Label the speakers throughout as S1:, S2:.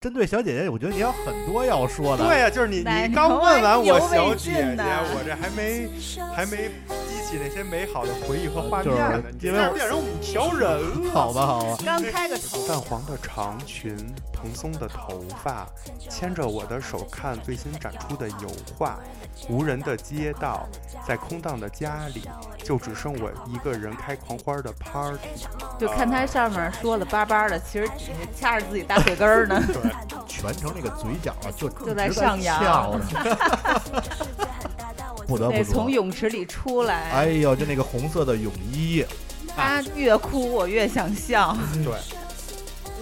S1: 针对小姐姐，我觉得你有很多要说的。
S2: 对呀、就是你
S3: 奶
S2: 你
S3: 牛
S2: 刚问完我
S3: 牛尾
S2: 小姐
S3: 俊
S2: 姐，
S3: 呢
S2: 我这还没还没激起那些美好的回忆和画面呢，你
S1: 就是
S2: 这变成五条人了。
S1: 好吧，好吧，
S3: 刚开个头，
S2: 淡黄的长裙，蓬松的头发，牵着我的手看最新展出的油画。无人的街道，在空荡的家里，就只剩我一个人开狂欢的 party。
S3: 就看他上面说的巴巴的，其实只是掐着自己大腿根儿呢。
S1: 全程那个嘴角啊，就
S3: 就
S1: 就
S3: 在上扬
S1: 翘 着。不得不 说
S3: 得从，泳池里出来，
S1: 哎呦，就那个红色的泳衣，
S3: 他越哭我越想笑，
S2: 对，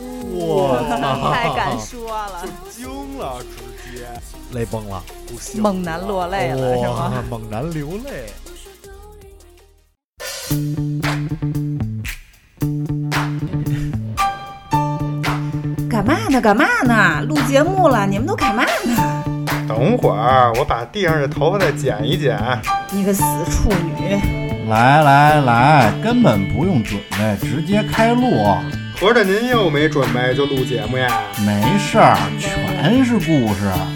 S1: 我
S3: 哦
S1: 操，
S3: 太敢说了，
S2: 惊了，直接
S1: 泪崩了，
S2: 不行。
S3: 猛男落泪了是
S1: 哇
S3: 吗？，
S1: 猛男流泪。
S3: 干嘛呢？干嘛呢？录节目了，你们都干嘛呢？
S2: 等会儿我把地上的头发再剪一剪。
S3: 你个死处 女！
S4: 来来来，根本不用准备，直接开录。
S2: 合着您又没准备就录节目呀？
S4: 没事儿，全是故事。啊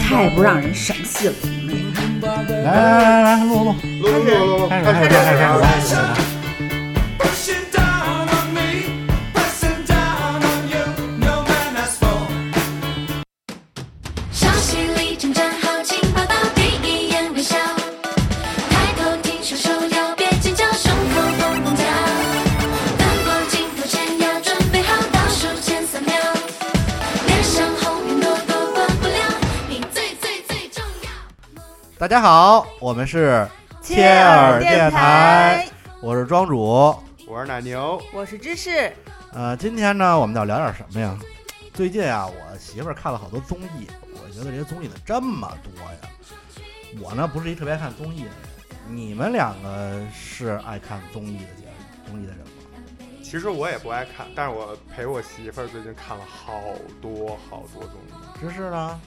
S3: 太不让人省心了。
S4: 来来来来，录录，
S2: 录录录录，
S4: 开始开始开始开始。
S1: 啊
S5: Pushing down on me, pressing down on you, no man has fallen.
S6: 消息里称赞好，请报道第一眼微笑。抬头挺胸手摇，别紧张，胸口砰砰跳。灯光镜头前要准备好，倒数前三秒。脸上红云朵都忘不了，你最最最重要。
S1: 大家好，我们是切尔电台，，我是庄主。
S2: 我是奶牛，
S3: 我是芝士，
S1: 呃，今天呢，我们要聊点什么呀？最近啊，我媳妇儿看了好多综艺，我觉得这些综艺怎么这么多呀？我呢不是一特别爱看综艺的人，你们两个是爱看综艺的节目、综艺的人吗？
S2: 其实我也不爱看，但是我陪我媳妇儿最近看了好多好多综艺。
S1: 芝士呢？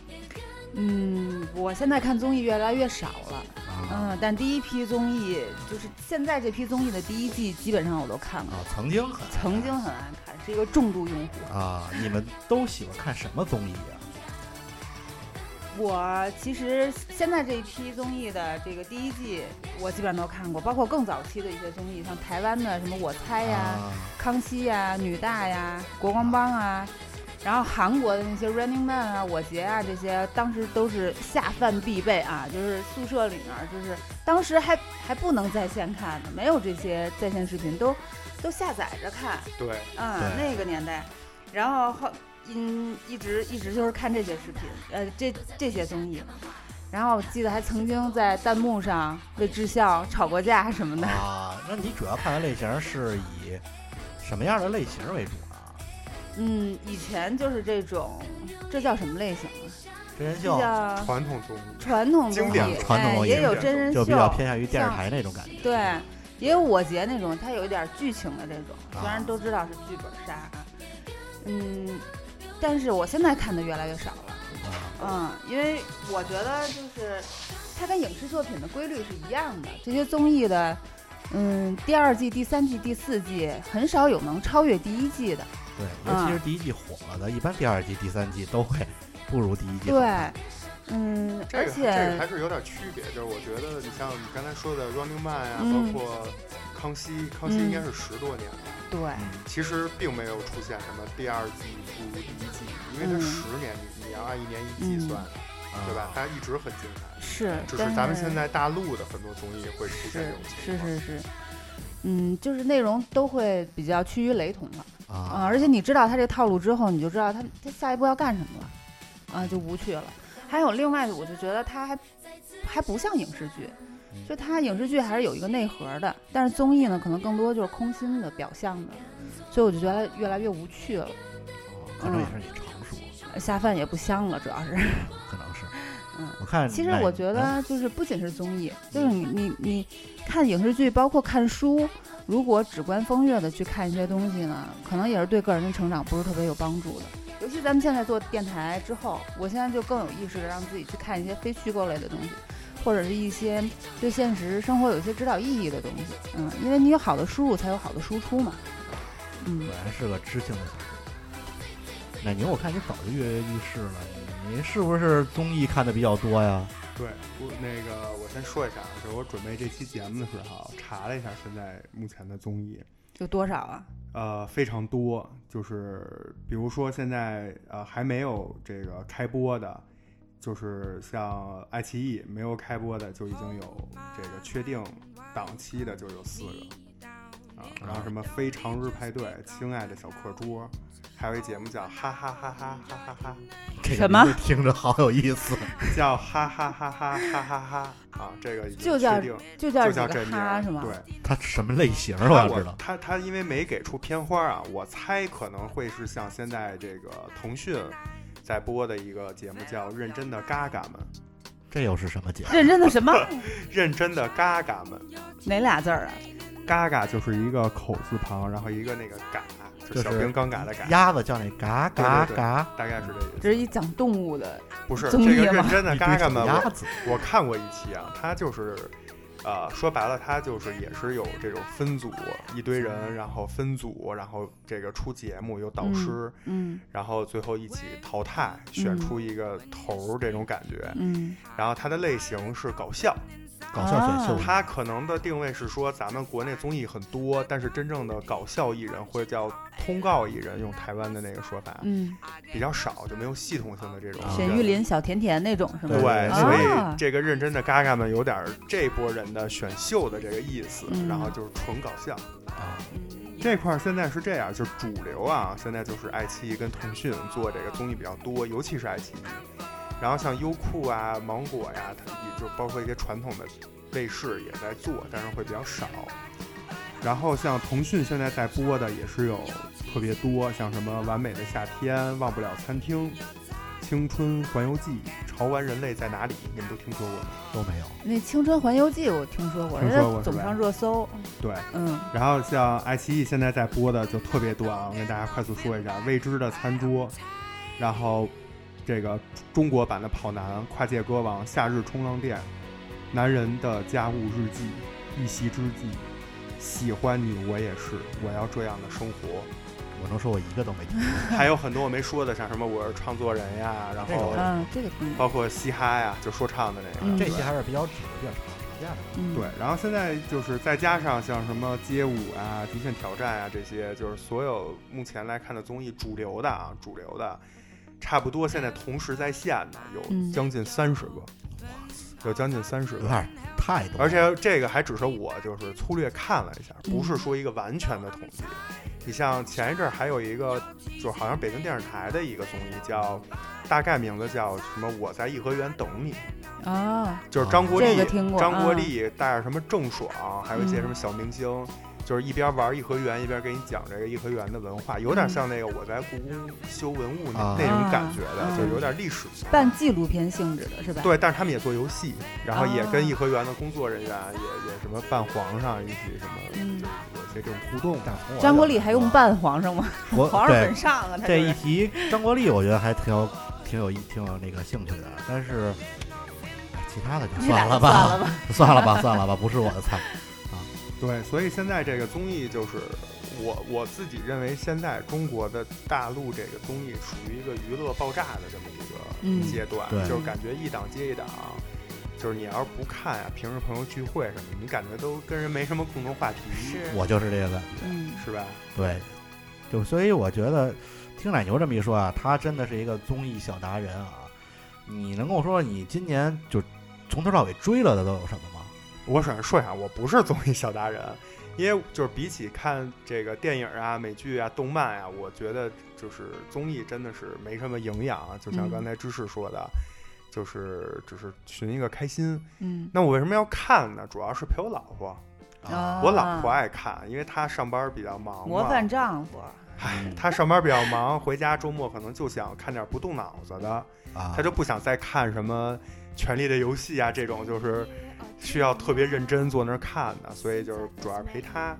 S3: 嗯，我现在看综艺越来越少了，
S1: 啊
S3: 嗯，但第一批综艺就是现在这批综艺的第一季，基本上我都看过，
S1: 啊，曾经很爱看
S3: 曾经很爱看，是一个重度用户。
S1: 啊，你们都喜欢看什么综艺啊？
S3: 我其实现在这一批综艺的这个第一季，我基本上都看过，包括更早期的一些综艺，像台湾的什么《我猜》哎呀、
S1: 啊，
S3: 康熙呀、女大呀、国光帮啊，然后韩国的那些 Running Man 啊、我杰啊这些，当时都是下饭必备啊，就是宿舍里面，就是当时还还不能在线看呢，没有这些在线视频，都都下载着看，
S2: 对，
S3: 嗯，
S1: 对
S3: 那个年代，然后后嗯一直一直就是看这些视频，呃这这些综艺。然后我记得还曾经在弹幕上为智孝吵过架 什么的，
S1: 啊，那你主要看的类型是以什么样的类型为主啊？
S3: 嗯，以前就是这种，这叫什么类型啊？
S1: 真人
S3: 这
S1: 秀
S3: 叫
S2: 传统综艺。
S3: 传统
S2: 经
S3: 综艺
S2: 典，
S1: 传统
S3: 哎
S1: 综艺
S3: 也有真人秀，
S1: 就比较偏向于电视台那种感觉。啊
S3: 对，也有我杰那种，它有一点剧情的这种，虽
S1: 啊
S3: 然都知道是剧本杀啊，嗯，但是我现在看的越来越少了，
S1: 啊
S3: 嗯，因为我觉得就是它跟影视作品的规律是一样的，这些综艺的。嗯，第二季、第三季、第四季很少有能超越第一季的。
S1: 对，尤
S3: 嗯
S1: 其是第一季火了的，一般第二季、第三季都会不如第一季好
S3: 对
S1: 看。，
S3: 嗯，
S2: 这
S3: 而
S2: 个
S3: 且
S2: 这个还是有点区别，就是我觉得你像你刚才说的《Running Man》呀，
S3: 嗯
S2: 包括《康熙》，康熙应
S3: 嗯
S2: 该是十多年了，
S3: 对，
S1: 嗯
S2: 其实并没有出现什么第二季不如第一季，因为它
S3: 嗯
S2: 十年，你你要按一年一季算，
S1: 啊
S4: 嗯
S2: 对吧？？它一直很精彩。
S3: 是，
S2: 只
S3: 但
S2: 是咱们现在大陆的很多综艺会出现
S3: 是
S2: 这种情
S3: 是
S2: 况，
S3: 是是，嗯，就是内容都会比较趋于雷同了啊，
S1: 啊，
S3: 而且你知道他这套路之后，你就知道他他下一步要干什么了啊，就无趣了。还有另外，我就觉得他还还不像影视剧，
S2: 嗯
S3: 就他影视剧还是有一个内核的，但是综艺呢，可能更多就是空心的、表象的，所以我就觉得越来越无趣了，
S1: 哦可能也是你常说，
S3: 下饭也不香了，主要是。
S1: 可能是
S3: 嗯。
S1: 我看，
S3: 其实我觉
S1: 嗯，
S3: 得，就是不仅是综艺，就是你你你看影视剧，包括看书，如果只观风月的去看一些东西呢，可能也是对个人的成长不是特别有帮助的。尤其咱们现在做电台之后，我现在就更有意识的让自己去看一些非虚构类的东西，或者是一些对现实生活有一些指导意义的东西。嗯，因为你有好的输入，才有好的输出嘛。嗯
S1: 果然是个知性的小奶牛，我看你早就跃跃欲试了，你是不是综艺看的比较多呀？
S2: 对，我那个我先说一下啊，就是我准备这期节目的时候啊查了一下现在目前的综艺，
S7: 有多少啊？
S2: 呃，非常多，就是比如说现在呃还没有这个开播的，就是像爱奇艺没有开播的就已经有这个确定档期的就有四个啊，然后什么非常日派对、亲爱的小课桌，还有一节目叫哈哈哈哈哈哈哈，
S1: 这个
S7: 什么
S1: 名字听着好有意思，
S2: 叫哈哈哈哈哈哈哈啊，这个已经
S7: 就叫
S2: 确定
S7: 就叫
S2: 就
S7: 几
S2: 叫这
S7: 个
S2: 名
S7: 哈
S2: 儿
S7: 是吗？
S2: 对。
S1: 它什么类型儿啊
S2: 他
S1: 我知道。
S2: 他他因为没给出片花啊，我猜可能会是像现在这个腾讯在播的一个节目叫《认真的嘎嘎们》，
S1: 这又是什么节目？
S7: 认真的什么？
S2: 认真的嘎嘎们，
S7: 哪俩字儿啊？
S2: 嘎嘎就是一个口字旁，然后一个那个嘎，
S1: 就
S2: 小
S1: 是
S2: 兵刚嘎的嘎，
S1: 鸭子叫那嘎嘎嘎，
S2: 大概是这
S7: 这
S2: 意
S7: 是一讲动物的，
S2: 思。不是
S7: 综
S2: 这
S7: 艺
S2: 个
S7: 吗
S2: 认真的
S1: 一
S2: 嘎
S1: 堆
S2: 嘎
S1: 小
S2: 们，
S1: 鸭
S2: 我
S1: 子。
S2: 我看过一期啊，他就是。呃，说白了，他就是也是有这种分组，一堆人，然后分组，然后这个出节目，有导
S7: 嗯
S2: 师，
S7: 嗯
S2: 然后最后一起淘汰，选出一个头儿这种感觉。
S7: 嗯，
S2: 然后它的类型是搞笑，
S1: 搞笑选秀，
S2: 它可能的定位是说咱们国内综艺很多，但是真正的搞笑艺人或者叫通告艺人，用台湾的那个说法
S7: 嗯，
S2: 比较少，就没有系统性的这种
S1: 啊。
S7: 沈玉。琳、小甜甜那种是吗？
S2: 对，
S1: 对
S2: 所
S7: 啊
S2: 以这个认真的嘎嘎们有点儿这波人的选秀的这个意思，
S7: 嗯
S2: 然后就是纯搞笑。
S1: 啊
S2: 这块儿现在是这样，就是主流啊，现在就是爱奇艺跟腾讯做这个综艺比较多，尤其是爱奇艺。然后像优酷啊、芒果呀、它也就包括一些传统的卫视也在做，但是会比较少。然后像腾讯现在在播的也是有特别多，像什么《完美的夏天》《忘不了餐厅》《青春环游记》《潮玩人类在哪里》，你们都听说过吗？
S1: 都没有。
S7: 那《青春环游记》我听说过，
S2: 听
S7: 人
S2: 说过
S7: 家总
S2: 是吧
S7: 上热搜。
S2: 对，
S7: 嗯，
S2: 然后像爱奇艺现在在播的就特别多啊，我跟大家快速说一下《未知的餐桌》，然后这个中国版的《跑男》、《跨界歌王》、《夏日冲浪店》、《男人的家务日记》、《一席之计》、《喜欢你我也是》、《我要这样的生 活
S1: 我能说我一个都没听过。》，
S2: 还有很多我没说的，像什么《我是创作人》呀，然
S1: 这个
S2: 后
S1: 我
S7: 嗯，这个挺
S2: 包括嘻哈呀，就说唱的那个。
S7: 嗯
S1: 这些还是比较指比较常常见的。
S7: 嗯
S2: 对，然后现在就是再加上像什么街舞啊、极限挑战啊这些，就是所有目前来看的综艺主流的啊，主流的，差不多现在同时在线的有
S7: 嗯
S2: 将近三十个，有将近三十
S1: 有
S2: 个。
S1: 点太多了，
S2: 而且这个还只是我就是粗略看了一下，不是
S7: 嗯
S2: 说一个完全的统计。你像前一阵儿还有一个，就好像北京电视台的一个综艺叫，大概名字叫什么？我在颐和园等你。
S7: 啊，
S2: 就是张国立，
S7: 这个听过
S2: 张国
S7: 嗯
S2: 立带着什么郑爽，还有一些
S7: 嗯
S2: 什么小明星，就是一边玩颐和园，一边给你讲这个颐和园的文化，有点
S7: 嗯
S2: 像那个我在故宫修文物那、
S1: 啊
S2: 那种感觉的，
S7: 啊
S2: 就是有点历史性。
S7: 半纪录片性质的是吧？
S2: 对，但是他们也做游戏，然后也
S7: 啊
S2: 跟颐和园的工作人员也也什么扮皇上一起什么，
S7: 嗯
S2: 就是有些这种互动。
S1: 但从我
S7: 张国立还用
S1: 办
S7: 扮皇上吗？
S1: 我
S7: 皇上
S1: 对
S7: 很上啊，他
S1: 这
S7: 就
S1: 一
S7: 是
S1: 提张国立，我觉得还挺有挺有挺有那个兴趣的，但是哎其他的就
S7: 你俩
S1: 算了
S7: 就
S1: 吧，
S7: 算了吧。
S1: 算了吧，算了吧，不是我的菜。
S2: 对，所以现在这个综艺就是我我自己认为，现在中国的大陆这个综艺属于一个娱乐爆炸的这么一
S7: 嗯
S2: 个阶段，
S1: 对
S2: 就是感觉一档接一档，就是你要是不看呀、平时朋友聚会什么，你感觉都跟人没什么共同话题，
S7: 是
S1: 我就是这个感觉，
S7: 嗯
S2: 是吧？
S1: 对，就所以我觉得听奶牛这么一说啊，他真的是一个综艺小达人啊。你能跟我说你今年就从头到尾追了的都有什么吗？
S2: 我首先说一下，我不是综艺小达人，因为就是比起看这个电影啊、美剧啊、动漫啊，我觉得就是综艺真的是没什么营养啊，就像
S7: 嗯
S2: 刚才芝士说的。就是只是寻一个开心，
S7: 嗯，
S2: 那我为什么要看呢？主要是陪我老婆，
S7: 啊
S2: 我老婆爱看，因为她上班比较忙
S7: 模范
S2: 嘛。
S7: 丈夫，
S1: 嗯
S2: 她上班比较忙，回家周末可能就想看点不动脑子的，
S1: 啊，
S2: 她就不想再看什么《权力的游戏》啊这种，就是需要特别认真坐那儿看的，所以就是主要是陪她。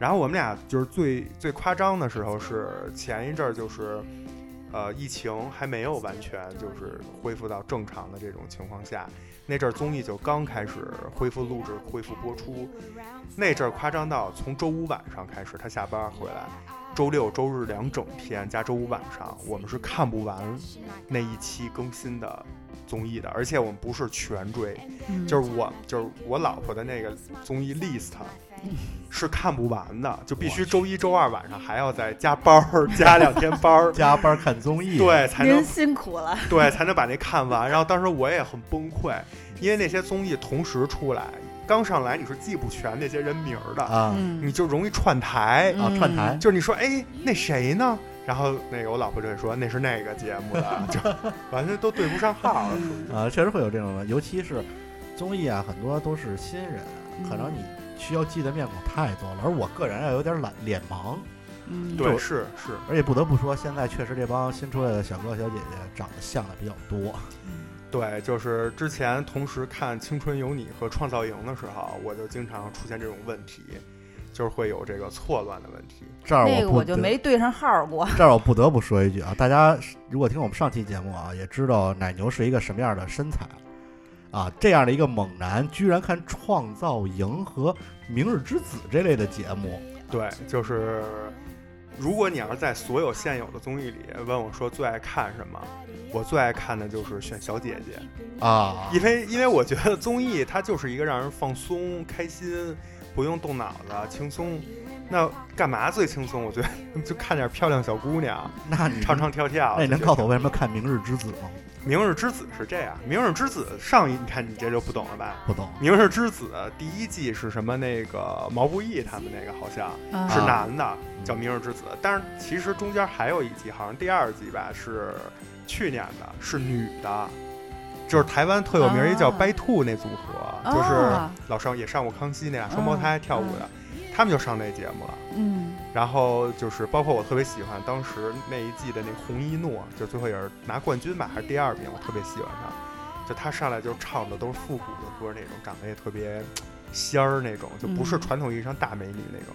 S2: 然后我们俩就是最最夸张的时候是前一阵儿就是，呃，疫情还没有完全就是恢复到正常的这种情况下，那阵儿综艺就刚开始恢复录制、恢复播出。那阵儿夸张到从周五晚上开始，他下班回来，周六、周日两整天加周五晚上，我们是看不完那一期更新的综艺的，而且我们不是全追，
S7: 嗯
S2: 就是我就是我老婆的那个综艺 list 是看不完的，就必须周一周二晚上还要再加班儿加两天 班儿，
S1: 加班看综艺，，
S2: 对才 能啊
S7: 辛苦了，
S2: 对才能把那看完。然后当时我也很崩溃，因为那些综艺同时出来，刚上来你是记不全那些人名儿的，
S1: 啊
S7: 嗯
S2: 你就容易串台。
S1: 啊串台，
S2: 就是你说哎那谁呢？然后那个我老婆就会说那是那个节 目的，就完全都对不上号儿。
S7: 嗯
S1: 啊，确实会有这种的，尤其是综艺啊，很多都是新人，可
S7: 嗯
S1: 能你需要记得面孔太多了，而我个人啊有点懒脸盲，
S7: 嗯，
S2: 对，是是，
S1: 而且不得不说，现在确实这帮新出来的小哥小姐姐长得像的比较多，
S2: 对，就是之前同时看《青春有你》和《创造营》的时候，我就经常出现这种问题，就是会有这个错乱的问题。
S1: 这儿
S7: 那个
S1: 不
S7: 我就没对上号儿过，
S1: 这儿我不得不说一句啊，大家如果听我们上期节目啊，也知道奶牛是一个什么样的身材啊，这样的一个猛男，居然看《创造营》和《明日之子》这类的节目，
S2: 对，就是如果你要是在所有现有的综艺里问我说最爱看什么，我最爱看的就是选小姐姐，
S1: 啊，
S2: 因为因为我觉得综艺它就是一个让人放松、开心，不用动脑子、轻松。那干嘛最轻松？我觉得就看点漂亮小姑娘，
S1: 那你
S2: 唱唱啊跳跳。
S1: 嗯那你能
S2: 就
S1: 告诉
S2: 行
S1: 我为什么看《明日之子》吗？
S2: 《明日之子》是这样，《明日之子》上一你看你这就不懂了吧？
S1: 不懂
S2: 《明日之子》第一季是什么？那个毛不易他们那个好像
S7: 啊
S2: 是男的，叫《明日之子》，但是其实中间还有一季，好像第二季吧是去年的，是女的，就是台湾特有名儿一叫
S7: 啊
S2: 白兔那组合，
S7: 啊
S2: 就是老上也上过康熙那俩双胞胎跳舞的，他们就上那节目了。
S7: 嗯
S2: 然后就是包括我特别喜欢当时那一季的那洪一诺，就最后也是拿冠军吧，还是第二名，我特别喜欢他。就他上来就唱的都是复古的歌那种，长得也特别仙儿那种，就不是
S7: 嗯
S2: 传统意义上大美女那种。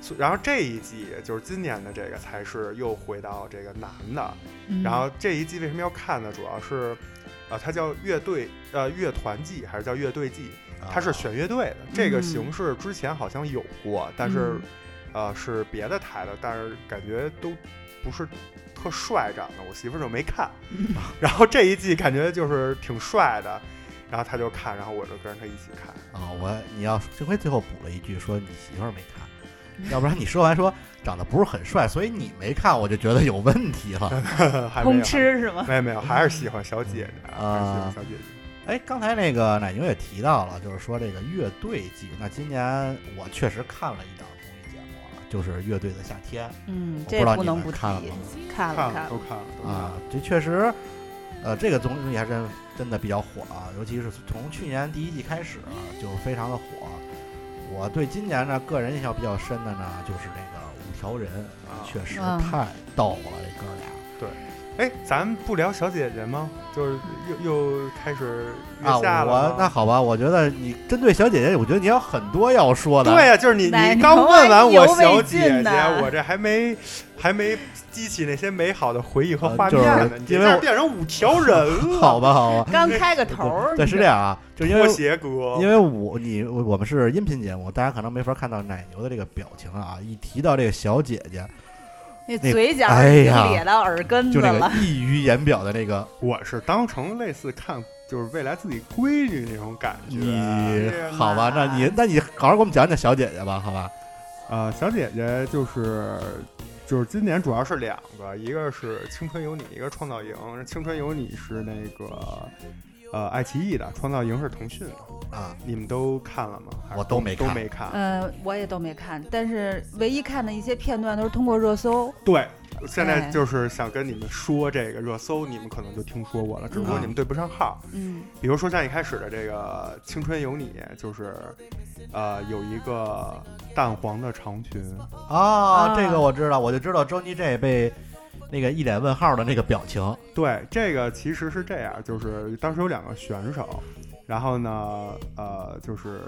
S2: 所然后这一季就是今年的这个才是又回到这个男的，
S7: 嗯，
S2: 然后这一季为什么要看呢？主要是，呃，它叫乐队呃乐团季还是叫乐队季？
S1: 啊，
S2: 它是选乐队的，这个
S7: 嗯
S2: 形式之前好像有过，但是
S7: 嗯，
S2: 呃，是别的台的，但是感觉都不是特帅长得，我媳妇儿就 没看。然后这一季感觉就是挺帅的，然后她就看，然后我就跟着她一起看。
S1: 啊，我你要幸亏最后补了一句说你媳妇儿没看， 要不然你说完说长得不是很帅，所以你没看，我就觉得有问题了。
S2: 呃还没
S7: 通
S2: 有，
S7: 吃是吗？
S2: 没有没有，还是喜欢小姐姐，还是喜欢
S1: 啊
S2: 小姐姐。
S1: 哎，刚才那个奶牛也提到了，就是说这个乐队季，那今年我确实看了一档综艺节目啊，就是乐队的夏天
S7: 嗯，
S1: 不
S7: 这
S1: 知道
S7: 不
S1: 你
S7: 能
S1: 们
S7: 不提
S1: 看了吗，
S7: 看了
S2: 了
S7: 看
S2: 都
S7: 了，
S2: 看了都看
S1: 啊
S2: 了，，
S1: 这确实，呃，这个综艺还真真的比较火啊，尤其是从去年第一季开始啊、就非常的火。我对今年呢，个人印象比较深的呢，就是这个五条人
S2: 啊
S1: 确实
S7: 嗯
S1: 太逗了，这哥俩
S2: 哎，咱们不聊小姐姐吗？就是又又开始月下
S1: 啊，
S2: 了
S1: 我
S2: 吗
S1: 那好吧，我觉得你针对小姐姐，我觉得你有很多要说的。
S2: 对呀、就是你
S7: 奶
S2: 你
S7: 牛
S2: 刚问完我小
S7: 还犹
S2: 姐
S7: 未尽
S2: 姐，
S7: 呢
S2: 我这还没还没激起那些美好的回忆和
S1: 呃
S2: 画
S1: 就
S2: 面
S1: 是
S2: 呢，你这
S1: 因为
S2: 下
S1: 我
S2: 变成五条人 了，
S1: 好吧，好吧，
S7: 刚开个头儿，
S1: 对，
S7: 你
S1: 是这样啊，就是因哦为
S2: 拖鞋哥，
S1: 因为我你我们是音频节目，大家可能没法看到奶牛的这个表情啊。一提到这个小姐姐，
S7: 那
S1: 那
S7: 嘴角
S1: 哎
S7: 已经
S1: 呀
S7: 咧到耳根
S1: 就
S7: 子
S1: 那
S7: 嗯了
S1: 个，溢于言表的那 个，
S2: 我是当成类似看就是未来自己闺女那种感觉。
S1: 你
S7: 啊
S2: 哎呀
S1: 好吧？那你那你好好给我们讲讲小姐姐吧，好吧？
S2: 呃，小姐姐就是就是今年主要是两个，一个是《青春有你》，一个是《创造营》。《青春有你》是那个呃爱奇艺的，《创造营》是腾讯的。
S1: 啊，
S2: 你们都看了吗？还是
S1: 我都没
S2: 都
S1: 看
S2: 没看。
S7: 呃，我也都没看，但是唯一看的一些片段都是通过热搜，
S2: 对，现在
S7: 哎
S2: 就是想跟你们说这个热搜，你们可能就听说过了，只不过
S1: 嗯
S2: 你们对不上号。
S7: 嗯
S2: 比如说像一开始的这个《青春有你》，就是呃有一个淡黄的长裙，
S1: 啊，
S7: 啊
S1: 这个我知道，我就知道 Johnny J 被那个一脸问号的那个表情
S2: 对，这个其实是这样，就是当时有两个选手。然后呢，呃，就是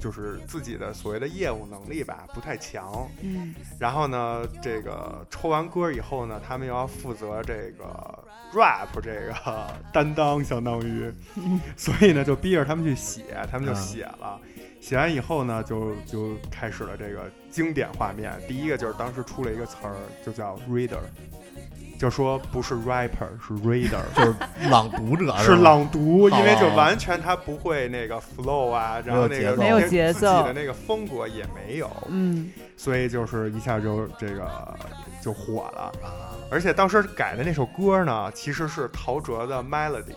S2: 就是自己的所谓的业务能力吧，不太强。
S7: 嗯，
S2: 然后呢，这个抽完歌以后呢，他们又要负责这个 rap 这个担当，相当于，所以呢，就逼着他们去写，他们就
S1: 嗯
S2: 写了。写完以后呢，就就开始了这个经典画面。第一个就是当时出了一个词儿，就叫 reader，就说不是 rapper 是 reader，
S1: 就是朗读者
S2: 是
S1: 吧
S2: 朗读，因为就
S1: 哦
S2: 完全他不会那个 flow 啊，然后那个
S1: 没有
S2: 连
S7: 节奏没有节奏
S2: 自己的那个风格也没有，
S7: 嗯，
S2: 所以就是一下就这个就火了。
S1: 啊
S2: 而且当时改的那首歌呢，其实是陶喆的《Melody》，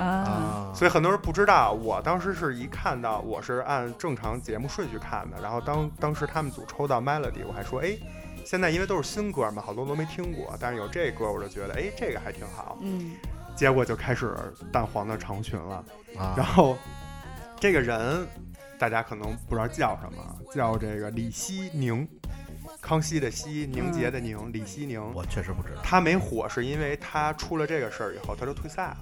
S7: 啊，
S1: 啊，
S2: 所以很多人不知道。我当时是一看到，我是按正常节目顺序看的，然后当当时他们组抽到《Melody》，我还说，哎，现在因为都是新歌嘛，好多都没听过，但是有这歌我就觉得，哎，这个还挺好。
S7: 嗯，
S2: 结果就开始蛋黄的长裙了。
S1: 以啊
S2: 然后这个人大家可能不知道叫什么，叫这个李希宁，康熙的熙，凝结的凝，李希宁。
S1: 我确实不知道
S2: 他没火是因为他出了这个事儿以后，他就退赛了。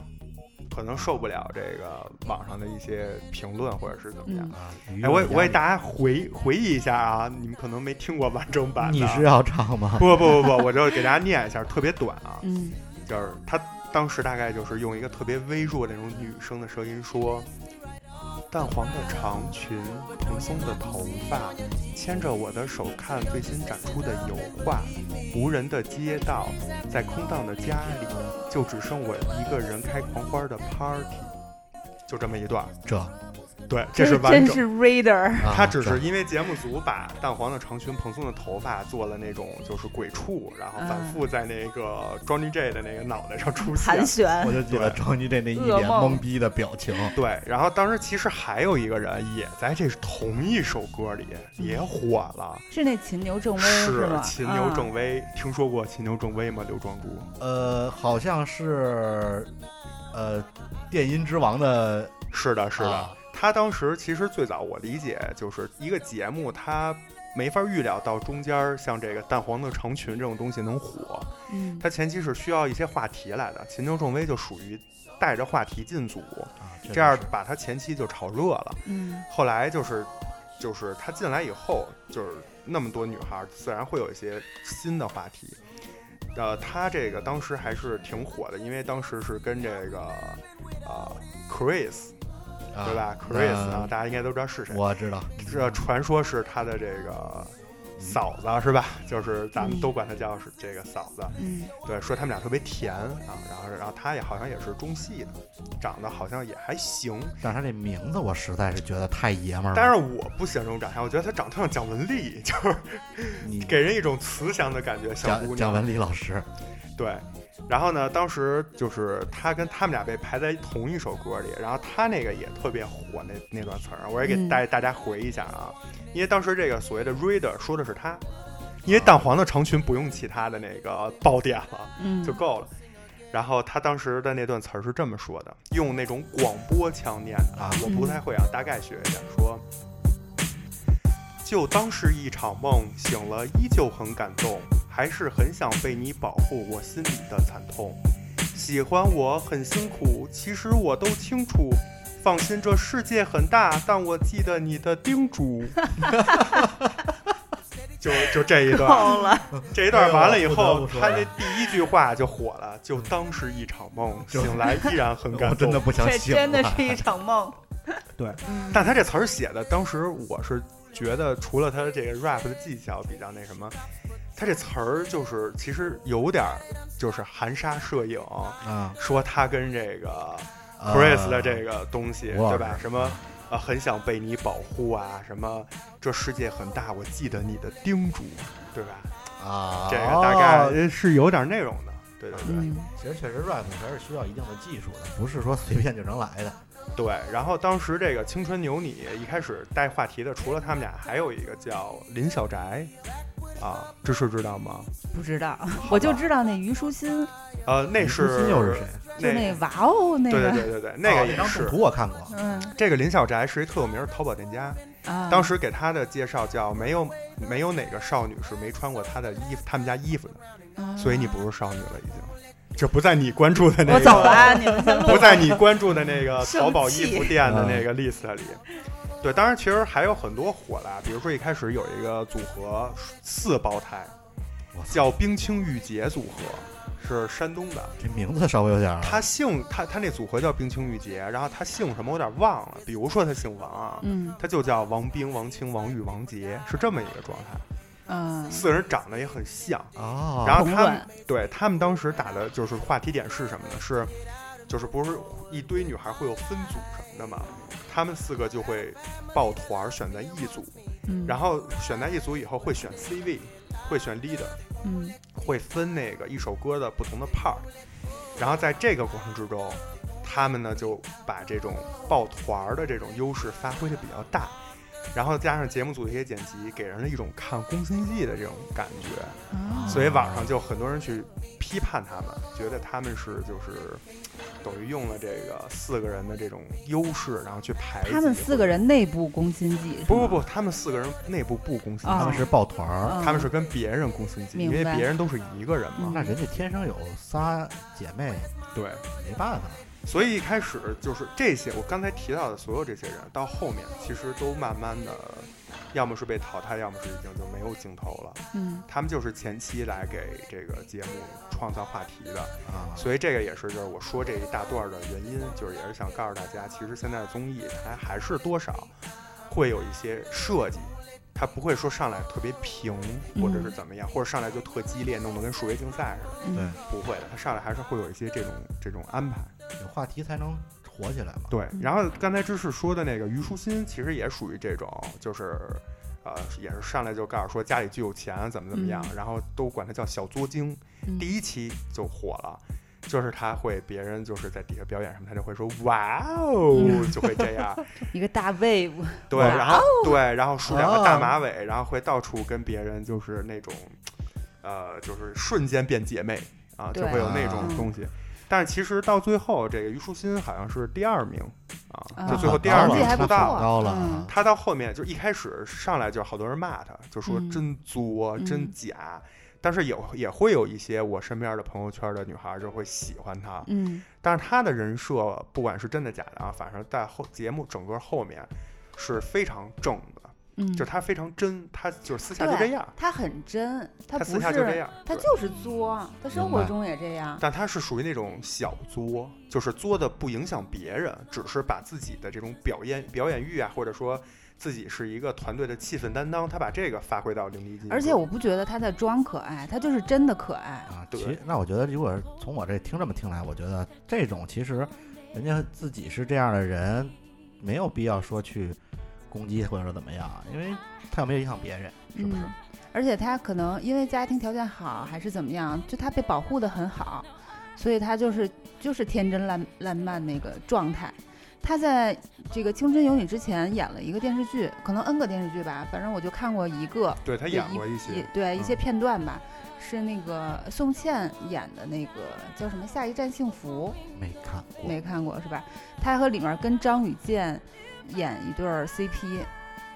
S2: 可能受不了这个网上的一些评论，或者是怎么样
S7: 嗯？
S1: 啊。
S2: 哎，我也我给大家回回忆一下啊，你们可能没听过完整版的。
S1: 你是要唱吗？
S2: 不不不不，我就给大家念一下，特别短啊。
S7: 嗯，
S2: 就是他当时大概就是用一个特别微弱的那种女生的声音说：“淡黄的长裙，蓬松的头发，牵着我的手看最新展出的油画。无人的街道，在空荡的家里，就只剩我一个人开狂欢的 party。”就这么一段儿，
S1: 这
S2: 对，这
S7: 真
S2: 是完
S7: 真
S2: 整。
S7: 是 reader，
S1: 啊
S2: 他只是
S1: 这
S2: 因为节目组把淡黄的长裙、蓬松的头发做了那种就是鬼畜，然后反
S7: 嗯
S2: 复在那个 Johnny J 的那个脑袋上出现，
S7: 盘旋
S1: 我，就记得
S2: 对
S1: 张继这那一
S7: 噩
S1: 脸
S7: 梦
S1: 懵逼的表情，
S2: 对，然后当时其实还有一个人也在这同一首歌里也火了，
S7: 是那秦牛正威
S2: 是
S7: 吗？
S2: 秦牛
S7: 啊
S2: 正威。听说过秦牛正威吗？刘庄珠？
S1: 呃，好像是呃电音之王的
S2: 是的，是的。
S1: 啊
S2: 他当时其实最早我理解就是一个节目，他没法预料到中间儿像这个淡黄的长裙这种东西能火，
S7: 嗯，
S2: 他前期是需要一些话题来的。秦牛正威就属于带着话题进组，
S1: 啊
S2: 这样把他前期就炒热了。
S7: 嗯，
S2: 后来就是，就是他进来以后，就是那么多女孩儿，自然会有一些新的话题。呃，他这个当时还是挺火的，因为当时是跟这个呃 Chris 对吧、c h r i s 啊，大家应该都知道是谁。
S1: 啊我知道，
S2: 这传说是他的这个嫂子是吧？就是咱们都管她叫是这个嫂子。
S7: 嗯，
S2: 对，说他们俩特别甜啊，然后然后他也好像也是中戏的，长得好像也还行，
S1: 但是他这名字我实在是觉得太爷们儿了。
S2: 但是我不喜欢这种长相，我觉得她长得特像蒋雯丽， 就是
S1: 你
S2: 给人一种慈祥的感觉。小姑
S1: 蒋蒋
S2: 娘
S1: 雯丽老师，
S2: 对，然后呢，当时就是她跟他们俩被排在同一首歌里，然后她那个也特别火，那那段词儿，我也给
S7: 嗯
S2: 大大家回忆一下啊，因为当时这个所谓的 reader 说的是她，因为蛋黄的长裙不用其他的那个爆点了。
S7: 嗯，
S2: 就够了。然后他当时的那段词儿是这么说的，用那种广播腔念的啊，我不太会啊，大概学一下说。就当是一场梦，醒了依旧很感动，还是很想被你保护我心里的惨痛。喜欢我很辛苦，其实我都清楚。放心，这世界很大，但我记得你的叮嘱。 就就这一段，
S7: 够了，
S2: 这一段完了以
S1: 哎呦
S2: 后，
S1: 我不得不说
S2: 他那第一句话就火了，就当是一场梦，
S1: 就
S2: 醒来依然很感
S1: 我
S2: 动。
S1: 真的，不想
S7: 这
S1: 醒
S7: 真的
S1: 了
S7: 是一场梦。
S2: 但他这词儿写的，当时我是觉得，除了他这个 rap 的技巧比较那什么，他这词儿就是其实有点儿就是含沙射影，
S1: 啊
S2: 说他跟这个
S1: 呃
S2: Chris 的这个东西，
S1: 吴老
S2: 对吧？
S1: 师
S2: 什么呃，很想被你保护啊，什么这世界很大，我记得你的叮嘱，对吧？
S1: 啊，
S2: 这个大概
S1: 哦
S2: 呃是有点内容的，对对对。
S7: 嗯，
S1: 其实确实 rap 还是需要一定的技术的，不是说随便就能来的。
S2: 对，然后当时这个青春有你一开始带话题的，除了他们俩，还有一个叫林小宅，啊，这是知道吗？
S7: 不知道，我就知道那虞书欣，
S2: 呃，那
S1: 李舒
S2: 是
S1: 心又是谁？
S7: 就
S2: 那
S7: 那哇哦那
S2: 对对
S7: 个，
S2: 对对对，那
S1: 哦
S2: 个也
S1: 张
S2: 是。
S1: 图我看过，
S7: 嗯
S2: 这个林小宅是一特有名的淘宝店家，
S7: 啊，
S2: 当时给他的介绍叫没有没有哪个少女是没穿过他的衣服，他们家衣服的，
S7: 啊
S2: 所以你不是少女了已经。这不在你关注的那个，
S8: 我走了，啊，你们 先录。
S2: 不在你关注的那个
S8: 生
S2: 淘宝
S8: 气啊
S2: 衣服店的那个 list 里。对，当然其实还有很多火啦，比如说一开始有一个组合四胞胎，叫冰清玉洁组合，是山东的。
S1: 这名字稍微有点儿，
S2: 他姓他他那组合叫冰清玉洁，然后他姓什么我有点忘了，比如说他姓王啊，
S3: 嗯
S2: 他就叫王冰、王清、王玉、王杰，是这么一个状态。
S3: 嗯，
S2: 四个人长得也很像，
S1: 哦，
S2: 然后
S3: 同
S2: 他们
S3: 卵
S2: 对他们当时打的就是话题点是什么呢？是就是不是一堆女孩会有分组什么的嘛？他们四个就会抱团儿选在一组，
S3: 嗯
S2: 然后选在一组以后会选 C 位，会选 leader，
S3: 嗯
S2: 会分那个一首歌的不同的 part，然后在这个过程之中，他们呢就把这种抱团儿的这种优势发挥的比较大，然后加上节目组的一些剪辑，给人了一种看宫心计的这种感觉。
S3: 啊
S2: 所以网上就很多人去批判他们，觉得他们是就是等于用了这个四个人的这种优势，然后去排挤
S3: 他们四个人内部攻心计，是
S2: 不不
S3: 吗，
S2: 不，他们四个人内部不攻心计，
S3: 啊
S1: 他们是抱团儿，
S3: 嗯
S2: 他们是跟别人攻心计，因
S3: 明白嗯
S2: 为别人都是一个人嘛。
S1: 那人家天生有仨姐妹，
S2: 对，
S1: 没办法，
S2: 所以一开始就是这些，我刚才提到的所有这些人，到后面其实都慢慢的，要么是被淘汰，要么是已经就没有镜头了。
S3: 嗯
S2: 他们就是前期来给这个节目创造话题的。
S1: 啊，
S2: 所以这个也是，就是我说这一大段儿的原因，就是也是想告诉大家，其实现在的综艺它还是多少会有一些设计，它不会说上来特别平，或者是怎么样，或者上来就特激烈，弄得跟数学竞赛似的，
S3: 嗯
S1: 对
S2: 不会的，它上来还是会有一些这种这种安排。
S1: 有话题才能火起来嘛。
S2: 对，然后刚才芝士说的那个虞书欣，其实也属于这种，就是。呃，也是上来就告诉说家里巨有钱，怎么怎么样，然后都管她叫小作精。
S3: 嗯
S2: 第一期就火了，就是她会别人就是在底下表演什么，她就会说哇哦，就会这样。
S8: 一个大 wave，
S2: 对，
S8: 哇
S2: 然后对，然后梳两个
S1: 哦
S2: 大马尾，然后会到处跟别人就是那种，呃，就是瞬间变姐妹啊，就
S3: 对
S2: 会有那种
S3: 嗯
S2: 东西。但是其实到最后，这个虞书欣好像是第二名啊，
S3: 啊
S2: 就最后
S1: 很
S2: 第
S1: 高
S2: 二
S1: 了
S2: 名
S3: 还
S2: 出
S3: 不
S2: 道
S3: 错
S1: 很高了啊，
S3: 嗯
S2: 他到后面就一开始上来就好多人骂他，就说
S3: 嗯
S2: 真作、
S3: 嗯
S2: 真假，但是也也会有一些我身边的朋友圈的女孩就会喜欢他，
S3: 嗯
S2: 但是他的人设不管是真的假的啊，反正在后节目整个后面是非常正的，
S3: 嗯，
S2: 就是他非常真，他就是私下就这样，
S3: 他很真，
S2: 他
S3: 他不
S2: 私下就这
S3: 是，
S2: 样，
S3: 他
S2: 对
S3: 就是作，他生活中也这样。
S2: 但他是属于那种小作，就是作的不影响别人，只是把自己的这种表演表演欲啊，或者说自己是一个团队的气氛担当，他把这个发挥到淋漓尽致。
S3: 而且我不觉得他在装可爱，他就是真的可爱。
S1: 啊，
S2: 嗯对
S1: 其那我觉得，如果是从我这听这么听来，我觉得这种其实人家自己是这样的人，没有必要说去攻击或者说怎么样，啊因为他有没有影响别人，是不是？
S3: 嗯而且他可能因为家庭条件好还是怎么样，就他被保护的很好，所以他就是就是天真烂烂漫那个状态。他在这个《青春有你》之前演了一个电视剧，可能 N 个电视剧吧，反正我就看过一个，
S2: 对他
S3: 就
S2: 演过一些，
S3: 对一些
S2: 嗯
S3: 片段吧，是那个宋茜演的那个叫什么《下一站幸福
S1: 没看过》，，
S3: 没看过是吧？她和里面跟张雨健演一对儿 CP，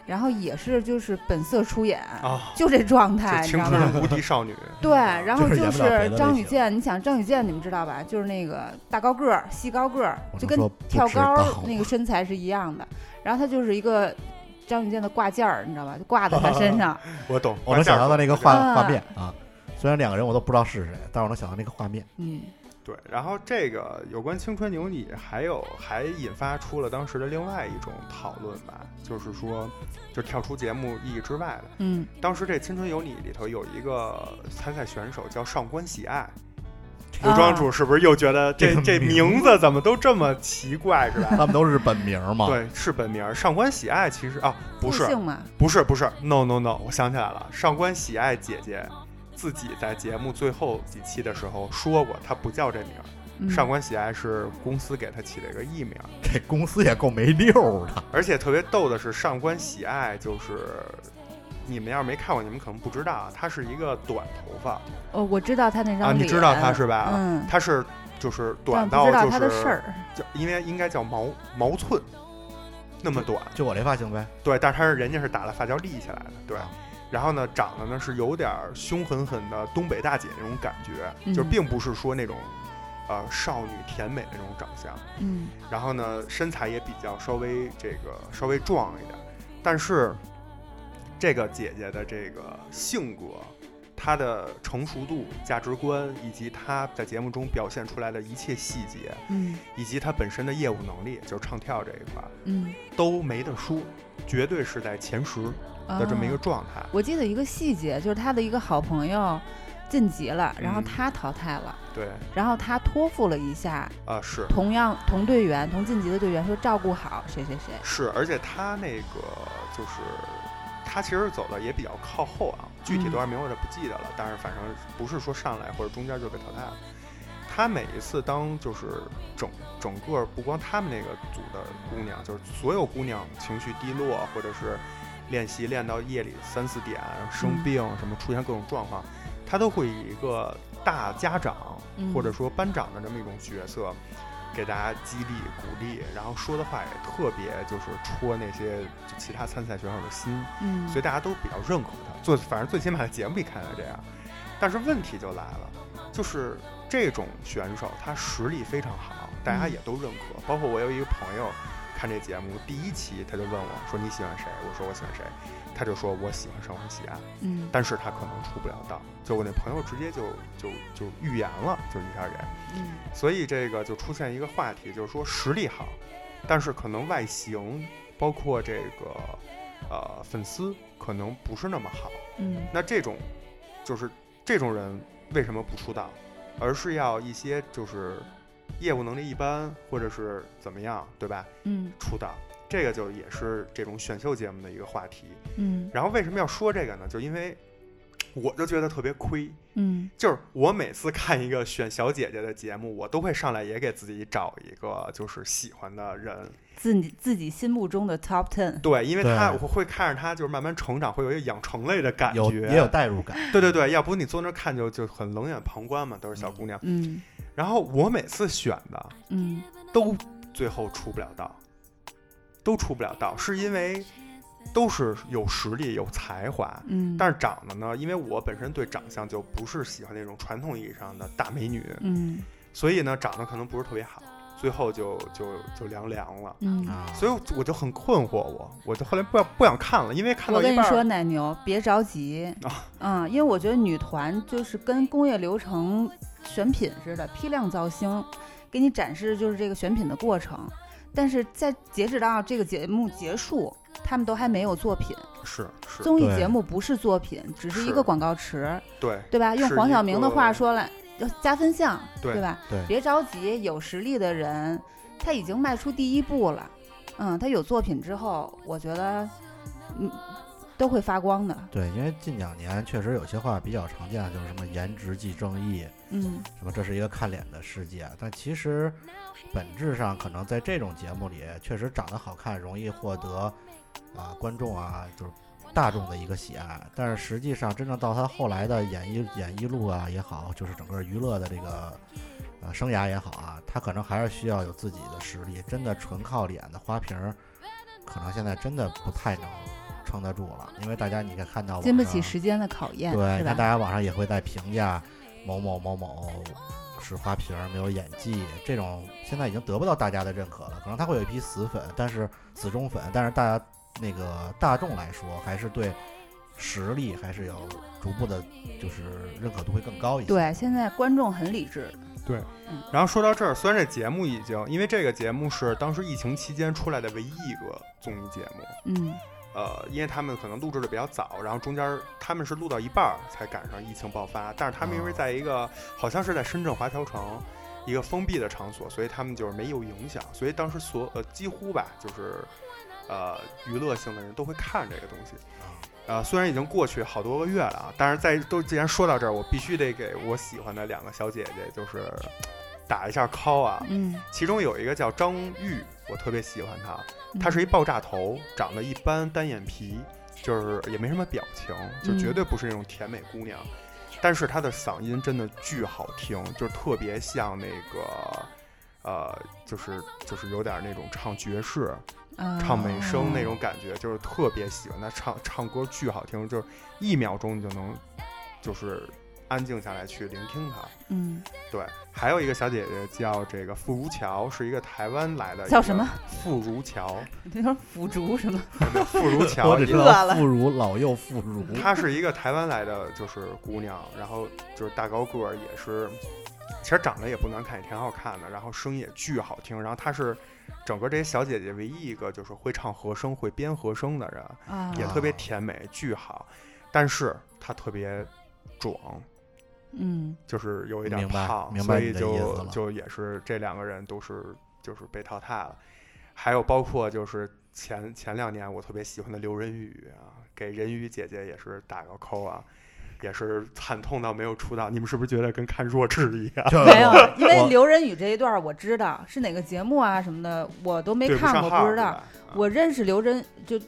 S3: 然后也是就是本色出演，
S2: 啊，
S3: 就这状
S2: 就
S3: 态，哎你知
S2: 青
S3: 道吗？
S2: 春无敌少女。
S3: 对，然后
S1: 就是
S3: 就
S1: 演不了别
S3: 是
S1: 的
S3: 张
S1: 类
S3: 雨
S1: 型
S3: 健，你想张雨健你们知道吧？就是那个大高个儿、细高个儿，
S1: 我
S3: 就
S1: 能
S3: 跟
S1: 说不
S3: 跳
S1: 知
S3: 高
S1: 道
S3: 那
S1: 吗
S3: 个身材是一样的。然后他就是一个张雨健的挂件儿，你知道吧？就挂在他 身上，
S2: 我懂，
S1: 我能想到的那个画
S3: 啊
S1: 画面啊，虽然两个人我都不知道是谁，但我能想到那个画 面。
S3: 嗯
S2: 对，然后这个有关青春有你，还有还引发出了当时的另外一种讨论吧，就是说，就跳出节目意义之外的。
S3: 嗯，
S2: 当时这《青春有你》里头有一个参赛选手叫上官喜爱，
S3: 啊
S2: 服装主是不是又觉得这这
S1: 这个名
S2: 名字怎么都这么奇怪是吧？
S1: 他们都是本名嘛？
S2: 对，是本名儿上官喜爱，其实啊，不是
S3: 助，兴嘛，
S2: 不是，不是，no no no，我想起来了，上官喜爱姐姐自己在节目最后几期的时候说过，她不叫这名儿，
S3: 嗯
S2: 上官喜爱是公司给她起的一个艺名儿，
S1: 这公司也够没溜儿的。
S2: 而且特别逗的是，上官喜爱就是你们要是没看过，你们可能不知道啊，她是一个短头发
S3: 哦，我知道他那张脸，
S2: 啊，你知道她是吧？
S3: 嗯，
S2: 她是就是短
S3: 但不
S2: 到
S3: 知道
S2: 就
S3: 他
S2: 是
S3: 的事儿，
S2: 叫因为应该叫毛毛寸，那么短，
S1: 就我这发型呗，
S2: 对，但是他是人家是打了发胶立起来的，对
S1: 啊。
S2: 然后呢，长得呢是有点儿凶狠狠的东北大姐那种感觉，
S3: 嗯
S2: 就并不是说那种呃少女甜美的那种长相，
S7: 嗯
S2: 然后呢身材也比较稍微这个稍微壮一点，但是这个姐姐的这个性格。她的成熟度、价值观，以及她在节目中表现出来的一切细节，
S7: 嗯
S2: 以及她本身的业务能力，就是唱跳这一块儿，
S7: 嗯
S2: 都没得说，绝对是在前十的这么一
S3: 哦
S2: 个
S7: 啊
S2: 状态。
S7: 我记得一个细节，就是他的一个好朋友晋级了，然后
S2: 嗯
S7: 他淘汰了，
S2: 对，
S7: 然后他托付了一下
S2: 啊、是
S7: 同样同队员同晋级的队员说照顾好谁谁谁。
S2: 是，而且他那个就是他其实走的也比较靠后啊，具体多少名我就不记得了，但是反正不是说上来或者中间就被淘汰了。他每一次当就是整整个不光他们那个组的姑娘，就是所有姑娘情绪低落，或者是练习练到夜里三四点生病什么出现各种状况，他都会以一个大家长
S7: 嗯
S2: 或者说班长的这么一种角色，给大家激励鼓励，然后说的话也特别就是戳那些就其他参赛选手的心，
S7: 嗯
S2: 所以大家都比较认可他。最反正最起码在节目里看起来这样，但是问题就来了，就是这种选手他实力非常好，大家也都认
S7: 嗯
S2: 可。包括我有一个朋友看这节目第一期，他就问我说你喜欢谁？我说我喜欢谁，他就说我喜欢上官喜爱。
S7: 嗯
S2: 但是他可能出不了道，就我那朋友直接就就就预言了，就一下给，
S7: 嗯
S2: 所以这个就出现一个话题，就是说实力好，但是可能外形包括这个呃粉丝可能不是那么好，
S7: 嗯
S2: 那这种就是这种人为什么不出道，而是要一些就是业务能力一般或者是怎么样，对吧？
S7: 嗯
S2: 出道，这个就也是这种选秀节目的一个话题。
S7: 嗯
S2: 然后为什么要说这个呢？就因为我就觉得特别亏，
S7: 嗯
S2: 就是我每次看一个选小姐姐的节目，我都会上来也给自己找一个就是喜欢的人，
S3: 自己自己心目中的 top ten，
S2: 对，因为她
S1: 对
S2: 我会看着她就是慢慢成长，会有一个养成类的感
S1: 有
S2: 觉，
S1: 也有代入感。
S2: 对对对，要不你坐那儿看就就很冷眼旁观嘛，都是小姑娘。
S7: 嗯
S2: 然后我每次选的
S7: 嗯
S2: 都最后出不了道，都出不了道，是因为都是有实力有才华，
S7: 嗯，
S2: 但是长得呢，因为我本身对长相就不是喜欢那种传统意义上的大美女，
S7: 嗯
S2: 所以呢长得可能不是特别好，最后就就就凉凉了。
S7: 嗯。
S1: 啊，
S2: 所以我就我就很困惑我，我就后来不想不想看了，因为看
S7: 我
S2: 到
S7: 跟
S2: 一
S7: 你
S2: 半
S7: 说，
S2: 儿，
S7: 奶牛，别着急
S2: 啊，
S7: 嗯，因为我觉得女团就是跟工业流程选品似的，批量造星，给你展示就是这个选品的过程。但是在截止到这个节目结束，他们都还没有作品。
S2: 是是，
S7: 综艺
S1: 对
S7: 节目不是作品，只是一
S2: 是
S7: 个广告词，
S2: 对
S7: 对吧？用
S2: 是
S7: 黄
S2: 一
S7: 晓明的话
S2: 个
S7: 说来，要加分项，
S2: 对
S7: 吧？
S1: 对
S7: 别着急，有实力的人他已经迈出第一步了。嗯，他有作品之后，我觉得，嗯，都会发光的。
S1: 对，因为近两年确实有些话比较常见，就是什么颜值即正义，
S7: 嗯
S1: 什么这是一个看脸的世界。啊但其实本质上，可能在这种节目里，确实长得好看容易获得啊观众啊就是大众的一个喜爱。但是实际上，真正到他后来的演艺演艺路啊也好，就是整个娱乐的这个。呃，生涯也好啊，他可能还是需要有自己的实力。真的纯靠脸的花瓶儿，可能现在真的不太能撑得住了，因为大家你看看到网
S7: 经不
S1: 上
S7: 起时间的考验，
S1: 对，
S7: 是
S1: 你看
S7: 吧？
S1: 大家网上也会在评价某某某某是花瓶儿没有演技，这种现在已经得不到大家的认可了。可能他会有一批死粉，但是死忠粉，但是大家那个大众来说，还是对实力还是有逐步的，就是认可度会更高一些。
S7: 对，现在观众很理智。
S2: 然后说到这儿，虽然这节目已经，因为这个节目是当时疫情期间出来的唯一一个综艺节目，
S7: 嗯
S2: 呃，因为他们可能录制的比较早，然后中间儿他们是录到一半儿才赶上疫情爆发，但是他们因为
S1: 哦
S2: 在一个、好像是在深圳华侨城一个封闭的场所，所以他们就是没有影响，所以当时所呃几乎吧就是呃娱乐性的人都会看这个东西。呃，虽然已经过去好多个月了啊，但是在都既然说到这儿，我必须得给我喜欢的两个小姐姐就是打一下 call 啊。
S7: 嗯，
S2: 其中有一个叫张玉，我特别喜欢她，
S7: 嗯
S2: 她是一爆炸头，长得一般，单眼皮，就是也没什么表情，就
S7: 嗯
S2: 绝对不是那种甜美姑娘。但是她的嗓音真的巨好听，就是特别像那个，呃，就是就是有点那种唱爵士、
S7: 啊
S2: 唱美声那种感觉，就是特别喜欢她唱唱歌巨好听，就是一秒钟你就能就是安静下来去聆听它。
S7: 嗯，
S2: 对，还有一个小姐姐叫这个傅如乔，是一个台湾来的，
S7: 叫什么？
S2: 傅如乔，
S7: 嗯
S3: 那叫腐竹什么？
S2: 傅如
S1: 我
S2: 乔
S1: 只，知
S3: 饿
S1: 道嗯
S3: 了
S1: 妇孺老幼妇孺，
S2: 她是一个台湾来的，就是姑娘，然后就是大高个儿，也是，其实长得也不难看，也挺好看的，然后声音也巨好听，然后她是整个这些小姐姐唯一一个就是会唱和声、会编和声的人，
S7: 啊，
S2: 也特别甜美，巨好，但是她特别壮，
S7: 嗯，
S2: 就是有一点
S1: 明白
S2: 胖，
S1: 明白
S2: 所以
S1: 你的意思
S2: 就
S1: 了
S2: 就也是这两个人都是就是被淘汰了。还有包括就是前前两年我特别喜欢的刘仁宇啊，给仁宇姐姐也是打个扣啊，也是惨痛到没有出道。你们是不是觉得跟看弱智一样？
S1: 这
S3: 没有，因为
S1: 我
S3: 刘仁宇这一段儿我知道是哪个节目啊什么的，我都没
S2: 对不
S3: 看
S2: 上
S3: 过，
S2: 号
S3: 不
S2: 儿
S3: 知
S2: 对吧？
S3: 道。
S2: 啊
S3: 我认识刘仁，就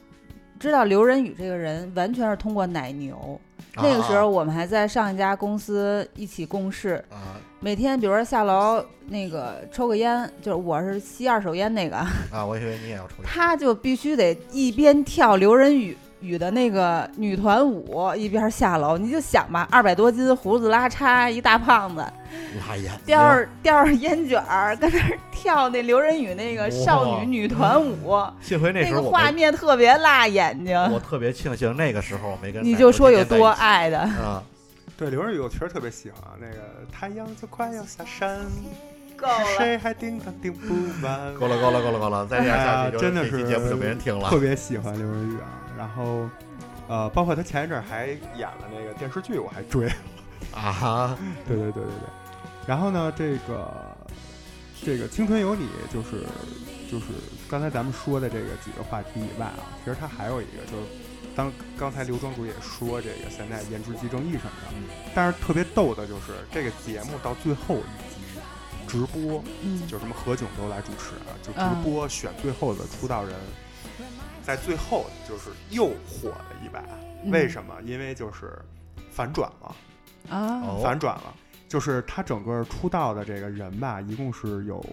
S3: 知道刘仁宇这个人，完全是通过奶牛。
S2: 啊
S3: 那个时候我们还在上一家公司一起共事，
S1: 啊
S3: 每天比如说下楼那个抽个烟，就是我是吸二手烟那个，
S1: 啊，我以为你也要出去，
S3: 他就必须得一边跳刘仁宇。宇的那个女团舞，一边下楼，你就想吧，二百多斤，胡子拉碴，一大胖子，
S1: 拉烟，
S3: 叼着叼着烟卷儿，跟那儿跳那刘仁宇那个少
S1: 哇
S3: 女女 团舞，
S1: 幸亏那
S3: 那
S1: 时候
S3: 个
S1: 我
S3: 画
S1: 没，
S3: 面特别辣眼睛
S1: 我，特别庆幸那个时候我没跟
S3: 你
S1: 奶
S3: 就
S1: 牛
S3: 说
S1: 之
S3: 有
S1: 间在
S3: 多
S1: 一起
S3: 爱的。
S1: 啊，
S2: 对刘仁宇我确实特别喜欢啊，那个太阳就快要下山，
S3: 够
S2: 是谁还叮当叮不完？
S1: 够了够了够了够了，再这样下去就
S2: 哎呀真
S1: 这
S2: 的
S1: 期
S2: 是
S1: 节目就没人听了
S2: 特别喜欢刘仁宇啊，然后。呃，包括他前一阵儿还演了那个电视剧，我还追。
S1: 啊哈，
S2: 对对对对对。然后呢，这个这个《青春有你》就是就是刚才咱们说的这个几个话题以外啊，其实它还有一个就是。当刚才刘庄主也说这个现在颜值即正义什么的，但是特别逗的就是这个节目到最后一集直播，
S7: 嗯
S2: 就什么何炅都来主持啊，就
S7: 嗯
S2: 直播选最后的出道人，在最后就是又火了一把，为什么？因为就是反转了，
S7: 啊，
S1: 哦
S2: 反转了，就是他整个出道的这个人吧，一共是有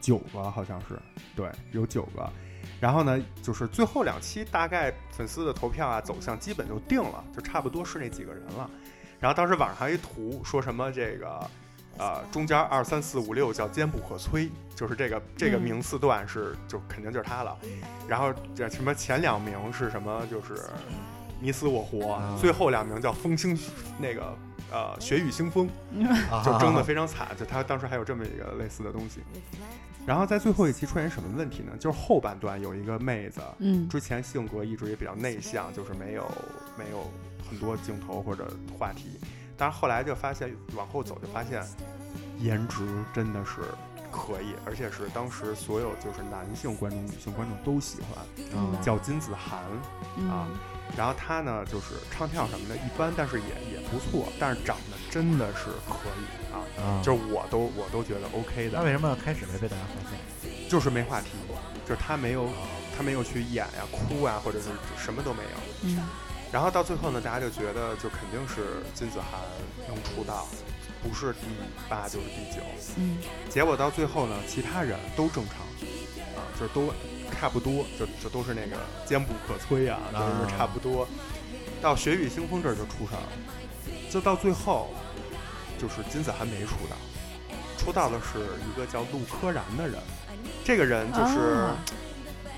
S2: 九个，好像是，对，有九个。然后呢，就是最后两期大概粉丝的投票啊走向基本就定了，就差不多是那几个人了。然后当时网上还有一图说什么这个，呃，中间二三四五六叫坚不可摧，就是这个这个
S3: 嗯
S2: 名次段是就肯定就是他了。然后这什么前两名是什么就是你死我活，
S1: 啊
S2: 最后两名叫风星那个呃血雨腥风，
S1: 啊
S2: 就
S1: 哈
S2: 争得非常惨，就他当时还有这么一个类似的东西。然后在最后一期出现什么问题呢？就是后半段有一个妹子，
S7: 嗯
S2: 之前性格一直也比较内向，就是没有没有很多镜头或者话题，但是后来就发现往后走就发现，颜值真的是可以，而且是当时所有就是男性观众、女性观众都喜欢，
S1: 嗯
S2: 叫金子涵。啊
S7: 嗯，
S2: 然后她呢，就是唱跳什么的一般，但是也也不错，但是长得真的是可以啊，
S1: 啊
S2: 就是我都我都觉得 OK
S1: 那
S2: 的，
S1: 为什么开始没被大家发现？
S2: 就是没话题，就是她没有她没有去演呀、哭啊，或者是什么都没有。
S7: 嗯
S2: 然后到最后呢，大家就觉得就肯定是金子涵能出道，不是第八就是第九。
S7: 嗯
S2: 结果到最后呢，其他人都正常，啊，就是都差不多，就就都是那个坚不可摧啊，
S1: 啊
S2: 就是差不多。到血雨腥风这儿就出事儿了，就到最后，就是金子涵没出道，出道的是一个叫陆柯燃的人，这个人就是、
S7: 啊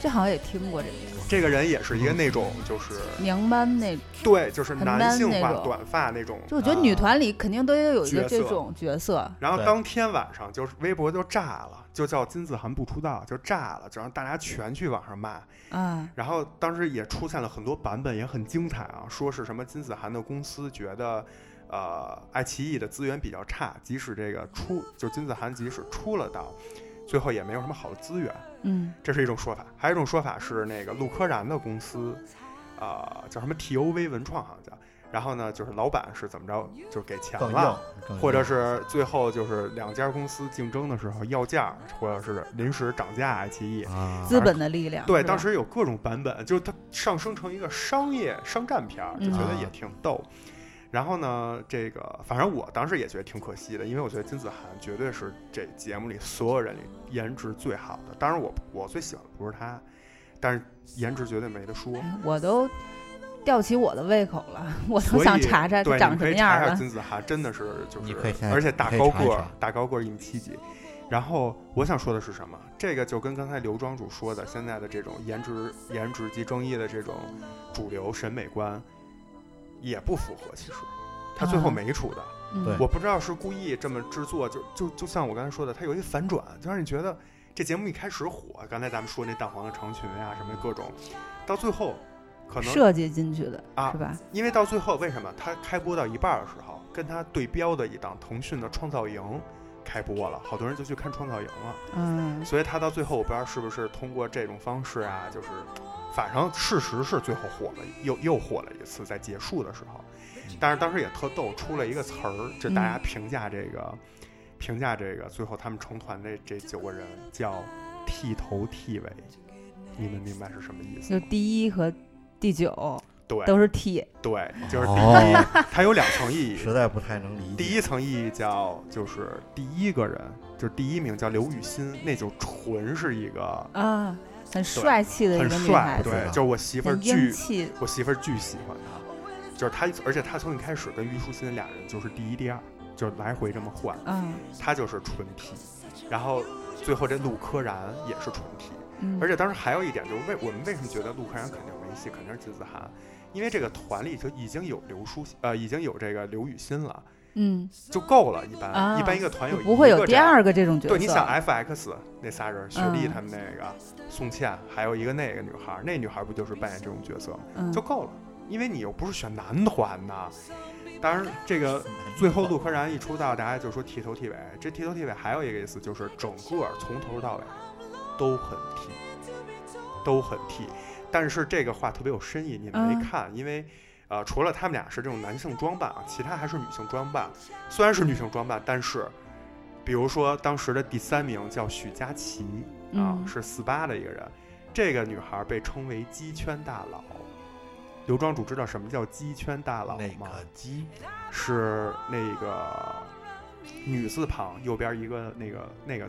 S7: 这好像也听过这个
S2: 这个人也是一个那种就是
S7: 娘班那，
S2: 对，就是
S7: 很
S2: 男
S7: man
S2: 性
S7: 那
S2: 化
S7: 种
S2: 短发那种
S7: 就我觉得女团里肯定都有一
S2: 角
S7: 个这
S2: 色
S7: 种角色，
S2: 然后
S1: 对
S2: 当天晚上就是微博就炸了，就叫金子涵不出道就炸了，就让大家全去网上骂。
S7: 啊，
S2: 然后当时也出现了很多版本，也很精彩啊，说是什么金子涵的公司觉得。呃，爱奇艺的资源比较差，即使这个出，就金子涵即使出了道，最后也没有什么好的资源，
S7: 嗯
S2: 这是一种说法。还有一种说法是那个陆柯燃的公司，啊、叫什么 TOV 文创好像叫，然后呢，就是老板是怎么着，就是给钱
S1: 更
S2: 了
S1: 硬，，更硬啊
S2: 或者是最后就是两家公司竞争的时候要价，或者是临时涨价，爱奇艺。
S1: 啊
S3: 资本的力量。
S2: 对，
S3: 是吧
S2: 当时有各种版本，就是它上升成一个商业商战片儿，就觉
S3: 嗯
S2: 得也挺逗。然后呢，这个反正我当时也觉得挺可惜的，因为我觉得金子涵绝对是这节目里所有人里颜值最好的。当然我，我最喜欢的不是她，但是颜值绝对没得说。
S3: 我都
S7: 吊起我的胃口了，我都
S2: 所以
S7: 想查查
S2: 对，
S7: 这长
S2: 你
S7: 什
S2: 可
S7: 么
S2: 以
S7: 样
S2: 查
S7: 儿
S2: 查
S7: 了。
S2: 金子哈，真的是就是，
S1: 你可以先
S2: 而且
S1: 你
S2: 大
S1: 可以
S2: 高
S1: 查一
S2: 个儿
S1: 查，
S2: 大高个儿一米七几。然后我想说的是什么？这个就跟刚才刘庄主说的，现在的这种颜值、颜值及争议的这种主流审美观，也不符合。其实，他最后
S7: 啊
S2: 没出的，
S7: 嗯
S1: 对
S2: 我不知道是故意这么制作，就就就像我刚才说的，它有一反转，就让你觉得这节目一开始火，刚才咱们说那蛋黄的长裙呀、什么各种，到最后可能
S3: 设计进去的
S2: 啊
S3: 是吧？
S2: 因为到最后，为什么它开播到一半儿的时候，跟它对标的一档腾讯的《创造营》开播了，好多人就去看《创造营》了。
S3: 嗯，
S2: 所以它到最后，我不知道是不是通过这种方式啊，就是反正事实是最后火了，又又火了一次，在结束的时候。但是当时也特逗，出了一个词儿，就大
S3: 嗯
S2: 家评价这个，评价这个，最后他们成团这这九个人叫剃头剃尾，你们明白是什么意思
S3: 就
S2: 吗？
S3: 第一和第九
S2: 对
S3: 都是 T，
S2: 对，就是第一，
S1: 哦
S2: 它有两层意 义，
S1: 实在不太能理解。
S2: 第一层意义叫就是第一个人，就是第一名叫刘雨欣，那就纯是一个
S3: 啊，很帅气的一
S2: 很
S3: 个女
S2: 帅，
S3: 孩子，
S2: 对，就是我媳妇儿
S3: 很英
S2: 巨，
S3: 气，
S2: 我媳妇儿巨喜欢他，就是他，而且他从一开始跟虞书欣俩人就是第一第二，就是来回这么换，
S3: 嗯
S2: 他就是纯 T，然后最后这陆柯燃也是纯 T，
S3: 嗯，
S2: 而且当时还有一点就是为我们为什么觉得陆柯燃肯定没戏，肯定是金子涵，因为这个团里就已经有刘书欣呃已经有这个刘雨欣了。
S3: 嗯，
S2: 就够了，一般、
S3: 啊
S2: 一般一个团有
S3: 就不会
S2: 一
S3: 有
S2: 个
S3: 第
S2: 这样
S3: 二个这种角色。
S2: 对，你想 F X 那仨人，雪莉
S3: 嗯
S2: 他们那个，宋茜，还有一个那个女孩儿，那女孩儿不就是扮演这种角色吗
S3: 嗯
S2: 就够了？因为你又不是选男团的。当然，这个最后陆柯燃一出道，大家就说剃头剃尾。这剃头剃尾还有一个意思，就是整个从头到尾都很剃，都很剃。但是这个话特别有深意，你们没
S3: 嗯
S2: 看，因为呃，除了他们俩是这种男性装扮啊，其他还是女性装扮。虽然是女性装扮，但是比如说当时的第三名叫许佳琪啊，
S3: 嗯
S2: 是四八的一个人，这个女孩被称为“鸡圈大佬”。刘庄主知道什么叫“鸡圈大佬”
S1: 那
S2: 吗？
S1: 个鸡，
S2: 是那个女字旁右边一个那个那个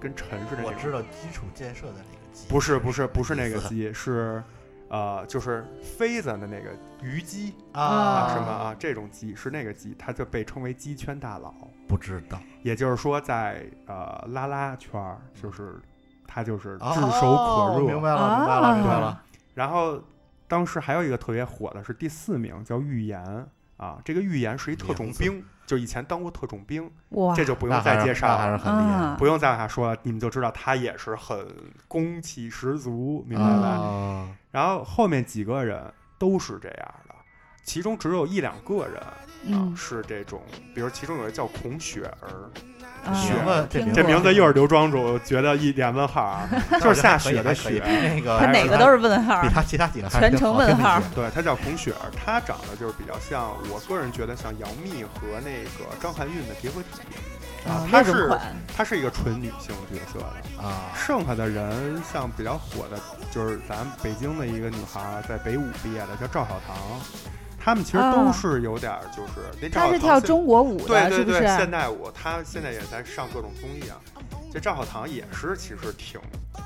S2: 跟陈似的那
S1: 我
S2: 个，
S1: 知道基础建设的那个鸡，
S2: 不是不是不是那个
S1: 意思
S2: 鸡，是呃就是飞咱的那个虞姬
S1: 啊，
S2: 什么啊这种鸡是那个鸡，它就被称为“鸡圈大佬”。
S1: 不知道，
S2: 也就是说在，呃拉拉圈儿，就是他就是
S1: 哦
S2: 炙手可热。
S1: 明白了，明白
S3: 啊
S1: 了，明白了。
S2: 然后当时还有一个特别火的是第四名叫预言啊，这个预言是一特种兵，就以前当过特种兵，
S3: 哇
S2: 这就不
S1: 那
S2: 用
S1: 还
S2: 再
S1: 是
S2: 介绍
S1: 那还
S2: 了。
S1: 是很厉害。
S3: 啊
S2: 不用再往下说了，你们就知道他也是很攻气十足，明白吧？
S1: 啊，
S2: 然后后面几个人都是这样的，其中只有一两个人啊、
S3: 嗯
S2: 是这种，比如其中有一个叫孔雪儿，
S3: 啊
S2: 雪
S1: 名字这
S3: 听
S2: 这
S3: 过
S2: 名字又是刘庄主，觉得一脸问号啊， 就是下雪的雪。
S1: 那个
S3: 他哪个都是问号
S1: 比，他其他几个
S3: 全程问号。
S2: 对，她叫孔雪儿，她长得就是比较像，我个人觉得像杨幂和那个张含韵的结合体啊
S3: 啊。
S2: 她
S3: 那种
S2: 是
S3: 款
S2: 她是一个纯女性角色的，
S1: 啊，
S2: 剩下的人像比较火的，就是咱们北京的一个女孩儿，在北舞毕业的，叫赵小棠。她们其实都
S3: 啊
S2: 是有点儿就是，那赵
S3: 他
S2: 小
S3: 是
S2: 棠
S3: 跳
S2: 现
S3: 中国舞
S2: 对
S3: 的，
S2: 对
S3: 是不
S2: 对，
S3: 是？
S2: 现代舞，她现在也在上各种综艺啊。这赵小棠也是，其实挺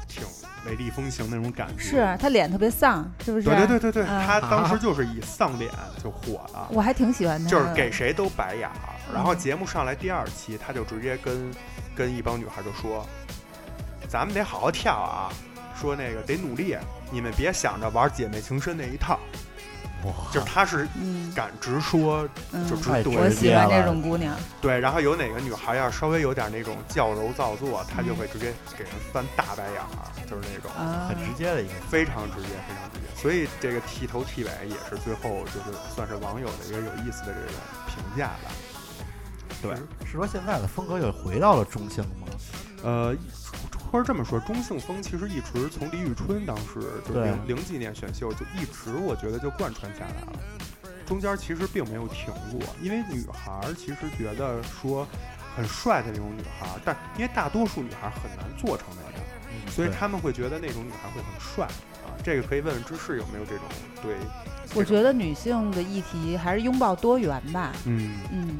S2: 挺美丽风行那种感觉。
S3: 是啊他脸特别丧，是不是？
S2: 对对对对对，
S3: 嗯
S2: 她当时就是以丧脸就火了，
S3: 我还挺喜欢他的，啊
S2: 就是给谁都白眼儿。然后节目上来第二期，她就直接跟跟一帮女孩就说：“咱们得好好跳啊，说那个得努力，你们别想着玩姐妹情深那一套。”就是她是
S3: 嗯
S2: 敢直说，
S3: 嗯
S2: 就，直
S1: 太
S2: 怼
S1: 直
S3: 我
S1: 接
S3: 喜欢
S1: 了
S3: 这种姑娘，
S2: 对，然后有哪个女孩要稍微有点那种矫揉造作，她就会直接给人翻大白眼儿，就是那种
S3: 啊
S1: 很，直接的一个。
S2: 非常直接，非常直接。所以这个剃头剃尾也是最后就是算是网友的一个有意思的这个评价吧。对，
S1: 是说现在的风格又回到了中性吗？
S2: 呃，或者这么说，中性风其实一直从李宇春当时就是
S1: 对
S2: 零零几年选秀就一直我觉得就贯穿下来了。中间其实并没有停过，因为女孩儿其实觉得说很帅的那种女孩儿，但因为大多数女孩儿很难做成那样，所以
S1: 嗯对
S2: 他们会觉得那种女孩会很帅啊。这个可以问问芝士有没有这种对，
S3: 我觉得女性的议题还是拥抱多元吧，
S2: 嗯，
S3: 嗯，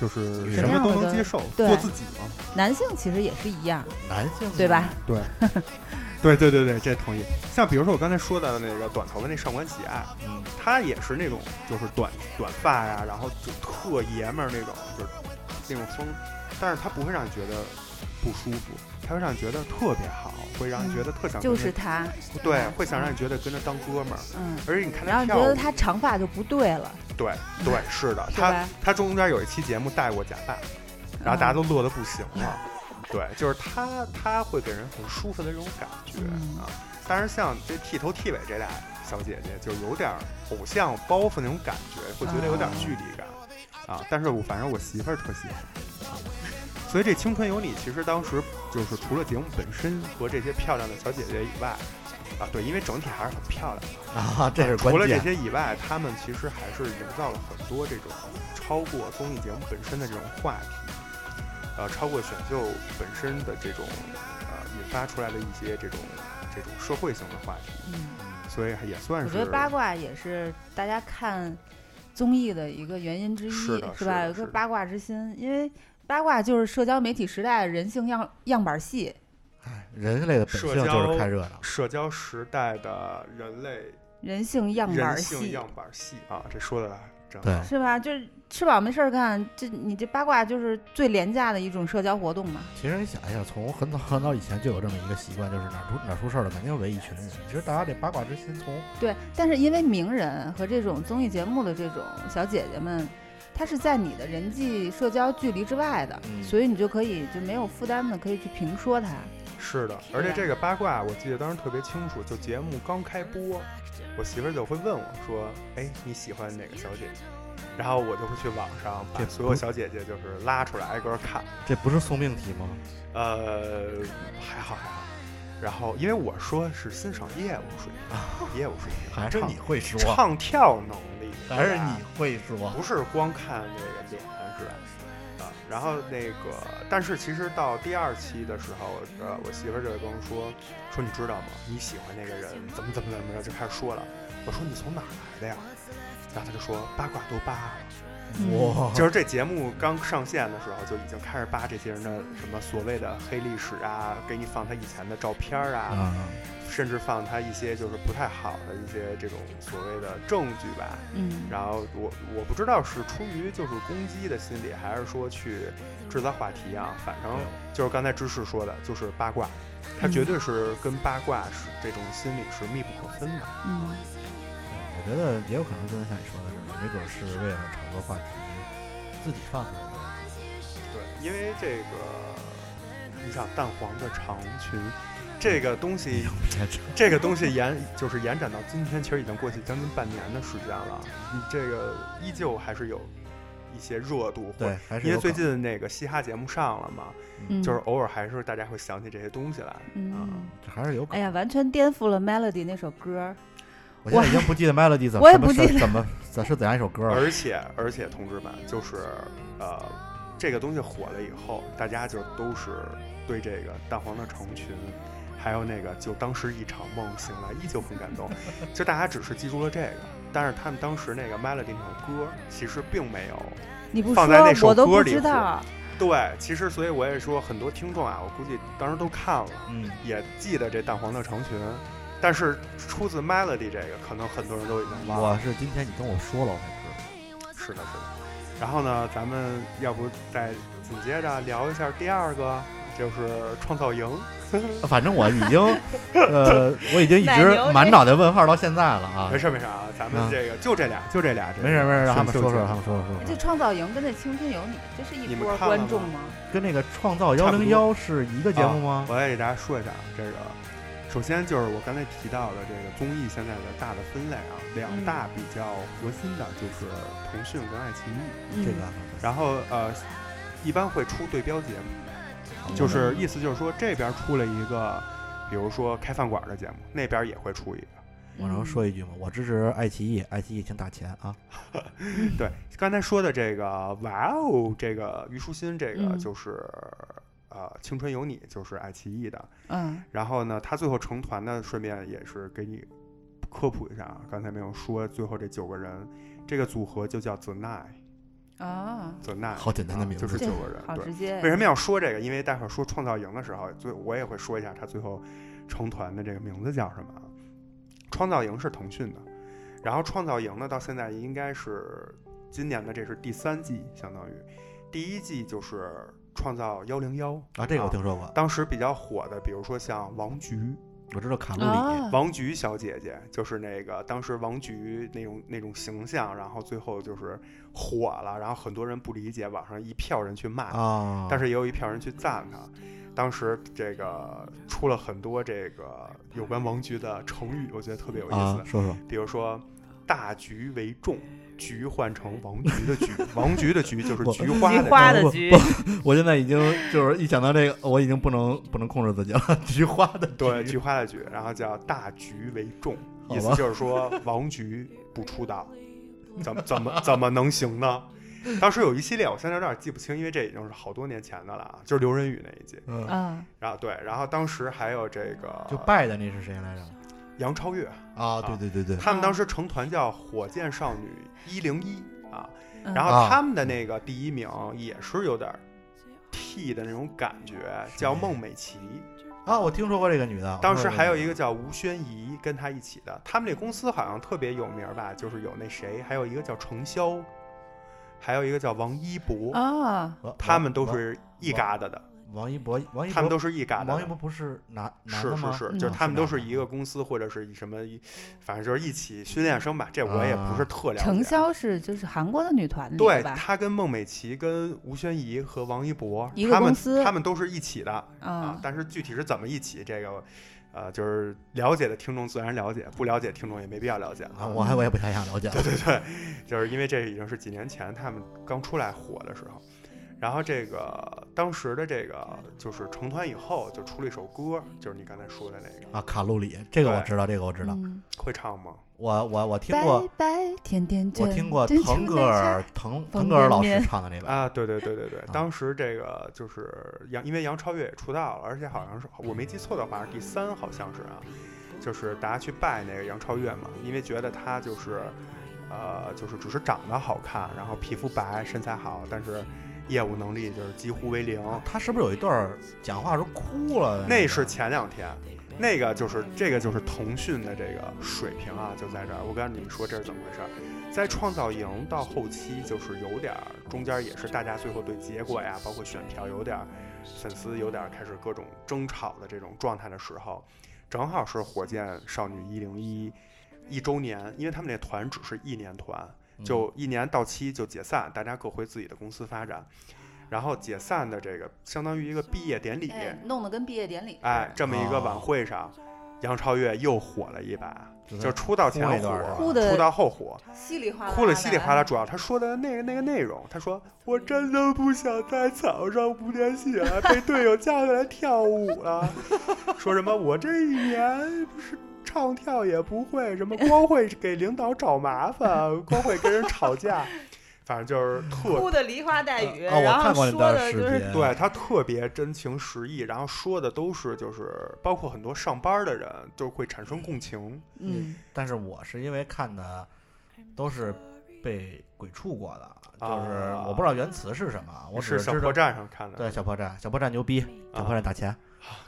S2: 就是
S1: 什
S2: 什
S1: 么
S2: 么
S3: 样
S2: 都
S3: 的
S2: 能接受，
S3: 对
S2: 做自己嘛。
S3: 男性其实也是一样，
S1: 男性
S3: 对吧？？
S2: 对，对对对对，这同意。像比如说我刚才说到的那个短头发那上官喜爱，
S1: 嗯，
S2: 他也是那种就是短短发呀、然后就特爷们儿那种，就是那种风，但是他不会让你觉得不舒服，他会让你觉得特别好，会让你觉得特想跟
S7: 就
S2: 着
S7: 是他，
S2: 对，会想让你觉得跟他当哥们儿。
S7: 嗯，
S2: 而且你看
S3: 然
S2: 他
S3: 后你
S2: 跳
S3: 觉
S2: 舞，
S3: 得他长发就不对了，
S2: 对对是的，
S3: 嗯是
S2: 他
S3: 吧？嗯
S2: 他中间有一期节目戴过假发，然后大家都乐得不行了。对，就是他他会给人很舒服的这种感觉、
S3: 嗯
S2: 啊。当然，像这剃头剃尾这俩小姐姐，就有点儿偶像包袱那种感觉，会觉得有点儿
S3: 哦
S2: 距离感啊但是我反正我媳妇儿特喜欢。啊所以这《青春有你》其实当时就是除了节目本身和这些漂亮的小姐姐以外，啊，对，因为整体还是很漂亮。
S1: 啊，这是关
S2: 除了这
S1: 键。
S2: 些以外，他们其实还是营造了很多这种超过综艺节目本身的这种话题，呃，超过选秀本身的这种呃引发出来的一些这种这种社会性的话题，
S3: 嗯，
S2: 所以还也算
S3: 我
S2: 是
S3: 觉得八卦也是大家看综艺的一个原因之一，
S2: 是的是
S3: 吧？
S2: 的
S3: 有一
S2: 是
S3: 个
S2: 的
S3: 八卦之心，因为八卦就是社交媒体时代的人性样样板戏，
S1: 哎人类的本性就是看热闹。
S2: 社交时代的人类
S3: 人性样板
S2: 人性
S3: 戏
S2: 样，板戏啊，这说的真
S1: 对
S2: 好。
S3: 是吧？就是吃饱没事儿干，这你这八卦就是最廉价的一种社交活动嘛。
S1: 其实你想一下，从很早很早以前就有这么一个习惯，就是哪出哪出事儿了，肯定围一群人。其实大家这八卦之心从
S3: 对，但是因为名人和这种综艺节目的这种小姐姐们，她是在你的人际社交距离之外的，
S1: 嗯
S3: 所以你就可以就没有负担的可以去评说她。
S2: 是的，而且
S3: 对
S2: 这个八卦我记得当时特别清楚，就节目刚开播，我媳妇儿就会问我说：“哎，你喜欢哪个小姐姐？”然后我就会去网上把
S1: 这不
S2: 所有小姐姐就是拉出来挨个儿看，
S1: 这不是送命题吗？
S2: 呃，还好还好。然后因为我说是欣赏业务水平，业务水平，
S1: 啊还
S2: 就是是
S1: 你会说，
S2: 唱跳能力，
S1: 还是
S2: 对吧
S1: 你会说？
S2: 不是光看这个脸是吧？啊，然后那个，但是其实到第二期的时候，呃，我媳妇儿就会跟我说，说你知道吗？你喜欢那个人怎么怎么怎么着，就开始说了。我说你从哪儿来的呀？然后她就说八卦都扒了，
S1: 哇，
S2: 就是这节目刚上线的时候就已经开始扒这些人的什么所谓的黑历史啊，给你放他以前的照片儿啊，
S1: 啊，
S2: 甚至放他一些就是不太好的一些这种所谓的证据吧。
S3: 嗯，
S2: 然后我我不知道是出于就是攻击的心理，还是说去制造话题啊，反正就是刚才芝士说的，就是八卦，它绝对是跟八卦是这种心理是密不可分的。
S3: 嗯，
S1: 我觉得也有可能真的像你说的似的，没准是为了炒作话题自己放出来的。
S2: 对，因为这个，你想淡黄的长裙，这个东西， 这个东西延就是延展到今天，其实已经过去将近半年的时间了，你这个依旧还是有一些热度，或者
S1: 对，还是
S2: 因为
S1: 有可
S2: 最
S1: 能
S2: 近那个嘻哈节目上了嘛，
S3: 嗯
S2: 就是偶尔还是大家会想起这些东西来。啊
S3: 嗯，
S1: 这还是有可
S3: 哎
S1: 能。
S3: 呀，完全颠覆了 Melody 那首歌儿。
S1: 我现在已经不记得 melody 怎么
S7: 我也不记得
S1: 怎么怎是怎样一首歌了。
S2: 而且而且，同志们，就是呃，这个东西火了以后，大家就都是对这个蛋黄的长裙，还有那个就当时一场梦醒来依旧很感 动，就大家只是记住了这个，但是他们当时那个 melody 那首歌其实并没有
S3: 你不
S2: 放在那
S3: 说
S2: 首
S3: 我都
S2: 歌
S3: 不
S2: 里
S3: 知
S2: 火
S3: 道。
S2: 对，其实所以我也说，很多听众啊，我估计当时都看了，
S1: 嗯，
S2: 也记得这蛋黄的长裙，但是出自 melody 这个，可能很多人都已经忘了。
S1: 我是今天你跟我说了，我才知道。
S2: 是的，是的。然后呢，咱们要不再紧接着聊一下第二个，就是创造营。
S1: 反正我已经，呃，我已经一
S3: 奶牛
S1: 直
S3: 这
S1: 满脑袋问号到现在了啊
S2: 没。事没事啊，咱们
S1: 嗯
S2: 这个就这俩，就这俩。这个
S1: 没事没事，让他们说
S2: 选秀节
S1: 说，
S2: 目
S1: 他们说说
S3: 这
S1: 说。
S3: 创造营跟这青春有你，这是一
S2: 你们
S3: 波
S2: 看了
S3: 观众
S2: 吗
S3: 吗？
S1: 跟那个《创造幺
S2: 差不
S1: 零幺
S2: 多》
S1: 是一个节目吗？
S2: 我也给大家说一下啊这个。首先就是我刚才提到的这个综艺现在的大的分类啊，两
S3: 嗯
S2: 大比较核心的就是腾讯跟爱奇艺，
S1: 这
S3: 嗯
S1: 个啊
S2: 然后呃，一般会出对标节目。
S3: 嗯
S1: 嗯
S2: 就是意思就是说，这边出了一个，比如说开饭馆的节目，那边也会出一个。
S1: 我能
S3: 嗯
S1: 说一句吗？我支持爱奇艺，爱奇艺请打钱啊！
S2: 对，刚才说的这个，哇哦，这个虞书欣，这个
S3: 嗯
S2: 就是、呃，《青春有你》就是爱奇艺的。
S3: 嗯
S2: 然后呢，他最后成团呢，顺便也是给你科普一下啊，刚才没有说，最后这九个人，这个组合就叫 The Nine，The
S3: 啊，
S2: Nine，
S1: 好简单的
S2: 啊
S1: 名
S2: 就是
S1: 字
S2: 九个人，
S3: 好
S2: 对。
S3: 直接。
S2: 为什么要说这个？因为待会儿说创造营的时候，最我也会说一下他最后成团的这个名字叫什么啊？创造营是腾讯的，然后创造营呢，到现在应该是今年的这是第三季，相当于第一季就是创造幺零幺
S1: 啊，这个我听说过，
S2: 当时比较火的，比如说像王菊，
S1: 我知道卡路里，
S3: 哦
S7: 啊，
S2: 王菊小姐姐，就是那个当时王菊那种那种形象，然后最后就是火了，然后很多人不理解，网上一票人去骂她
S1: 啊，
S2: 但是也有一票人去赞他。当时这个出了很多这个有关王菊的成语，我觉得特别有意思，
S1: 啊，说说
S2: 比如说“大局为重”，菊换成王 菊的菊，王菊的菊就是
S1: 我
S2: 菊花的菊
S3: 花
S1: 的
S3: 的
S1: 不
S3: 局
S1: 不我现在已 经就是一想到这个，我已经不能不能控制自己了。 菊花的
S2: 对，
S1: 菊
S2: 菊花的菊，然后叫“大局为重”，
S1: 好
S2: 意思
S1: 吧
S2: 就是说王菊不出道，怎么怎么怎么能行呢？当时有一系列，我现在有点记不清，因为这已经是好多年前的了啊，就是刘仁宇那一季。
S1: 嗯，
S3: 啊，
S2: 然后对，然后当时还有这个
S1: 就拜的那是谁来着？
S2: 杨超越，
S1: 啊，对对对对，
S2: 他们当时成团叫火箭少女一零一啊，
S3: 嗯
S2: 然
S1: 啊
S2: 后他们的那个第一名也是有点 T 的那种感觉，叫孟美岐。
S1: 啊，我听说过这个女的。
S2: 当时还有一个
S1: 我
S2: 叫吴宣仪跟她一起的，他们这公司好像特别有名吧，就是有那谁，还有一个叫程潇，还有一个叫王一博，
S3: 啊，
S1: 说过这个，
S2: 他们都是一嘎达的，
S1: 王王一博，王一博
S2: 他们都是一嘎达
S1: 王一
S2: 的。
S1: 博不是男男
S2: 是
S1: 的
S2: 是
S1: 吗？
S2: 是，
S3: 嗯
S2: 就是他
S1: 是
S2: 们都
S1: 男
S2: 是
S1: 的
S2: 一个公司，或者是一什么一，反正就是一起训练生吧。这我也不是
S1: 啊
S2: 特了解。啊
S3: 程潇是就是韩国的女团里
S2: 对
S3: 的吧？
S2: 她跟孟美岐、跟吴宣仪和王一博，
S3: 一个
S2: 他们
S3: 公司
S2: 他们都是一起的啊
S3: 啊。
S2: 但是具体是怎么一起，这个呃，就是了解的听众自然了解，不了解听众也没必要了解
S1: 啊，
S2: 了。
S1: 我还我也不太想了解。
S2: 嗯
S1: 对对
S2: 就是因为这已经是几年前他们刚出来火的时候。然后这个当时的这个就是成团以后就出了一首歌，就是你刚才说的那个，
S1: 啊，卡路里这个我知道，这个我知道。
S3: 嗯
S2: 会唱吗？
S1: 我我我听
S3: 拜
S1: 过，
S3: 拜，甜甜圈，
S1: 我听过
S3: 真
S1: 腾
S3: 情
S1: 格
S3: 待
S1: 尔
S3: 下，
S1: 腾腾
S3: 冯
S1: 格尔
S3: 绵
S1: 老师
S3: 绵
S1: 唱的那版
S2: 啊，对对对对对
S1: 啊，
S2: 当时这个就是杨，因为杨超越也出道了，而且好像是我没记错的话是第三，好像是啊，就是大家去拜那个杨超越嘛，因为觉得她就是，呃，就是只是长得好看，然后皮肤白，身材好，但是业务能力就是几乎为零。
S1: 啊他是不是有一段儿讲话时候哭了的个？
S2: 那是前两天，那个就是这个就是腾讯的这个水平啊，就在这儿。我跟你们说这是怎么回事儿，在创造营到后期就是有点儿，中间也是大家最后对结果呀，包括选票有点儿，粉丝有点儿开始各种争吵的这种状态的时候，正好是火箭少女一零一一周年，因为他们那团只是一年团，
S1: 嗯
S2: 就一年到期就解散，大家各回自己的公司发展。然后解散的这个相当于一个毕业典礼，
S7: 哎，弄得跟毕业典礼似的
S2: 哎，这么一个晚
S1: 哦
S2: 会上，杨超越又火了一把，
S1: 就
S2: 就是出道前
S1: 哭了一段是吧
S2: 火，
S1: 哭
S3: 得
S2: 出道后火，
S7: 稀里哗啦，
S2: 哭
S3: 啊
S2: 了稀里哗啦。，主要他说的那个那个内容，他说我真的不想在场上五点起来被队友叫下来跳舞了， 说什么我这一年不是。唱跳也不会，什么光会给领导找麻烦，光会跟人吵架，反正就是特
S3: 哭的梨花带雨，
S1: 啊，我
S3: 然
S1: 看
S3: 后
S1: 过那
S3: 说
S1: 段
S3: 的
S1: 视
S3: 就是
S1: 频，
S2: 对他特别真情实意，然后说的都是就是包括很多上班的人就会产生共情。
S3: 嗯，
S1: 但是我是因为看的都是被鬼畜过的，就
S2: 啊
S1: 是我不知道原词是什么，我
S2: 我
S1: 只
S2: 是小
S1: 知道
S2: 破站上看的，啊
S1: 对小破站，小破站牛逼，
S3: 嗯
S1: 小破站打钱。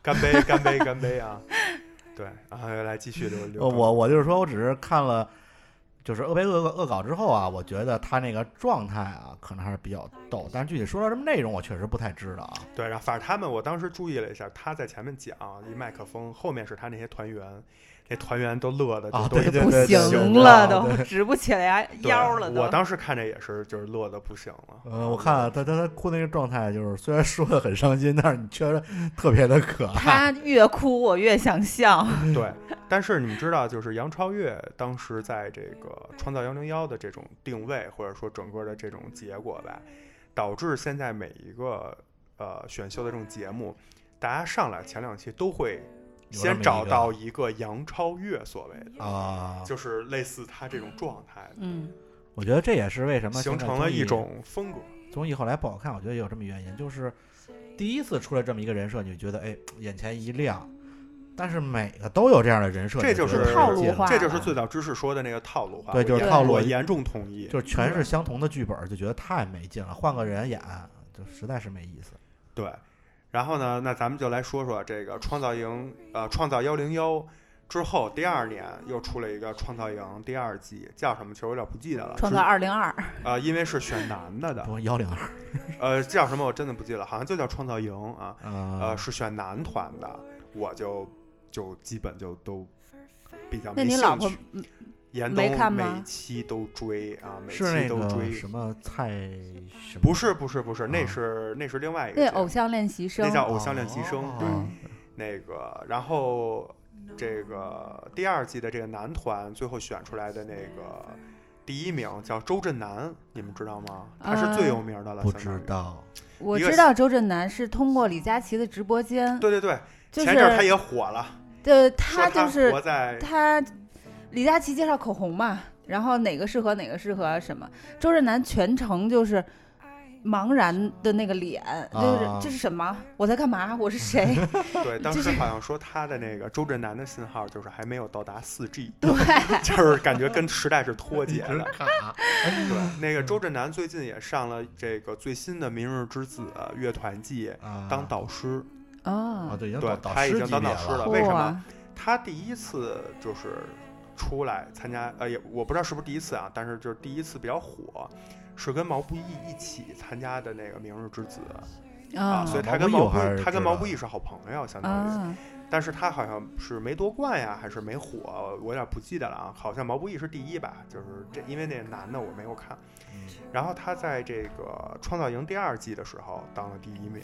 S2: 干杯，干杯，干杯 啊！对，然后来继续刘刘
S1: 呃，我我就是说我只是看了，就是恶被恶恶搞之后啊，我觉得他那个状态啊，可能还是比较逗，但是具体说到什么内容，我确实不太知道啊。
S2: 对，然后反正他们，我当时注意了一下，他在前面讲一麦克风，后面是他那些团员，那团员都乐的就
S1: 啊
S2: 都
S1: 对
S2: 已经
S1: 对
S3: 不
S1: 对对
S3: 行
S1: 对
S3: 了，
S1: 对
S3: 都直不起来
S2: 对
S3: 腰了，都。
S2: 我当时看着也是，就是乐的不行了。
S1: 呃，我看了他他他哭那个状态，就是虽然说的很伤心，但是你觉得特别的可爱。
S3: 他越哭我越想笑，
S1: 嗯
S2: 对，但是你们知道，就是杨超越当时在这个创造幺零幺的这种定位，或者说整个的这种结果吧，导致现在每一个呃选秀的这种节目，大家上来前两期都会
S1: 有这么
S2: 先
S1: 一
S2: 找
S1: 个
S2: 到一个杨超越，所谓的
S1: 啊，
S2: 就是类似他这种状态，
S3: 嗯，
S1: 我觉得这也是为什么
S2: 形
S1: 现在
S2: 成了
S1: 综艺
S2: 一种风格。
S1: 综艺后来不好看，我觉得也有这么原因，就是第一次出来这么一个人设，你就觉得哎眼前一亮，但是每个都有这样的人设，
S2: 这
S1: 你
S2: 就
S1: 觉
S2: 是
S1: 得
S3: 套
S1: 有
S3: 路
S1: 劲
S3: 化
S2: 这就是最早知识说的那个套路化，
S1: 对就是
S2: 我
S3: 套
S2: 严
S1: 路
S2: 我严重同意。
S1: 就是全是相同的剧本，就觉得太没劲了，换个人演就实在是没意思。
S2: 对，然后呢，那咱们就来说说这个创造营，呃，创造幺零幺之后，第二年又出了一个创造营第二季，叫什么？其实我有点不记得了。
S3: 创造
S2: 啊是
S3: 二零二，
S2: 呃，因为是选男的的，
S1: 说幺零二
S2: 呃，叫什么我真的不记得了，好像就叫创造营啊，
S1: 啊
S2: 呃，，是选男团的，我就就基本就都比较没
S3: 那你
S2: 兴趣。
S3: 老婆嗯
S2: 严
S3: 没
S2: 冬
S3: 看
S2: 每
S3: 吗
S2: 期都追啊，每
S1: 是
S2: 期
S1: 那
S2: 都
S1: 个
S2: 追。
S1: 什么蔡什么？
S2: 不是不是不是，那
S1: 啊
S2: 是那是另外一个
S3: 那
S2: 节目
S3: 偶像练习生
S2: 那，叫嗯偶像练习生，对
S1: 哦
S2: 那个，然后这个第二季的这个男团最后选出来的那个第一名叫周震南，你们知道吗？他是最
S3: 呃
S2: 有名的了，
S1: 不
S2: 相当
S1: 知
S2: 于。
S1: 道，
S3: 我
S2: 一个
S3: 知道周震南是通过李佳琦的直播间，
S2: 对对对，
S3: 就
S2: 前阵儿他
S3: 是
S2: 也火了，
S3: 对
S2: 说
S3: 他
S2: 他
S3: 就是
S2: 活在
S3: 他李佳琦介绍口红嘛，然后哪个适合哪个适合什么，周震南全程就是茫然的那个脸，就是、
S1: 啊
S3: 这是什么？我在干嘛？我 是谁？
S2: 对，当
S3: 就
S2: 时
S3: 是
S2: 好像说他的那个周震南的信号就是还没有到达四 G，
S3: 对，
S2: 就是感觉跟时代是脱节 的。
S1: 卡，
S3: 嗯
S2: 对，那个周震南最近也上了这个最新的《明日之子》乐团季当导师，
S1: 啊，
S3: 啊，
S1: 对，已经
S2: 对
S1: 导
S2: 他
S1: 导
S2: 已
S1: 师
S2: 经
S1: 级
S2: 当
S1: 别
S2: 导师了
S1: 了，
S2: 为什么
S3: 哇
S2: 他第一次就是出来参加，呃，也我不知道是不是第一次啊，但是就是第一次比较火，是跟毛不易一起参加的那个《明日之子》啊，
S3: 啊
S2: 所以他
S1: 毛
S2: 跟
S1: 不易
S2: 毛
S1: 我
S2: 不
S1: 还
S2: 易，
S1: 是
S2: 他跟
S1: 知
S2: 毛
S1: 道
S2: 不
S1: 的
S2: 易是好朋友，相当于。
S3: 啊，
S2: 但是他好像是没夺冠呀，还是没火，我有点不记得了啊。好像毛不易是第一吧，就是这，因为那男的我没有看。
S1: 嗯
S2: 然后他在这个《创造营》第二季的时候当了第一名，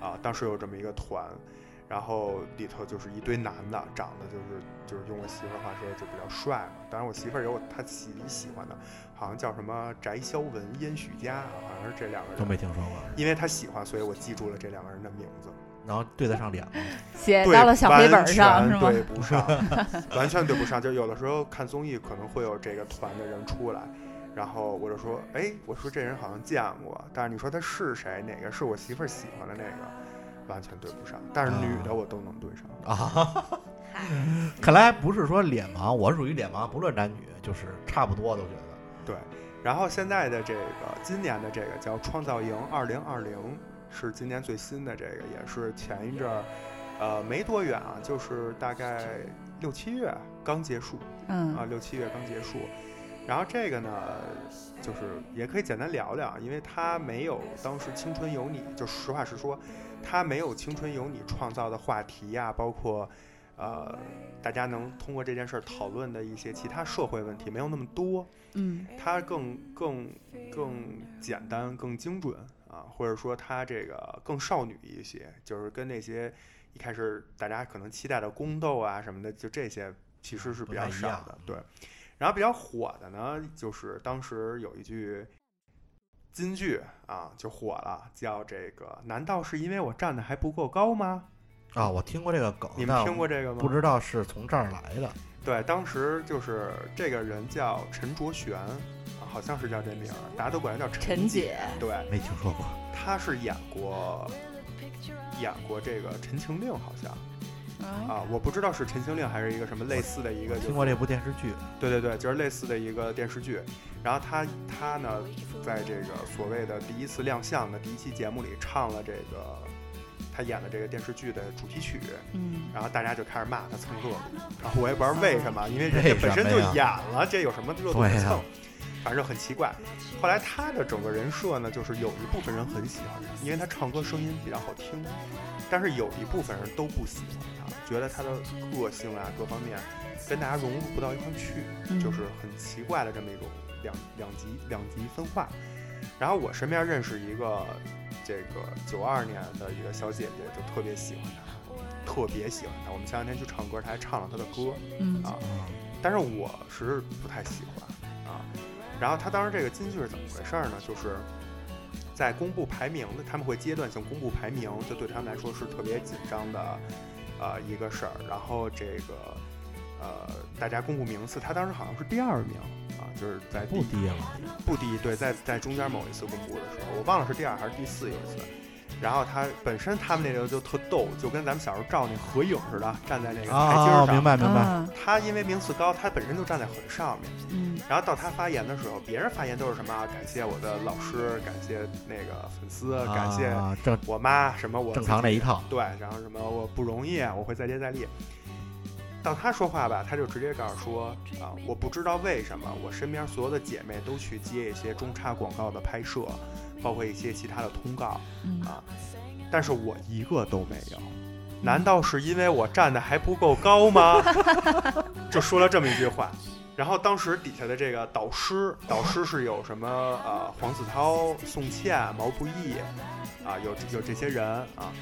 S2: 啊，当时有这么一个团，然后里头就是一堆男的，长得就是就是用我媳妇儿话说就比较帅嘛。当然我媳妇儿也有她喜喜欢的，好像叫什么翟潇闻、殷许佳，好像是这两个人。
S1: 都没听说过。
S2: 因为她喜欢，所以我记住了这两个人的名字。
S1: 然后对得上脸吗？
S3: 写
S2: 对，
S3: 到了小黑本
S2: 完
S3: 儿上
S2: 全
S3: 是吗？
S2: 对不 上，完全对不上。就有的时候看综艺可能会有这个团的人出来，然后我就说，哎，我说这人好像见过，但是你说他是谁？哪个是我媳妇儿喜欢的那个？完全对不上。但是女的我都能对上。
S1: 啊，看来不是说脸盲，我是属于脸盲，不论男女，就是差不多都觉得。
S2: 然后现在的这个今年的这个叫《创造营2020》，是今年最新的这个，也是前一阵儿，呃，没多远啊，就是大概六七月刚结束。
S3: 嗯
S2: 啊，六七月刚结束。然后这个呢，就是也可以简单聊聊，因为它没有当时《青春有你》，就实话实说，它没有《青春有你》创造的话题呀、包括呃，大家能通过这件事儿讨论的一些其他社会问题没有那么多，
S3: 嗯
S2: 它更更更简单、更精准啊，或者说它这个更少女一些，就是跟那些一开始大家可能期待的宫斗啊什么的，就这些其实是比较
S1: 不太一
S2: 少
S1: 样嗯
S2: 的。对，然后比较火的呢，就是当时有一句金句啊就火了，叫这个“难道是因为我站的还不够高吗
S1: 啊，我听过这个梗”？，
S2: 你们
S1: 但
S2: 听过这个吗？
S1: 不知道是从这儿来的。
S2: 对，当时就是这个人叫陈卓璇，啊好像是叫这名儿，大家都管她叫
S3: 陈
S2: 陈
S3: 姐
S2: 对，
S1: 没听说过
S2: 她是演过演过这个《陈情令》，好像
S3: 嗯
S2: 啊，我不知道是《陈情令》还是一个什么类似的一个，就
S1: 听过这部电视剧，
S2: 对对对，就是类似的一个电视剧。然后她她呢，在这个所谓的第一次亮相的第一期节目里，唱了这个她演的这个电视剧的主题曲，
S3: 嗯，
S2: 然后大家就开始骂她蹭热度。然后我也不知道为什么，因为人家
S1: 为
S2: 本
S1: 什
S2: 身
S1: 么
S2: 就
S1: 呀
S2: 演了，这有什么热度可
S1: 对呀
S2: 蹭？反正就很奇怪。后来她的整个人设呢，就是有一部分人很喜欢她，因为她唱歌声音比较好听，但是有一部分人都不喜欢她，觉得她的个性啊各方面跟大家融入不到一块儿去。
S3: 嗯
S2: 就是很奇怪的这么一种两两极两极分化。然后我身边认识一个这个九二年的一个小姐姐，就特别喜欢她，特别喜欢她。我们前两天去唱歌，她还唱了她的歌
S3: 嗯
S2: 啊。但是我是不太喜欢啊。然后她当时这个金句是怎么回事儿呢？就是在公布排名的，他们会阶段性公布排名，就对他们来说是特别紧张的呃一个事儿。然后这个呃，大家公布名次，他当时好像是第二名啊，就是在第
S1: 不低了。啊
S2: 不低，对，在在中间某一次公布的时候，我忘了是第二还是第四有一次，然后他本身他们那个就特逗，就跟咱们小时候照那合影似的，站在那个台阶
S1: 啊，
S2: 儿
S1: 明
S2: 上。
S1: 白明白，
S3: 啊，
S2: 他因为名次高，他本身就站在很上面。
S3: 嗯，
S2: 然后到他发言的时候，别人发言都是什么啊？感谢我的老师，感谢那个粉丝，感谢
S1: 啊正
S2: 我妈，什么我
S1: 正
S2: 自
S1: 常
S2: 己
S1: 这一套，
S2: 对，然后什么我不容易，啊我会再接再厉。到他说话吧，他就直接告诉说啊、我不知道为什么我身边所有的姐妹都去接一些中插广告的拍摄，包括一些其他的通告
S3: 嗯
S2: 啊，但是我一个都没有。难道是因为我站的还不够高吗？ 就说了这么一句话。然后当时底下的这个导师，导师是有什么呃黄子韬、宋茜、毛不易啊，有有这些人啊。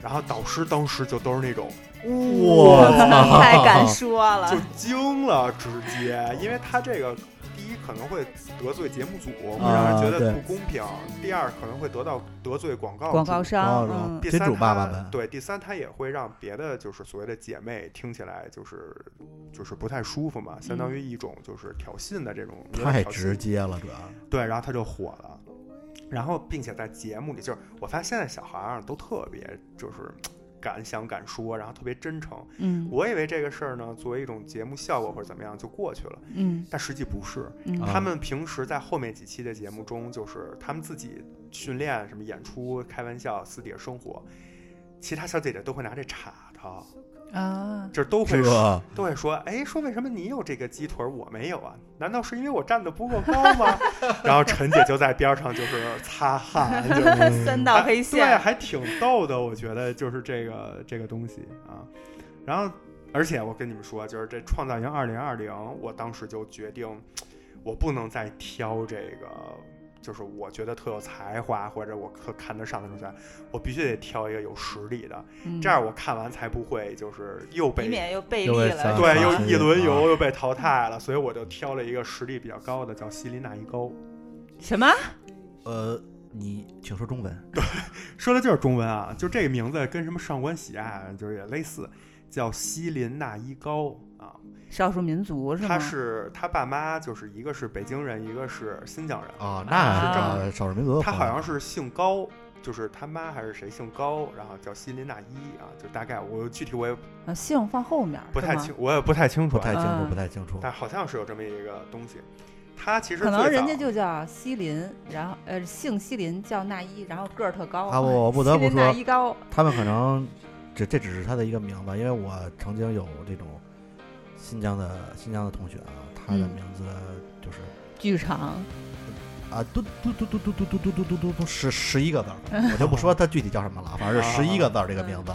S2: 然后导师当时就都是那种
S1: 我操，
S3: 太 敢说了
S2: 就，惊了，直接，因为他这个第一可能会得罪节目组，会让人觉
S1: 啊
S2: 得
S1: 对
S2: 不公平；第二可能会得到得罪广告
S3: 广告
S2: 主。
S3: 商，
S1: 主
S3: 嗯
S2: 第
S1: 金
S2: 三
S1: 主爸
S2: 他
S1: 爸们
S2: 对，第三他也会让别的就是所谓的姐妹听起来就是就是不太舒服嘛，相当于一种就是挑衅的这种有点
S1: 太
S2: 挑衅
S1: 直接了，主要
S2: 对，然后他就火了，然后并且在节目里，就是我发现现在小孩儿都特别就是敢想敢说，然后特别真诚。
S3: 嗯
S2: 我以为这个事儿呢，作为一种节目效果或者怎么样就过去了，
S3: 嗯
S2: 但实际不是。
S3: 嗯
S1: 啊
S2: 他们平时在后面几期的节目中，就是他们自己训练、什么演出、开玩笑、私底下生活，其他小姐姐都会拿这插他，
S3: 啊，
S2: 就是都会
S1: 这
S2: 说都会说，哎，说为什么你有这个鸡腿儿我没有啊？难道是因为我站得不够高吗？ 然后陈姐就在边上就是擦汗，就是
S3: 三道
S2: 嗯
S3: 黑
S2: 哎对，啊
S3: 线，
S2: 还挺逗的，我觉得就是这个这个东西啊。然后，而且我跟你们说，就是这《创造营二零二零》，我当时就决定，我不能再挑这个，就是我觉得特有才华或者我特看得上的东西，啊我必须得挑一个有实力的，
S3: 嗯
S2: 这样我看完才不会就是又
S3: 以
S2: 被
S3: 免又背
S1: 又
S3: 离
S1: 被
S3: 了，
S1: 三
S2: 对，
S1: 啊
S2: 又
S1: 是
S2: 一轮
S1: 啊
S2: 游又被淘汰了，所以我就挑了一个实力比较高的，叫西林娜依沟。
S3: 什么？
S1: 呃，你请说中文，
S2: 说的就是中文啊，就这个名字跟什么上官喜爱就是也类似，叫西林娜依高啊。
S3: 少数民族是吗？
S2: 他是他爸妈就是一个是北京人，一个是新疆人。
S1: 哦，
S3: 啊
S1: 那是这少数民族的
S2: 他
S1: 话，
S2: 好像是姓高，就是他妈还是谁姓高，然后叫西林娜依啊，就大概我具体我也
S3: 啊，姓放后面，
S2: 不太
S3: 是吗
S2: 清，，我也不太清楚
S1: 不
S2: 啊，
S1: 太清楚，
S3: 啊
S1: 不太清楚
S2: 但好像是有这么一个东西。他其实
S3: 可能
S2: 最
S3: 人
S2: 早
S3: 家就叫西林，然后呃姓西林叫纳伊，然后个儿特高
S1: 啊！我我不得不
S3: 西林纳
S1: 说，
S3: 伊高，
S1: 他们可能这这只是他的一个名字，因为我曾经有这种新疆的新疆的同学啊，他的
S3: 嗯
S1: 名字就是
S3: 剧场
S1: 啊，嘟嘟嘟嘟嘟嘟嘟嘟嘟嘟嘟嘟十十一个字 儿，我就不说他具体叫什么了，反正是
S3: 啊
S1: 十一个字儿这个名字。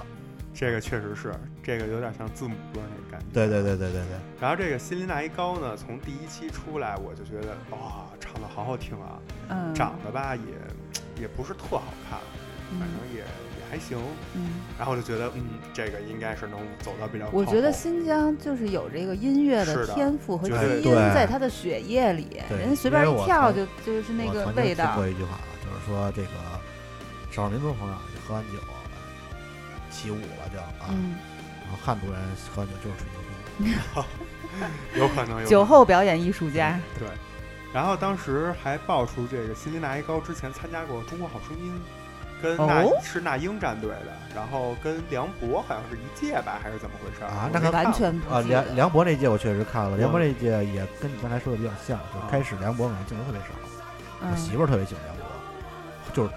S2: 这个确实是这个有点像字母歌那个感觉。
S1: 对对对对对对，
S2: 然后这个辛琳娜依高呢，从第一期出来，我就觉得哇，唱的好好听啊，
S3: 嗯，
S2: 长得吧也也不是特好看，反
S3: 嗯
S2: 正也也还行。
S3: 嗯，
S2: 然后我就觉得，嗯，这个应该是能走到比较靠后。
S3: 我觉得新疆就是有这个音乐
S2: 是的
S3: 天赋和
S2: 绝对
S3: 基因
S1: 对
S3: 在他的血液里，
S1: 对
S3: 人家随便
S1: 因为
S3: 一
S1: 我
S3: 跳就
S1: 曾
S3: 就是那
S1: 我
S3: 个
S1: 曾经
S3: 味
S1: 听
S3: 道
S1: 过，一句话啊，就是说这个少数民族朋友喝完酒起舞了就啊，
S3: 嗯，
S1: 然后汉族人喝完酒就是吹牛逼，
S2: 有 可能有
S3: 酒后表演艺术家，
S2: 对。然后当时还爆出这个辛琳娜依高之前参加过《中国好声音》，跟那、
S3: 哦
S2: 是那英战队的，然后跟梁博好像是一届吧，还是怎么回事儿
S1: 啊
S2: 我
S1: 那
S2: 没
S1: 可
S2: 看
S3: 完
S2: 过
S3: 全不
S1: 啊，
S3: 记
S1: 梁
S3: 得。
S1: 梁博那届我确实看了，梁博
S2: 嗯啊
S1: 那届也跟你刚才说的比较像，就开始梁博可能镜头特别少，我
S3: 嗯
S1: 媳妇儿特别喜欢梁博，就是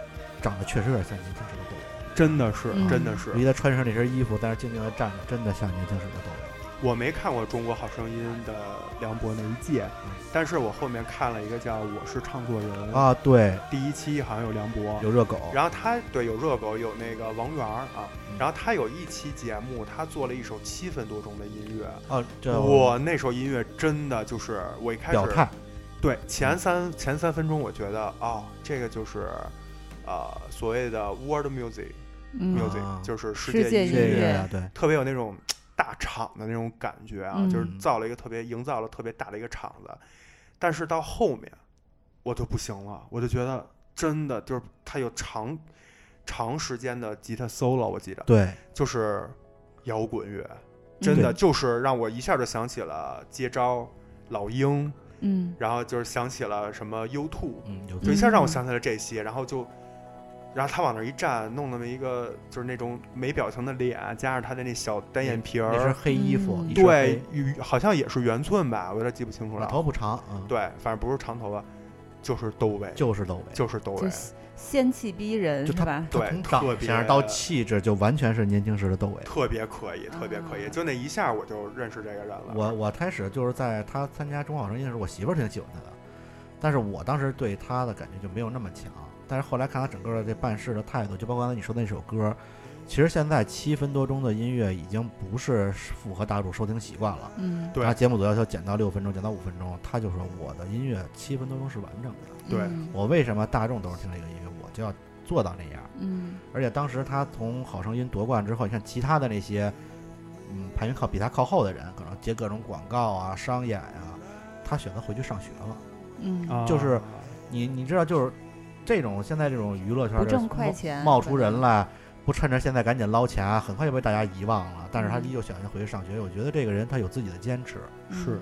S1: 长得确实有点像年轻时的窦唯，
S2: 真的是、
S3: 嗯
S2: 真的是
S1: 尤，其他穿上那身衣服，但是静静的站着，真的像年轻时的窦唯。
S2: 我没看过《中国好声音》的梁博那一届，但是我后面看了一个叫《我是唱作人》，
S1: 嗯啊，对，
S2: 第一期好像有梁博，
S1: 有热狗，
S2: 嗯然后他对有热狗，有那个王源儿啊
S1: 嗯，
S2: 然后他有一期节目，他做了一首七分多钟的音乐，
S1: 啊，这
S2: 我那首音乐真的就是我一开
S1: 表
S2: 始
S1: 态，
S2: 对前三前三分钟，我觉得哦，这个就是呃所谓的 world music
S3: 嗯，
S1: 啊
S2: music，就是世
S3: 世界
S2: 界
S1: 这
S2: 音乐
S3: 音
S1: 个
S3: 乐
S1: 呀，对，
S2: 特别有那种大厂的那种感觉啊，
S3: 嗯
S2: 就是造了一个特别营造了特别大的一个场子，但是到后面我就不行了，我就觉得真的就是他有长长时间的吉他 solo，我记得
S1: 对，
S2: 就是摇滚乐，真的就是让我一下就想起了接招、老鹰，
S3: 嗯，
S2: 然后就是想起了什么 U Two，
S1: 嗯，有
S2: 就一下让我想起了这些，然后就然后他往那儿一站，弄那么一个就是那种没表情的脸，加上他的那小单眼皮
S1: 那身
S2: 儿，
S1: 黑衣服，
S7: 嗯
S1: 一身
S2: 对
S1: 黑，，
S2: 与好像也是圆寸吧，我有点记不清楚
S1: 我
S2: 了。
S1: 头不长啊，
S2: 对，反正不是长头发，就是兜围，
S1: 就是窦唯，
S2: 就是兜
S3: 就
S2: 围。
S3: 是仙气逼人
S1: 就是他
S3: 吧？
S1: 他
S2: 对
S1: 从
S2: 特
S1: 长
S2: 别
S1: 相到气质就完全是年轻时的窦唯。
S2: 特别可以，特别可以，
S3: 啊
S2: 就那一下我就认识这个人了。
S1: 我我开始就是在他参加中考声音的时候，我媳妇儿挺喜欢他的，但是我当时对他的感觉就没有那么强。但是后来看他整个的这办事的态度，就包括刚才你说的那首歌，其实现在七分多钟的音乐已经不是符合大众收听习惯了。
S3: 嗯，
S2: 对
S1: 他节目组要求减到六分钟，减到五分钟，他就说我的音乐七分多钟是完整的。
S2: 对
S3: 嗯
S1: 我为什么大众都是听这个音乐，我就要做到那样。
S3: 嗯，
S1: 而且当时他从好声音夺冠之后，你看其他的那些，嗯，排名靠比他靠后的人，可能接各种广告啊、商演啊，他选择回去上学了。
S3: 嗯，
S2: 啊
S1: 就是你你知道，就是这种现在这种娱乐圈
S3: 不
S1: 就
S3: 挣快钱，
S1: 冒出人来，不趁着现在赶紧捞钱，啊很快就被大家遗忘了。但是他
S3: 嗯
S1: 依旧选择回去上学，我觉得这个人他有自己的坚持，
S3: 嗯，
S2: 是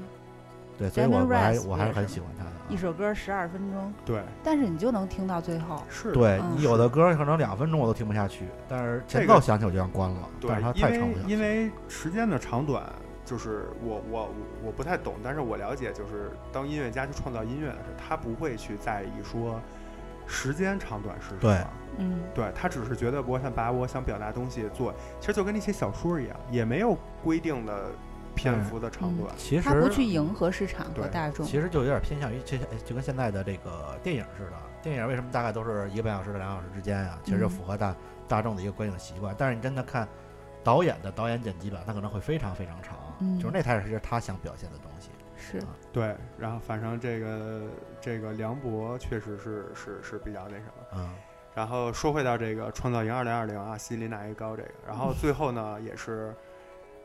S1: 对，所以我
S3: Damon
S1: 我还
S3: Rice
S1: 我还是
S3: 不也
S1: 很
S3: 是
S1: 喜欢他的啊。
S3: 一首歌十二分钟，
S2: 对，
S3: 但是你就能听到最后，
S2: 是
S1: 对
S3: 嗯
S1: 你有的歌可能两分钟我都听不下去，但是前
S2: 这个
S1: 奏响起我就想关了，但
S2: 对
S1: 是他，
S2: 因
S1: 太长
S2: 为
S1: 不下去
S2: 因为时间的长短，就是我我我不太懂，但是我了解，就是当音乐家去创造音乐的时候，他不会去在意说时间长短是什
S1: 对
S2: 么。
S3: 嗯，
S2: 对他只是觉得我想把我想表达的东西做，其实就跟那些小说一样，也没有规定的篇
S1: 嗯
S2: 幅的长
S3: 嗯
S2: 短。
S1: 其实
S3: 他不去迎合市场和
S2: 对
S3: 大众，
S1: 其实就有点偏向于，就像就跟现在的这个电影似的，电影为什么大概都是一个半小时到两小时之间啊？其实
S3: 嗯
S1: 就符合大、大众的一个观影习惯。但是你真的看导演的导演剪辑版，它可能会非常非常长，
S3: 嗯
S1: 就是那才是他想表现的东西。
S3: 是
S2: 对，然后反正这个这个梁博确实是是是比较那什么。
S1: 嗯，
S2: 然后说回到这个创造营二零二零啊，吸引力大于高这个，然后最后呢也是，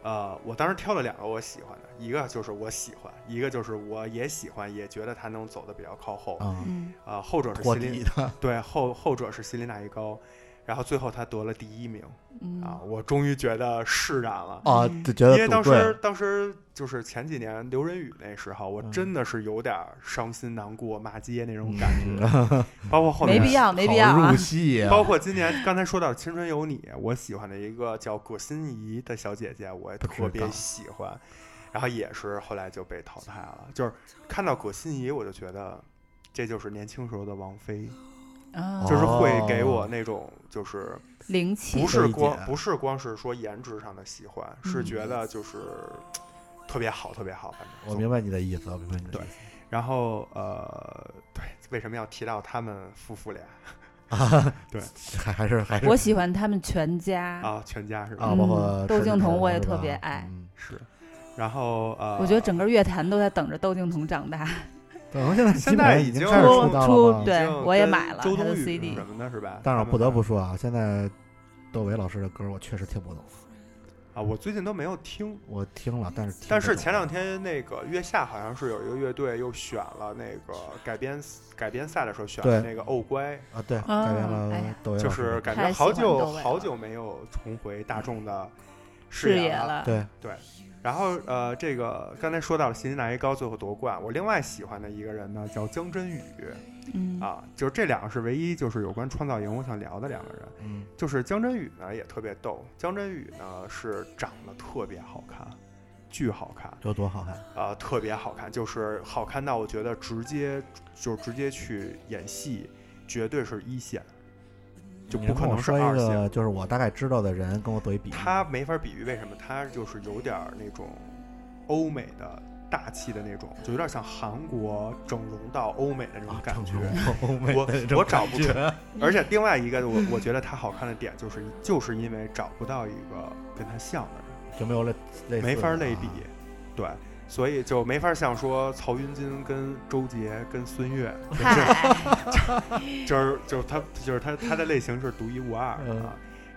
S2: 呃，我当时挑了两个我喜欢的，一个就是我喜欢，一个就是我也喜欢，也觉得他能走的比较靠后，啊、
S1: 啊、
S3: 嗯，
S2: 后者是
S1: 托
S2: 吸
S1: 底
S2: 林，
S1: 的，
S2: 对后后者是吸林大于高，然后最后他得了第一名
S3: 嗯
S2: 啊，我终于觉得释然了。
S1: 啊，就觉得
S2: 因为当
S1: 赌对
S2: 时
S1: 了，
S2: 当时就是前几年刘仁宇那时候，我
S1: 嗯
S2: 真的是有点儿伤心难过、骂街那种
S1: 嗯
S2: 感觉， 包括后
S3: 没
S2: 面
S3: 必要，没必要
S1: 好
S3: 啊
S1: 入，戏啊，
S2: 包括今年刚才说到《青春有你》，我喜欢的一个叫葛心怡的小姐姐，我也
S1: 不知道
S2: 特别喜欢，然后也是后来就被淘汰了。就是看到葛心怡，我就觉得这就是年轻时候的王菲，
S3: 啊
S2: 就是会
S1: 哦
S2: 给我那种就是
S3: 灵气
S2: 不，是
S1: 理解
S2: 光不是光是说颜值上的喜欢，是
S3: 嗯
S2: 觉得就是特别好，特别好，反正
S1: 我明白你的意思，我明白你的意思。
S2: 然后呃，对，为什么要提到他们夫妇俩
S1: 啊 还还是还是
S3: 我喜欢他们全家，
S2: 啊？全家是吧？
S1: 啊，
S3: 嗯
S1: 包括
S3: 窦
S1: 池
S3: 靖
S1: 子
S3: 童我
S1: 是
S3: 也特
S1: 吧
S3: 别爱
S1: 嗯
S2: 是。然后呃，
S3: 我觉得整个乐坛都在等着窦靖童长大，
S1: 对，我现在
S2: 现
S1: 基本
S2: 在
S1: 上
S2: 已
S1: 已经
S2: 经
S1: 开始
S3: 出
S1: 出道了
S3: 出
S1: 嘛
S3: 对
S2: 就
S3: 我也
S2: 跟
S3: 买了
S2: 周
S3: 他
S2: 冬
S3: 的
S2: 雨
S3: CD
S2: 什么的，是吧？
S1: 但是我
S2: 他们
S1: 不得
S2: 买
S1: 不说啊，现在窦唯老师的歌我确实听不懂，
S2: 啊，我最近都没有听。
S1: 我听了，但是听
S2: 但是
S1: 不懂
S2: 前两天那个月下好像是有一个乐队又选了那个改编改编赛的时候选了
S1: 对
S2: 那个《哦乖
S1: 啊，对，改
S3: 啊
S1: 变
S3: 哎
S1: 了
S3: 呀
S1: 窦唯》，
S2: 就
S1: 老师
S2: 是
S1: 的
S2: 感
S1: 歌
S2: 觉
S3: 太
S2: 好
S3: 喜欢窦
S2: 久
S3: 唯
S2: 好
S3: 了
S2: 久没有重回大众的视
S3: 视
S2: 野
S3: 野
S2: 了。
S3: 了，
S1: 对，
S2: 然后呃，这个刚才说到了辛辛那提高最后夺冠，我另外喜欢的一个人呢叫姜振宇
S3: 嗯
S2: 啊，就是这两个是唯一就是有关创造营我想聊的两个人。
S1: 嗯，
S2: 就是姜振宇呢也特别逗，姜振宇呢是长得特别好看，巨好看，
S1: 有多好看？
S2: 呃，特别好看，就是好看到我觉得直接就直接去演戏，绝对是一线，就
S1: 你
S2: 不
S1: 跟
S2: 可
S1: 我
S2: 能是
S1: 说一
S2: 二线
S1: 个，。就是我大概知道的人跟我做一比喻，
S2: 他没法比喻，为什么？他就是有点儿那种欧美的大气的那种，就有点像韩国整容到欧美的那种
S1: 啊
S2: 感
S1: 正
S2: 觉。
S1: 宗欧美
S2: 我
S1: 的这种
S2: 我找不
S1: 感觉
S2: 出而且另外一个我我觉得他好看的点就是就是因为找不到一个跟他像的人。
S1: 就没有类类似
S2: 没法
S1: 的
S2: 类
S1: 啊
S2: 比，对，所以就没法像说曹云金跟周杰跟孙 悦，
S3: 嗨，
S2: 就是就是他就是他他的类型是独一无二的
S1: 嗯
S2: 啊。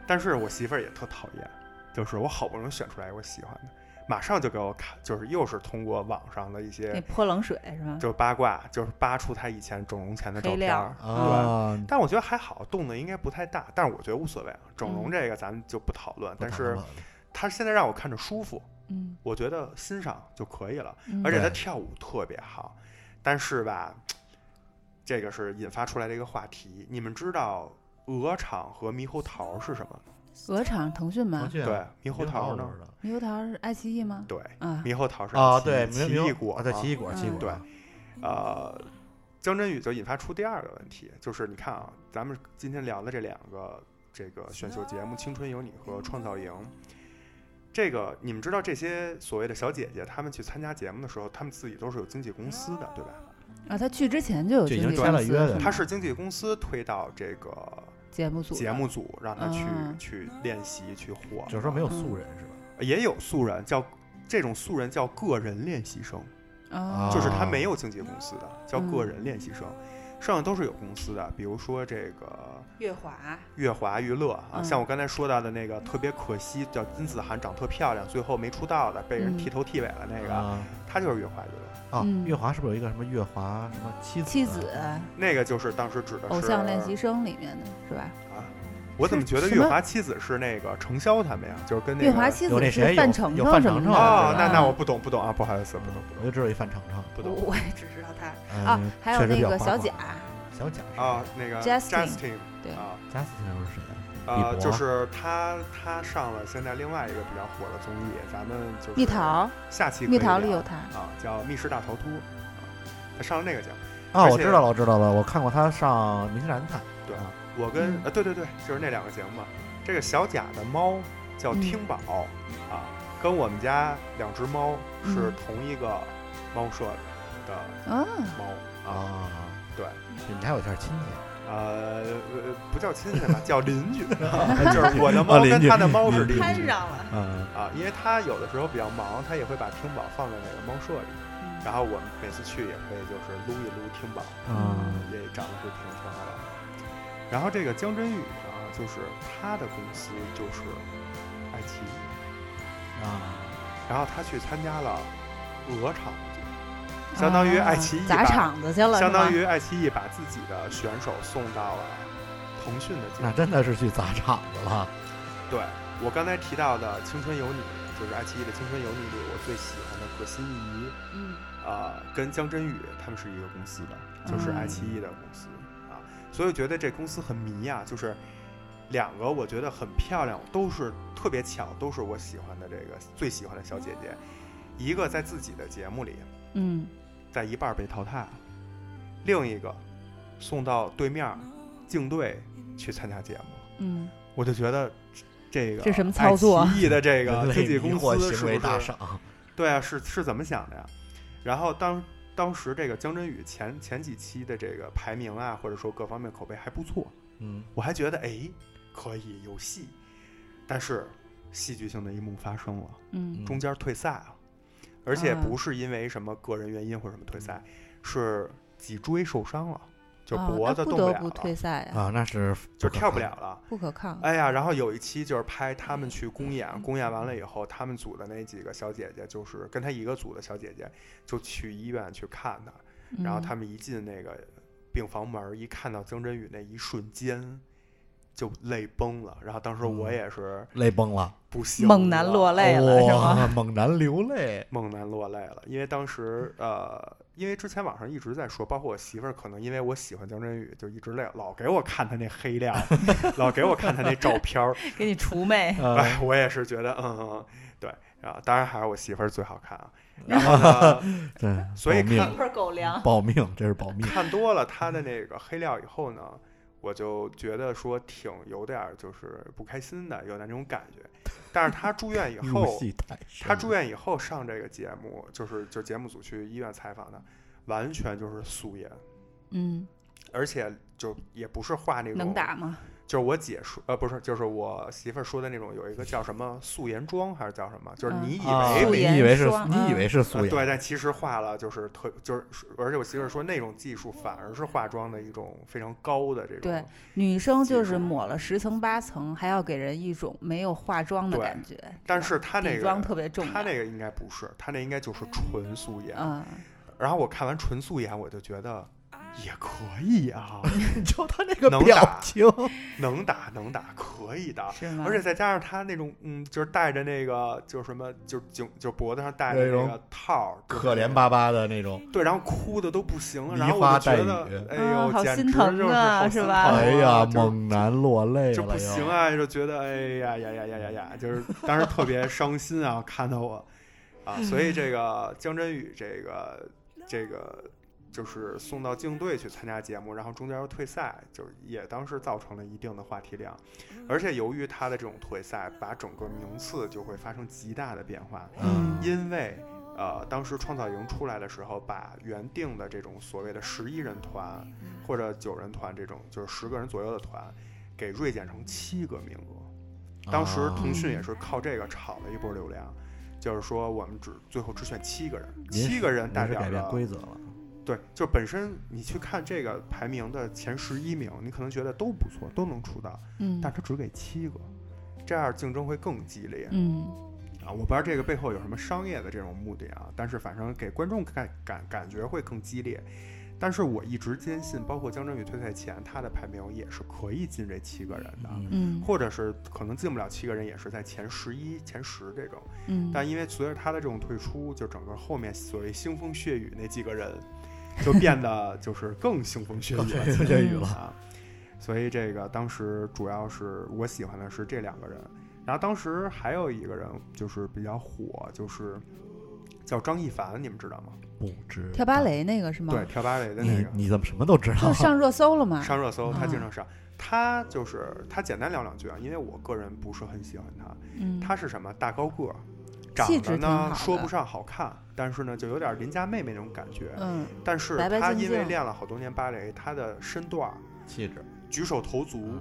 S2: 但是我媳妇儿也特讨厌，就是我好不容易选出来我喜欢的，马上就给我看，就是又是通过网上的一
S3: 那
S2: 些
S3: 泼冷水是吧？
S2: 就是八卦，就是扒出他以前整容前的照
S3: 黑
S2: 片
S3: 料
S2: 儿，对。
S1: 啊，
S2: 但我觉得还好，动的应该不太大，但是我觉得无所谓啊。整
S3: 嗯
S2: 容这个咱们就不讨论，
S1: 不
S2: 但
S1: 谈
S2: 是
S1: 了
S2: 他现在让我看着舒服，
S3: 嗯，
S2: 我觉得欣赏就可以了。
S3: 嗯
S2: 而且他
S1: 对
S2: 跳舞特别好，但是吧，这个是引发出来的一个话题。你们知道鹅厂和猕猴桃是什么呢？
S3: 鹅厂腾讯吧
S1: 腾，讯
S2: 对，猕猴桃
S1: 呢
S2: 呢？？
S3: 猕猴桃是爱奇艺吗？
S2: 对，
S3: 啊，
S2: 猕猴桃是
S1: 啊，
S2: 奇
S1: 对，
S2: 奇
S1: 明
S2: 异
S1: 明
S2: 果
S1: 啊，对，
S2: 嘛
S1: 奇异
S3: 嗯
S1: 果，奇异果，
S2: 对呃，江真宇就引发出第二个问题，就是你看啊，咱们今天聊的这两个这个选秀节目《青春有你》和《创造营》，这个你们知道这些所谓的小姐姐，她们去参加节目的时候，她们自己都是有经纪公司的，对吧？
S3: 啊，他去之前就有
S1: 就已
S3: 经
S1: 经
S3: 纪
S1: 签了
S3: 公司
S1: 约的
S3: 吗
S2: 她是经纪公司推到这个
S3: 节嗯目组的
S2: 节目组，让她去、
S3: 嗯
S2: 去练习去火，
S1: 就是说没有素人是吧？
S2: 也有素人叫这种素人叫个人练习生。
S3: 啊，
S2: 就是他
S1: 哦
S2: 没有经纪公司的，叫个人练习生，
S3: 嗯
S2: 剩下都是有公司的，比如说这个
S3: 月华
S2: 月华娱乐啊，
S3: 嗯
S2: 像我刚才说到的那个特别可惜，叫金子涵长特漂亮，最后没出道的，被人
S3: 嗯
S2: 剃头剃尾了那个，
S1: 啊
S2: 他就是月华娱乐，
S1: 啊
S3: 嗯，
S1: 月华是不是有一个什么月华什么妻子？
S3: 妻子
S2: 那个就是当时指的是
S3: 偶像练习生里面的是吧？
S2: 啊。我怎么觉得
S3: 是
S2: 月华妻子是那个程潇他们呀？就是跟那个
S3: 月华妻
S1: 有那
S3: 子
S1: 谁
S3: 是
S1: 有
S3: 范丞
S1: 有
S3: 丞
S1: 范
S3: 什
S1: 丞
S3: 么
S1: 丞
S3: 的
S2: 哦，
S3: 是吧
S2: 那那我不懂不懂啊，不好意思，不懂
S1: 我就知道一范丞丞，
S2: 不
S3: 我
S2: 懂
S3: 我也只知道他
S1: 嗯
S3: 啊，还有
S1: 确实
S3: 那
S1: 比较
S3: 个
S1: 八
S3: 小
S1: 卦
S3: 贾，
S1: 小贾是
S2: 啊。那个
S3: Justin，对
S2: 啊，
S1: 贾斯汀又是谁啊？
S2: 呃，
S1: 李博
S2: 就是他，他上了现在另外一个比较火的综艺，咱们就是
S3: 蜜桃，
S2: 下期可以
S3: 蜜
S2: 聊
S3: 桃里有他，
S2: 啊，叫《密室大逃脱》啊，他上了那个节目。
S1: 啊，
S2: 而
S1: 我
S2: 且
S1: 知道了，我知道了，我看过他上《明星大侦探》。
S2: 对
S1: 啊，
S2: 我跟
S3: 嗯
S2: 呃，对对对，就是那两个节目嘛。这个小贾的猫叫
S3: 嗯
S2: 听宝啊，跟我们家两只猫是
S3: 嗯
S2: 同一个猫舍的嗯
S3: 啊，
S2: 猫啊，
S1: 啊，
S2: 对，
S1: 你还有点亲戚，啊
S2: 呃，呃不叫亲戚吧，叫邻 居，就是我的猫
S1: 啊邻
S2: 跟
S1: 居
S2: 他的猫是邻
S1: 摊
S2: 居。
S3: 上了，
S1: 嗯，
S2: 啊，因为他有的时候比较忙，他也会把听宝放在那个猫舍里，然后我们每次去也会就是撸一撸听宝，
S1: 嗯
S2: 也长得是挺挺好玩的。然后这个江真宇呢，就是他的公司就是爱奇艺，嗯
S1: 啊，
S2: 然后他去参加了鹅厂， 相当于
S3: 啊
S2: 爱奇艺
S3: 砸
S2: 把
S3: 场子去了，
S2: 相当
S3: 是吗
S2: 于爱奇艺把自己的选手送到了腾讯的节目
S1: 那。真的是去砸场子了。
S2: 对我刚才提到的《青春有你》，就是爱奇艺的《青春有你》里，我最喜欢的葛欣怡。
S3: 嗯
S2: 啊，跟江真宇他们是一个公司的，就是
S3: 嗯
S2: 爱奇艺的公司、啊，所以我觉得这公司很迷啊，就是两个我觉得很漂亮，都是特别巧，都是我喜欢的这个最喜欢的小姐姐，一个在自己的节目里
S3: 嗯
S2: 在一半儿被淘汰，另一个送到对面儿竞队去参加节目，
S3: 嗯，
S2: 我就觉得这个
S3: 这什么操作啊
S2: 爱奇艺的这
S1: 这
S2: 个自己公司是
S1: 行
S2: 不
S1: 为
S2: 是
S1: 大赏，
S2: 对啊，是是怎么想的呀？然后当当时这个江振宇前前几期的这个排名啊，或者说各方面口碑还不错，
S1: 嗯，
S2: 我还觉得哎可以有戏，但是戏剧性的一幕发生了，
S3: 嗯
S2: 中间退赛了，而且
S3: 啊
S2: 不是因为什么个人原因或者什么退赛，是脊椎受伤了，就
S3: 啊
S2: 脖
S3: 那
S2: 子
S3: 不
S2: 动
S3: 得
S2: 了
S3: 不
S2: 了，
S3: 退赛呀，
S1: 啊，那是
S2: 就
S1: 可
S2: 跳不
S1: 怕
S2: 了了。
S3: 不可抗，
S2: 哎呀，然后有一期就是拍他们去公演，公演完了以后，他们组的那几个小姐姐，就是跟他一个组的小姐姐，就去医院去看他。然后
S3: 嗯
S2: 他们一进那个病房门儿，一看到曾振宇那一瞬间，就泪崩了。然后当时我
S1: 嗯
S2: 也是
S1: 泪崩了，
S2: 不行，
S3: 猛男落泪了
S2: 哦
S3: 是吗？
S1: 哇， 猛男流 泪，
S2: 猛男落泪了，因为当时
S3: 嗯
S2: 呃，因为之前网上一直在说，包括我媳妇儿，可能因为我喜欢江振宇，就一直泪，老给我看他那黑料， 老给我看他那照片儿，
S3: 给你 除魅，
S1: 呃，
S2: 哎，我也是觉得，嗯嗯，嗯对，啊，当然还是我媳妇儿最好 看啊。然后呢，
S1: 对，
S2: 所以
S1: 保命
S2: 看
S3: 份狗粮，
S1: 保命，这是保命，
S2: 看多了她的那个黑料以后呢，我就觉得说挺有点儿就是不开心的，有点那种感觉。但是她住院以
S1: 入
S2: 后，
S1: 戏太深
S2: 她住院以后上这个节目，就是就节目组去医院采访的，完全就是素颜，
S3: 嗯，
S2: 而且就也不是画那种
S3: 能打吗？
S2: 就是我姐说，呃，不是，就是我媳妇儿说的那种，有一个叫什么素颜妆还是叫什么，就是
S3: 嗯
S2: 你以
S1: 啊
S2: 为
S3: 素
S2: 没
S3: 颜
S1: 你以为是
S3: 霜啊
S1: 你以为是素
S2: 呃
S1: 颜，
S2: 对，但其实化了就是特就是，而且我媳妇儿说那种技术反而是化妆的一种非常高的这种
S3: 对女生就
S2: 技
S3: 是
S2: 术
S3: 抹了十层八层，还要给人一种没有化妆的
S2: 对
S3: 感觉。
S2: 但
S3: 吧
S2: 是她那
S3: 底
S2: 个
S3: 妆特别重要，
S2: 她那个应该不是，她那应该就是纯素颜。
S3: 嗯
S2: 然后我看完纯素颜，我就觉得也可以啊，
S1: 你就他那个
S2: 能
S1: 表
S2: 打
S1: 情，
S2: 能打能打，可 以的。
S3: 是吗？
S2: 啊而且再加上他那种，嗯，就是戴着那个，就是什么，就是颈，就是脖子上戴着
S1: 那
S2: 那
S1: 种
S2: 个套儿，就是
S1: 可怜巴巴的那种。
S2: 对，然后哭的都不行了，
S1: 梨
S2: 然后
S1: 花
S2: 我就觉
S1: 带
S2: 得
S1: 雨，
S2: 哎
S3: 啊
S2: 呦，
S3: 好
S2: 简
S3: 心
S2: 直
S3: 疼
S2: 就是
S3: 啊
S2: 好
S3: 是
S2: 心
S3: 吧
S2: 疼
S1: 哎呀，
S2: 啊就
S1: 猛男落泪
S2: 就
S1: 了
S2: 不
S1: 又
S2: 行！啊，就觉得哎呀呀呀呀呀呀，就是 当时特别伤心啊，看到我啊，所以这个江振宇这个这个就是送到竞队去参加节目，然后中间又退赛，就是也当时造成了一定的话题量，而且由于他的这种退赛，把整个名次就会发生极大的变化，
S1: 嗯
S2: 因为。呃，当时创造营出来的时候，把原定的这种所谓的十一人团
S1: 嗯
S2: 或者九人团这种，就是十个人左右的团，给锐减成七个名额。当
S1: 哦
S2: 时腾讯也是靠这个炒了一波流量，就是说我们只最后只选七个人，
S1: 您
S2: 七个人
S1: 您
S2: 代
S1: 是
S2: 表
S1: 改变
S2: 了
S1: 规则了，
S2: 对，就是本身你去看这个排名的前十一名，你可能觉得都不错，都能出道，
S3: 嗯
S2: 但他只给七个，这样竞争会更激烈。
S3: 嗯
S2: 啊，我不知道这个背后有什么商业的这种目的啊，但是反正给观众感感感觉会更激烈。但是我一直坚信，包括江振宇退赛前，他的排名也是可以进这七个人的，
S1: 嗯
S3: 嗯
S2: 或者是可能进不了七个人，也是在前十一、前十这种。
S3: 嗯，
S2: 但因为随着他的这种退出，就整个后面所谓腥风血雨那几个人， 就变得就是更腥风血雨了起来，
S1: 血雨了
S2: 啊。所以这个当时主要是我喜欢的是这两个人，然后当时还有一个人就是比较火，就是叫张一凡，你们知道吗？
S1: 不知
S3: 跳芭。蕾那个是吗？
S2: 对，，跳芭蕾的那
S1: 你
S2: 个，
S1: 你怎么什么都知道
S3: 就？上热搜了嘛。
S2: 上热搜，他
S3: 啊
S2: 经常上。他就是他，简单聊两句啊，因为我个人不是很喜欢他。
S3: 嗯，
S2: 他是什么大高个儿，长
S3: 气
S2: 得
S3: 质挺好
S2: 呢
S3: 的
S2: 说不上好看，但是呢就有点邻家妹妹那种感觉。
S3: 嗯
S2: 但是
S3: 白白
S2: 他
S3: 净
S2: 因为
S3: 净
S2: 练了好多年芭蕾，他的身段儿、
S1: 气质
S2: 举手投
S1: 嗯
S2: 足，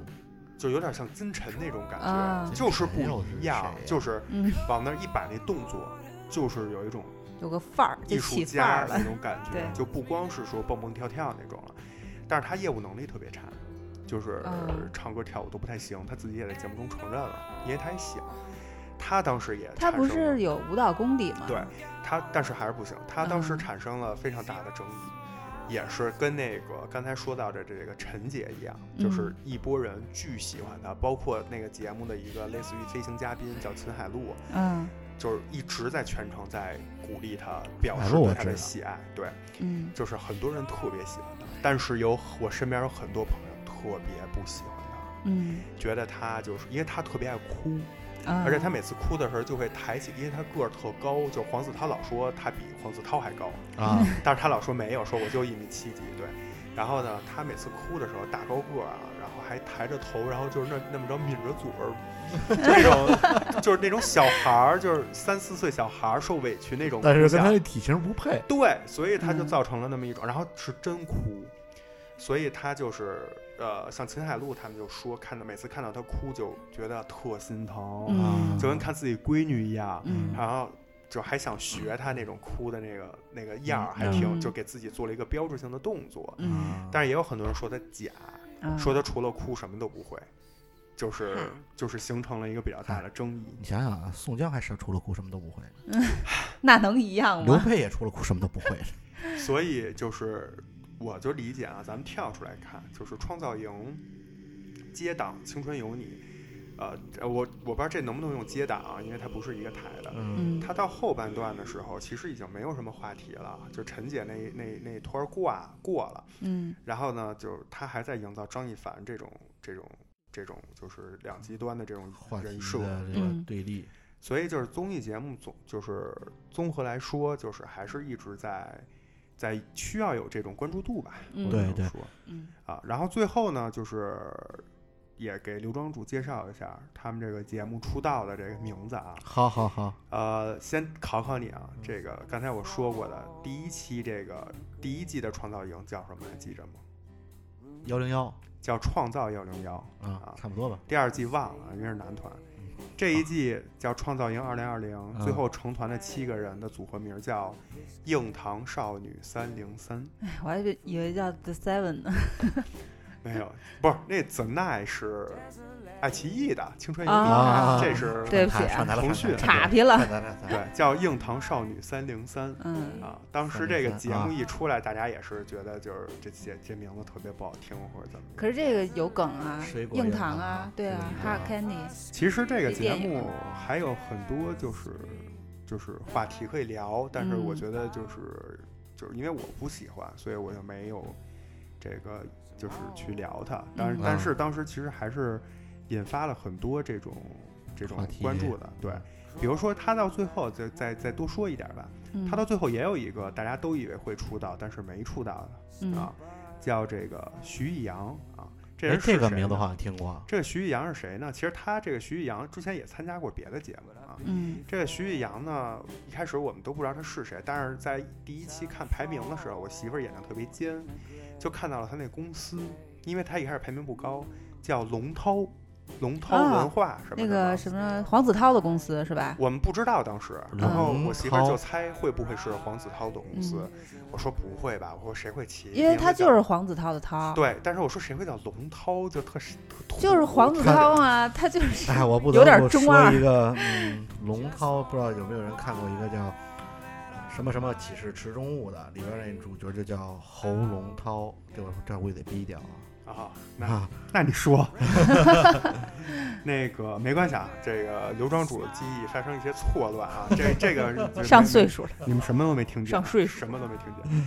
S2: 就有点像金晨那种感觉，
S3: 啊
S2: 就是
S1: 金晨
S2: 不
S1: 又是谁
S2: 一样，
S1: 呀啊
S2: 就是
S3: 嗯，
S2: 往那儿一摆那动作，就是有一种
S3: 有个范儿，
S2: 艺
S3: 就
S2: 术
S3: 起范
S2: 家
S3: 儿了
S2: 那。种感觉
S3: 嗯对，
S2: 就不光是说蹦蹦跳跳那种了。但是他业务能力特别差，就是
S3: 嗯
S2: 唱歌跳舞都不太行，他自己也在节目中承认了，因为他也小，他当时也
S3: 他
S2: 产
S3: 不
S2: 生了
S3: 是有舞蹈功底吗？
S2: 对他，但是还是不行。他当时
S3: 啊嗯
S2: 产生了非常大的争议，也是跟那个刚才说到的这个陈姐一样，就是
S3: 嗯
S2: 一波人巨喜欢他，包括那个节目的一个类似于飞行嘉宾叫秦海璐，
S3: 嗯
S2: 就是一直在全程在鼓励他，表
S1: 海
S2: 示
S1: 璐
S2: 对
S1: 我
S2: 他
S1: 知
S2: 的
S1: 道
S2: 喜爱。对，
S3: 嗯
S2: 就是很多人特别喜欢他，但是有我身边有很多朋友特别不喜欢他，
S3: 嗯
S2: 觉得他就是因为他特别爱哭。
S3: 啊，
S2: 而且他每次哭的时候就会抬起，因为他个儿特高，就是黄子韬老说他比黄子韬还高，
S1: 啊，
S2: 但是他老说没有，说我就一米七几，对。然后呢，他每次哭的时候大高个儿啊，然后还抬着头，然后就是那那么着抿着嘴儿，就那种就是那种小孩儿，就是三四岁小孩儿受委屈那种哭
S1: 但
S2: 相。
S1: 是跟他那体型不配。
S2: 对，所以他就
S3: 嗯
S2: 造成了那么一种，然后是真哭，所以他就是呃，像秦海璐他们就说，看到每次看到他哭就觉得特心疼，
S3: 嗯
S2: 就跟看自己闺女一样，
S3: 嗯
S2: 然后就还想学她那种哭的那个那个样儿，还挺
S3: 嗯
S2: 就给自己做了一个标志性的动作。
S3: 嗯
S2: 但是也有很多人说她假，
S3: 啊
S2: 嗯说她除了哭什么都不会，就是
S3: 嗨
S2: 就是形成了一个比较大的争议。
S1: 你想想啊，宋江还是除了哭什么都不会，
S3: 那能一样
S1: 刘
S3: 吗？
S1: 佩也除了哭什么都不会。
S2: 所以就是我就理解啊，咱们跳出来看，就是创造营、接档、青春有你。呃，我我不知道这能不能用接档啊，因为它不是一个台的。
S1: 嗯，
S3: 嗯
S2: 他到后半段的时候，其实已经没有什么话题了，就陈姐那那那托儿挂过了，
S3: 嗯
S2: 然后呢，就是他还在营造张一凡这种这种这种就是两极端的这种
S1: 话题
S2: 人设，
S1: 的这个
S3: 嗯
S1: 对立，
S2: 所以就是综艺节目总就是综合来说，就是还是一直在在需要有这种关注度吧，
S3: 嗯
S1: 对
S2: 这么
S1: 对
S2: 说
S3: 嗯
S2: 啊，然后最后呢，就是也给刘庄主介绍一下他们这个节目出道的这个名字啊，
S1: 好好好，
S2: 呃，先考考你啊，这个刚才我说过的第一期这个第一季的创造营叫什么？还记着吗？
S1: 幺零幺
S2: 叫创造幺零幺。
S1: 啊，差不多吧。
S2: 第二季忘了，因为是男团。这一季叫创造营二零二
S3: 嗯
S2: 零，最后成团的七个人的组合名叫硬糖少女三零 三。
S3: 哎我还以为以为叫 The Seven 呢。
S2: 没有，不是那 The Night 是爱奇艺的《青春有你》
S3: 啊
S2: 这是
S3: 对不起啊
S1: 上台了，
S2: 腾讯
S3: 岔劈了，
S1: 对
S2: 对叫《硬糖少女三零三》。
S3: 嗯，
S2: 啊，当时这个节
S1: 啊
S2: 目一出来，大家也是觉得就是这些这名字特别不好听或者怎么。
S3: 可是这个有梗啊
S1: 水，果
S3: 硬
S1: 硬糖
S3: 糖
S1: 啊
S3: 啊，对啊
S1: 嗯，
S3: 哈 candy，
S2: 其实这个
S3: 这
S2: 节
S3: 电影
S2: 目还有很多就是就是话题可以聊，但是我
S3: 嗯
S2: 觉得就是就是因为我不喜欢，所以我就没有这个就是去聊它。但是、
S1: 嗯
S2: 但是当时其实还是引发了很多这种这种
S4: 话题
S2: 关注的，对。比如说，他到最后再再再多说一点吧，
S3: 嗯
S2: 他到最后也有一个大家都以为会出道，但是没出道的，
S3: 嗯
S2: 啊，叫这个徐艺洋啊。这
S1: 哎
S2: 人，是
S1: 这个
S2: 谁
S1: 名字
S2: 呢
S1: 好像听过，
S2: 这个徐艺洋是谁呢？其实他这个徐艺洋之前也参加过别的节目啊。
S3: 嗯
S2: 这个徐艺洋呢，一开始我们都不知道他是谁，但是在第一期看排名的时候，我媳妇儿眼睛特别尖，就看到了他那公司，因为他一开始排名不高，叫龙涛，龙涛
S3: 啊
S2: 文化什么
S3: 那
S2: 什么。
S3: 个什么黄子韬的公司是吧？
S2: 我们不知道当时，然后
S1: 龙
S2: 我媳妇儿
S1: 涛
S2: 就猜会不会是黄子韬的公司，
S3: 嗯
S2: 我说不会吧，我说谁会起一个
S3: 因
S2: 名字叫？
S3: 为他就是黄子韬的韬，
S2: 对，但是我说谁会叫龙涛就特是特土
S3: 就是黄子
S2: 特
S3: 韬啊，他就是
S1: 哎，我不
S3: 有
S1: 得
S3: 点
S1: 不
S3: 中
S1: 说
S3: 二
S1: 一个，嗯，龙涛不知道有没有人看过一个叫呃什么什么启示池中物的，里边那主角就叫侯龙涛，这我这我也得逼掉
S2: 啊，
S1: 啊
S2: 那
S1: 啊！
S2: 那你说，那个没关系啊，这个刘庄主记忆发生一些错乱啊，这这个就
S3: 上
S2: 没
S3: 岁，数了。
S2: 你们什么都没听见，啊
S3: 上岁数
S2: 什么都没听见。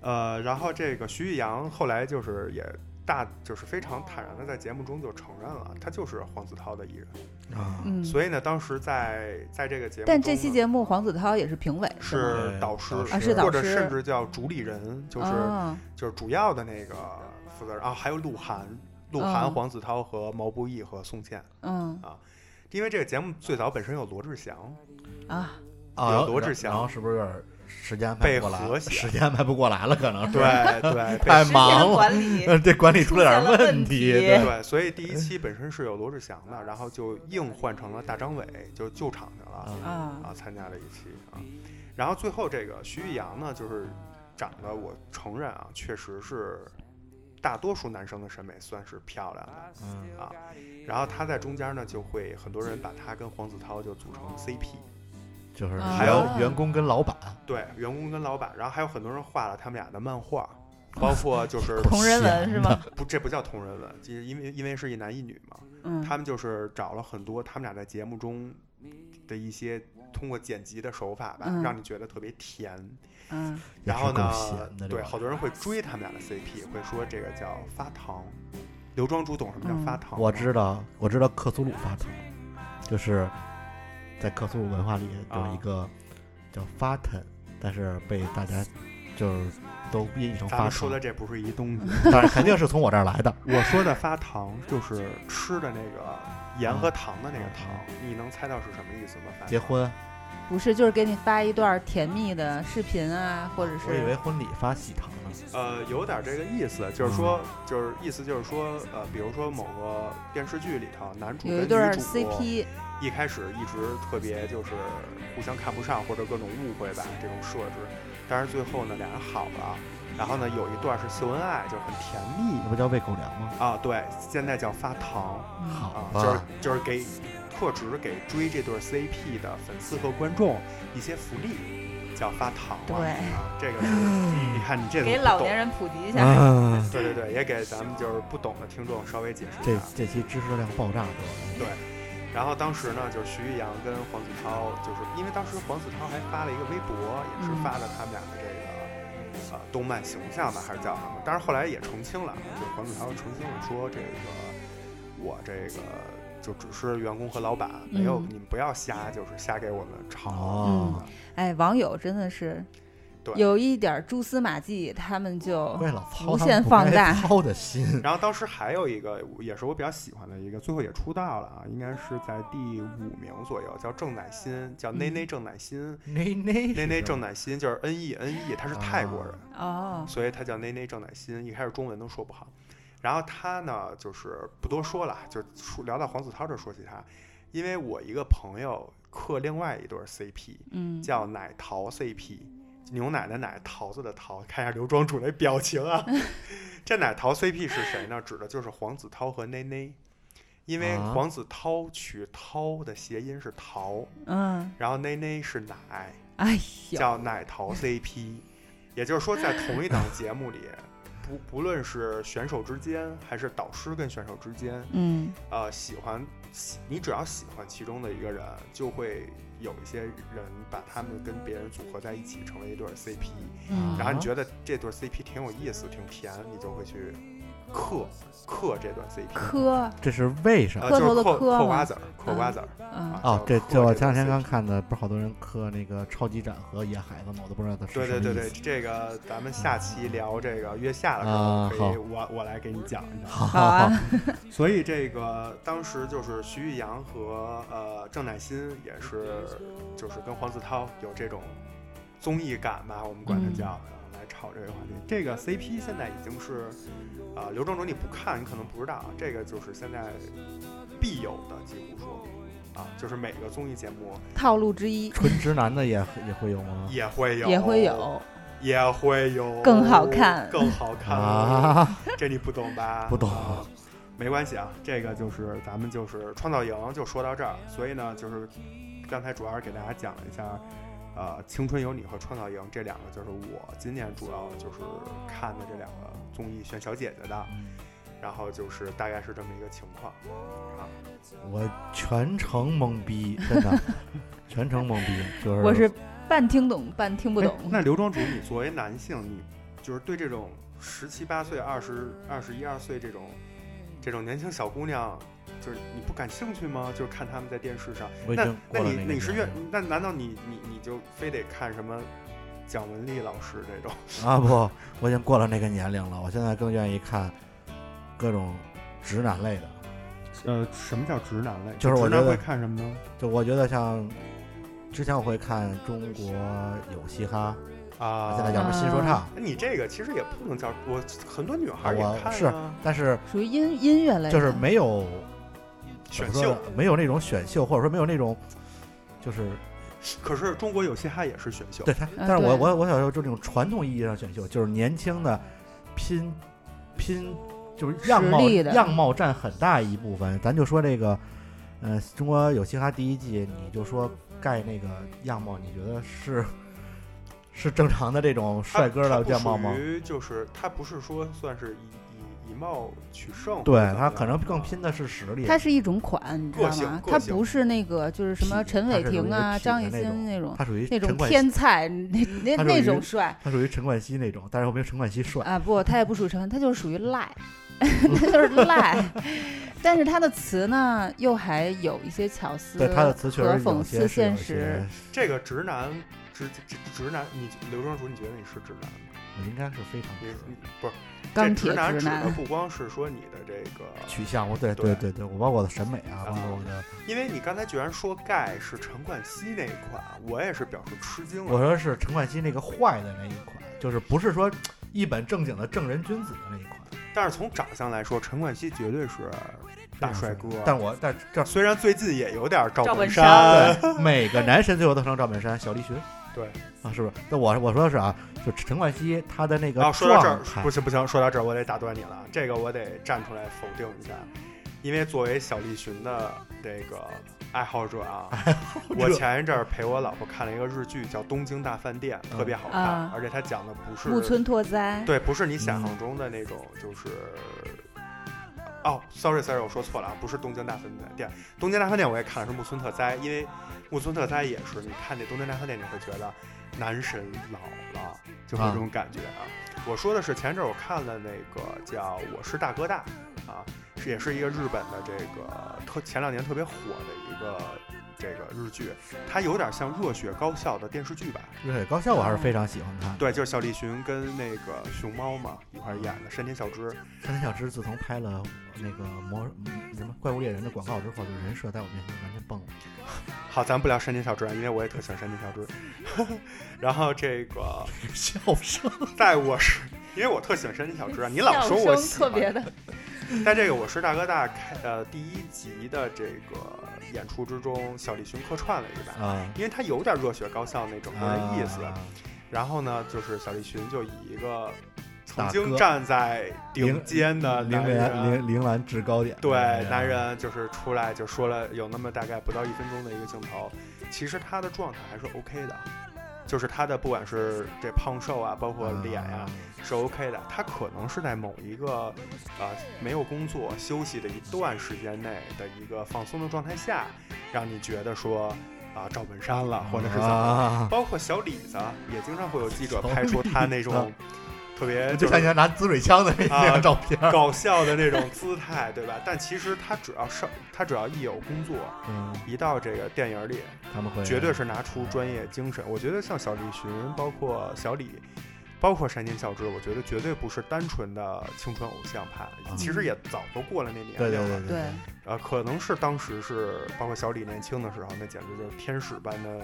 S2: 呃，然后这个徐艺洋后来就是也大，就是非常坦然的在节目中就承认了，他就是黄子韬的艺人。
S1: 啊
S3: 嗯，
S2: 所以呢，当时在在这个节目中呢，
S3: 但这期节目黄子韬也是评委，吗
S2: 是
S1: 对
S2: 导师，
S1: 啊
S3: 是导
S2: 或者
S3: 师
S2: 甚至叫主理人，就是、
S3: 啊
S2: 就是主要的那个负责人啊，还有鹿晗、鹿晗、
S3: 嗯
S2: 黄子韬和毛不易和宋茜。
S3: 嗯
S2: 因为这个节目最早本身有罗志祥，
S3: 啊，
S1: 啊，
S2: 有罗志
S1: 然
S2: 祥
S1: 然后是不是有点时间安排
S2: 被
S1: 不过来
S2: 和
S1: 了？
S2: 谐
S1: 时间安排不过来了，可能是
S2: 对对
S1: 太
S2: 被
S1: 忙了，
S3: 管 理
S1: 呃这管理出了点
S3: 出现了
S1: 问
S3: 问
S1: 题。
S3: 题
S1: 对，
S2: 对，所以第一期本身是有罗志祥的，然后就硬换成了大张伟，就救场去了
S1: 啊
S3: 啊，
S2: 啊，参加了一期啊。然后最后这个徐艺洋呢，就是长得我承认啊，确实是大多数男生的审美算是漂亮的，
S1: 嗯
S2: 啊，然后他在中间呢，就会很多人把他跟黄子韬就组成 CP，
S1: 就是
S3: 啊
S1: 还有员工跟老板，
S2: 对，员工跟老板，然后还有很多人画了他们俩的漫画，包 括就是
S3: 同人文 是吗？
S2: 不，这不叫同人文，就是因为因为是一男一女嘛，
S3: 嗯，
S2: 他们就是找了很多他们俩在节目中的一些通过剪辑的手法吧，
S3: 嗯
S2: 让你觉得特别甜。
S3: 嗯
S1: 也
S2: 然后
S1: 是够
S2: 呢
S1: 闲的，这
S2: 对，
S1: 个
S2: 好多人会追他们俩的 CP，会说这个叫发糖。刘庄主懂什么叫
S3: 嗯
S2: 发糖吗？
S1: 我知道，我知道克苏鲁发糖，就是在克苏鲁文化里
S2: 啊
S1: 有一个叫发腾，但是被大家就是都音译成
S2: 咱
S1: 发
S2: 们说的
S1: 糖，嗯
S2: 这不是一东西。
S1: 但是肯定是从我这儿来的。
S2: 我说的发糖就是吃的那个盐
S1: 嗯
S2: 和糖的那个糖，你能猜到是什么意思吗？发糖
S1: 结？婚，
S3: 不是，就是给你发一段甜蜜的视频啊，或者
S1: 我以为
S3: 是
S1: 婚礼发喜糖呢。
S2: 呃，有点这个意思，就是说，就是意思就是说，呃，比如说某个电视剧里头，男主跟
S3: 有一
S2: 女
S3: 段
S2: 主
S3: CP，
S2: 一开始一直特别就是互相看不上或者各种误会吧，这种设置，但是最后呢，俩人好了，然后呢，有一段是秀恩爱，就是很甜蜜
S1: 那不叫喂狗粮吗？
S2: 啊，对，现在叫发糖，
S3: 嗯
S1: 好
S2: 啊，就是
S1: 吧，
S2: 就是给特指给追这对 CP 的粉丝和观众一些福利，叫发糖、啊。
S3: 对
S2: 啊，这个是你看你这
S3: 给
S2: 都不
S3: 老
S2: 懂
S3: 年。人普及一下。
S1: 啊，
S2: 对对对，也给咱们就是不懂的听众稍微解释一
S1: 这
S2: 下。
S1: 这期知识量爆炸多。
S2: 对然后当时呢，就是徐艺洋跟黄子韬，就是因为当时黄子韬还发了一个微博，也是
S3: 嗯
S2: 发了他们俩的这个呃动漫形象吧，还是叫什么？当然后来也澄清了，就是黄子韬澄清了说这个我这个就只是员工和老板，没有、
S3: 嗯
S2: 你们不要瞎，就是瞎给我们炒。
S1: 哦，
S3: 哎，网友真的是
S2: 对
S3: 有一点蛛丝马迹，他们就
S1: 为了操
S3: 无
S1: 他
S3: 限
S1: 们不
S3: 放
S1: 该
S3: 大
S1: 操的心，
S2: 然后当时还有一个也是我比较喜欢的一个，最后也出道了啊，应该是在第五名左右，叫郑乃馨，叫
S3: 嗯
S2: 内内郑乃馨。
S1: 那那
S2: 内内郑乃馨就是 N E N E，他是泰国人，
S3: 哦，
S2: 所以他叫内内郑乃馨，一开始中文都说不好。然后他呢，就是不多说了，就说聊到黄子韬这儿说起他，因为我一个朋友克另外一对儿 CP
S3: 嗯，
S2: 叫奶桃 CP，牛奶的奶，桃子的桃，看一下刘庄主那表情啊。这奶桃 CP 是谁呢？指的就是黄子韬和内内。因为
S1: 啊
S2: 黄子韬取“韬”的谐音是“桃
S3: 嗯”，，
S2: 然后“奶奶”是“奶
S3: 哎”，呦，
S2: 叫“奶桃 CP”。也就是说，在同一档节目里，不不论是选手之间，还是导师跟选手之间，
S3: 嗯，
S2: 呃，喜欢喜你只要喜欢其中的一个人，就会有一些人把他们跟别人组合在一起，成为一对儿 CP。
S1: 啊
S3: 嗯
S2: 然后你觉得这对儿 CP 挺有意思、挺甜，你就会去嗑嗑这段 CP。
S3: 磕，
S1: 这是为什么？
S2: 呃，
S3: 磕
S2: 就
S3: 头
S2: 是
S3: 的
S2: 嗑
S3: 磕
S2: 嗑
S3: 吗
S2: 瓜子儿，嗑瓜子儿
S3: 嗯
S2: 啊。
S1: 哦，
S2: 这
S1: 这就我
S2: 我
S1: 前两天刚看的，不是好多人磕那个超级展和野孩子吗？我都不知道它是什么
S2: 对对对对，
S1: 意思
S2: 这个咱们下期聊这个月下的时
S1: 啊
S2: 候，可以
S1: 好
S2: 我我来给你讲一 下。
S1: 好
S3: 好啊，
S2: 所以这个当时就是徐玉阳和呃郑乃馨也是，就是跟黄子韬有这种综艺感吧，我们管它
S3: 嗯
S2: 叫，然后来炒这个话题。这个 CP 现在已经是，呃，刘正卓你不看你可能不知道，啊，这个就是现在必有的，几乎说啊，就是每个综艺节目
S3: 套路之一
S1: 纯直男的也也会有吗？
S2: 也会有，
S3: 也会，有，
S2: 也会有
S3: 更好看
S2: 更好看
S1: 啊，
S2: 这你不懂吧？
S1: 不懂
S2: 啊没关系啊，这个就是咱们就是创造营就说到这儿，所以呢，就是刚才主要是给大家讲了一下，呃，青春有你和创造营这两个就是我今年主要就是看的这两个综艺选小姐姐的，然后就是大概是这么一个情况。
S1: 我全程懵逼，真的，全程懵逼，就是
S3: 我是半听懂半听不懂
S2: 哎。那刘庄主，你作为男性，你就是对这种十七八岁、二十二十一二岁这种这种年轻小姑娘，就是你不感兴趣吗？就是看他们在电视上，
S1: 我已
S2: 那
S1: 经
S2: 那
S1: 过了
S2: 你
S1: 个
S2: 你是
S1: 年
S2: 越
S1: 龄
S2: 那难道你你你就非得看什么蒋雯丽老师这种？
S1: 啊不，我已经过了那个年龄了，我现在更愿意看各种直男类的，
S2: 呃，什么叫直男类？
S1: 就是我
S2: 直
S1: 觉
S2: 男
S1: 得
S2: 会看什么呢？
S1: 就我觉得像之前我会看中国有嘻哈，
S2: 啊
S1: 现在叫什么新说
S3: 嗯
S1: 唱，
S2: 你这个其实也不能叫我，很多女孩儿也
S1: 我
S2: 看
S1: 是
S2: 啊，
S1: 但是
S3: 属于音音乐类的，
S1: 就是没有怎
S2: 选
S1: 么说
S2: 秀
S1: 呢。没有那种选秀，或者说没有那种就是
S2: 呃可是中国有嘻哈也是选秀，
S1: 对他，但是
S3: 呃对
S1: 我我我小时候就那种传统意义上选秀，就是年轻的拼拼，就是样貌
S3: 实力的
S1: 样貌占很大一部分。咱就说这个，呃，中国有嘻哈第一季，你就说盖那个样貌，你觉得是是正常的这种
S2: 它
S1: 帅哥
S2: 它
S1: 的
S2: 不
S1: 样貌
S2: 属
S1: 吗？
S2: 于就是他不是说算是以以以貌取胜，
S1: 对
S2: 或者怎么啊
S1: 他
S2: 样
S1: 可能更拼的是实力，
S3: 它是一种款，你知
S2: 个
S3: 道
S2: 性
S3: 吗？
S2: 个
S3: 它
S2: 性
S3: 不是那个就是什么
S1: 痞
S3: 陈伟
S1: 它是有一
S3: 霆
S1: 个
S3: 啊、
S1: 痞
S3: 张
S1: 的
S3: 艺
S1: 那种
S3: 兴那种
S1: 他属于
S3: 那
S1: 陈
S3: 种
S1: 冠希，
S3: 天才，那那
S1: 它
S3: 那
S1: 属于
S3: 种帅
S1: 他属于陈冠希那种，但是我没有陈冠希帅。
S3: 啊！不，他也不属于陈，他就是属于赖， 他就是赖。 但是他的词呢，又还有一些巧思
S1: 对他的词确
S3: 和
S1: 实有
S3: 讽
S1: 些是有
S3: 刺现
S1: 一
S3: 实
S1: 些。，
S2: 这个直男直直直男，你刘庄主，你觉得你是直男吗？
S1: 应该是非常
S2: 你你不是
S3: 钢
S2: 这
S3: 铁
S2: 直男
S3: 直
S2: 指的
S3: 男。
S2: 不光是说你的这个，
S1: 取向，我对
S2: 对
S1: 对对，我包括我的审美啊，
S2: 啊
S1: 包括我的，
S2: 因为你刚才居然说盖是陈冠希那一款，我也是表示吃惊
S1: 我
S2: 了。
S1: 说是陈冠希那个坏的那一款，就是不是说一本正经的正人君子的那一款
S2: 但是从长相来说，陈冠希绝对是大帅哥。
S1: 但我但这
S2: 虽然最近也有点赵
S3: 赵本
S2: 本山，
S1: 对每个男神最后都成赵本山、小栗旬，
S2: 啊对
S1: 啊，是不是？那我我说的是啊，就陈冠希他的那个
S2: 然后哦说到这儿
S1: 状，态
S2: 不行不行，说到这儿我得打断你了，这个我得站出来否定一下，因为作为小栗旬的这个爱好者啊，我前一阵儿陪我老婆看了一个日剧叫《东京大饭店》，特别好看，
S3: 啊
S2: 而且它讲的不
S3: 木
S2: 是
S3: 村拓哉，
S2: 对，不是你想象中的那种，就是。哦，sorry sorry，我说错了啊，不是东京大饭店。东京大饭店我也看了，是木村拓哉，因为木村拓哉也是，你看那东京大饭店，你会觉得男神老了，就会有这种感觉啊。我说的是前一阵儿我看了那个叫《我是大哥大》啊，是也是一个日本的这个特前两年特别火的一个这个日剧，它有点像《热血高校》的电视剧版，
S1: 对高校我
S2: 啊
S1: 还是非常喜欢看的。
S2: 对，就是小栗旬跟那个熊猫嘛一块儿演的，山田孝之。
S1: 山田小之自从拍了那个魔嗯什么怪物猎人的广告之后，就人设在我面前完全崩了。
S2: 好，咱不聊山田孝之啊，因为我也特喜欢山田孝之。 然后这个
S1: 笑声，
S2: 在我是，因为我特喜欢山田孝之啊，你 老说我喜
S3: 特
S2: 欢，
S3: 别的，
S2: 在这个《我是大哥大》开呃第一集的这个演出之中，小栗旬客串了一把，
S1: 啊，
S2: 因为他有点热血高校那种有点意思。
S1: 啊
S2: 然后呢，就是小栗旬就以一个
S1: 大
S2: 曾
S1: 哥
S2: 经站在顶
S1: 凌
S2: 尖的
S1: 铃兰
S2: 男人，
S1: 铃铃兰制高点，
S2: 对
S1: 哎呀
S2: 男人就是出来就说了有那么大概不到一分钟的一个镜头，其实他的状态还是 OK 的，就是他的不管是这胖瘦啊，包括脸呀、是 OK 的。他可能是在某一个呃没有工作、休息的一段时间内的一个放松的状态下，让你觉得说啊、赵本山了，或者是怎么了。
S1: 啊，
S2: 包括小李子也经常会有记者拍出他那种特别
S1: 啊就
S2: 就
S1: 像
S2: 是啊
S1: 你拿滋水枪的那那张照片，
S2: 搞笑的那种姿态，对吧？但其实他只要呃上，他只要一有工作，
S1: 嗯，
S2: 一到这个电影里，
S1: 他们会
S2: 绝对是拿出专业精神。我觉得像小栗旬，包括小李，包括山田孝之，我觉得绝对不是单纯的青春偶像派，其实也早都过了那年龄
S1: 嗯对
S2: 了。
S1: 对对
S3: 对，
S2: 呃，可能是当时是包括小李年轻的时候，那简直就是天使般的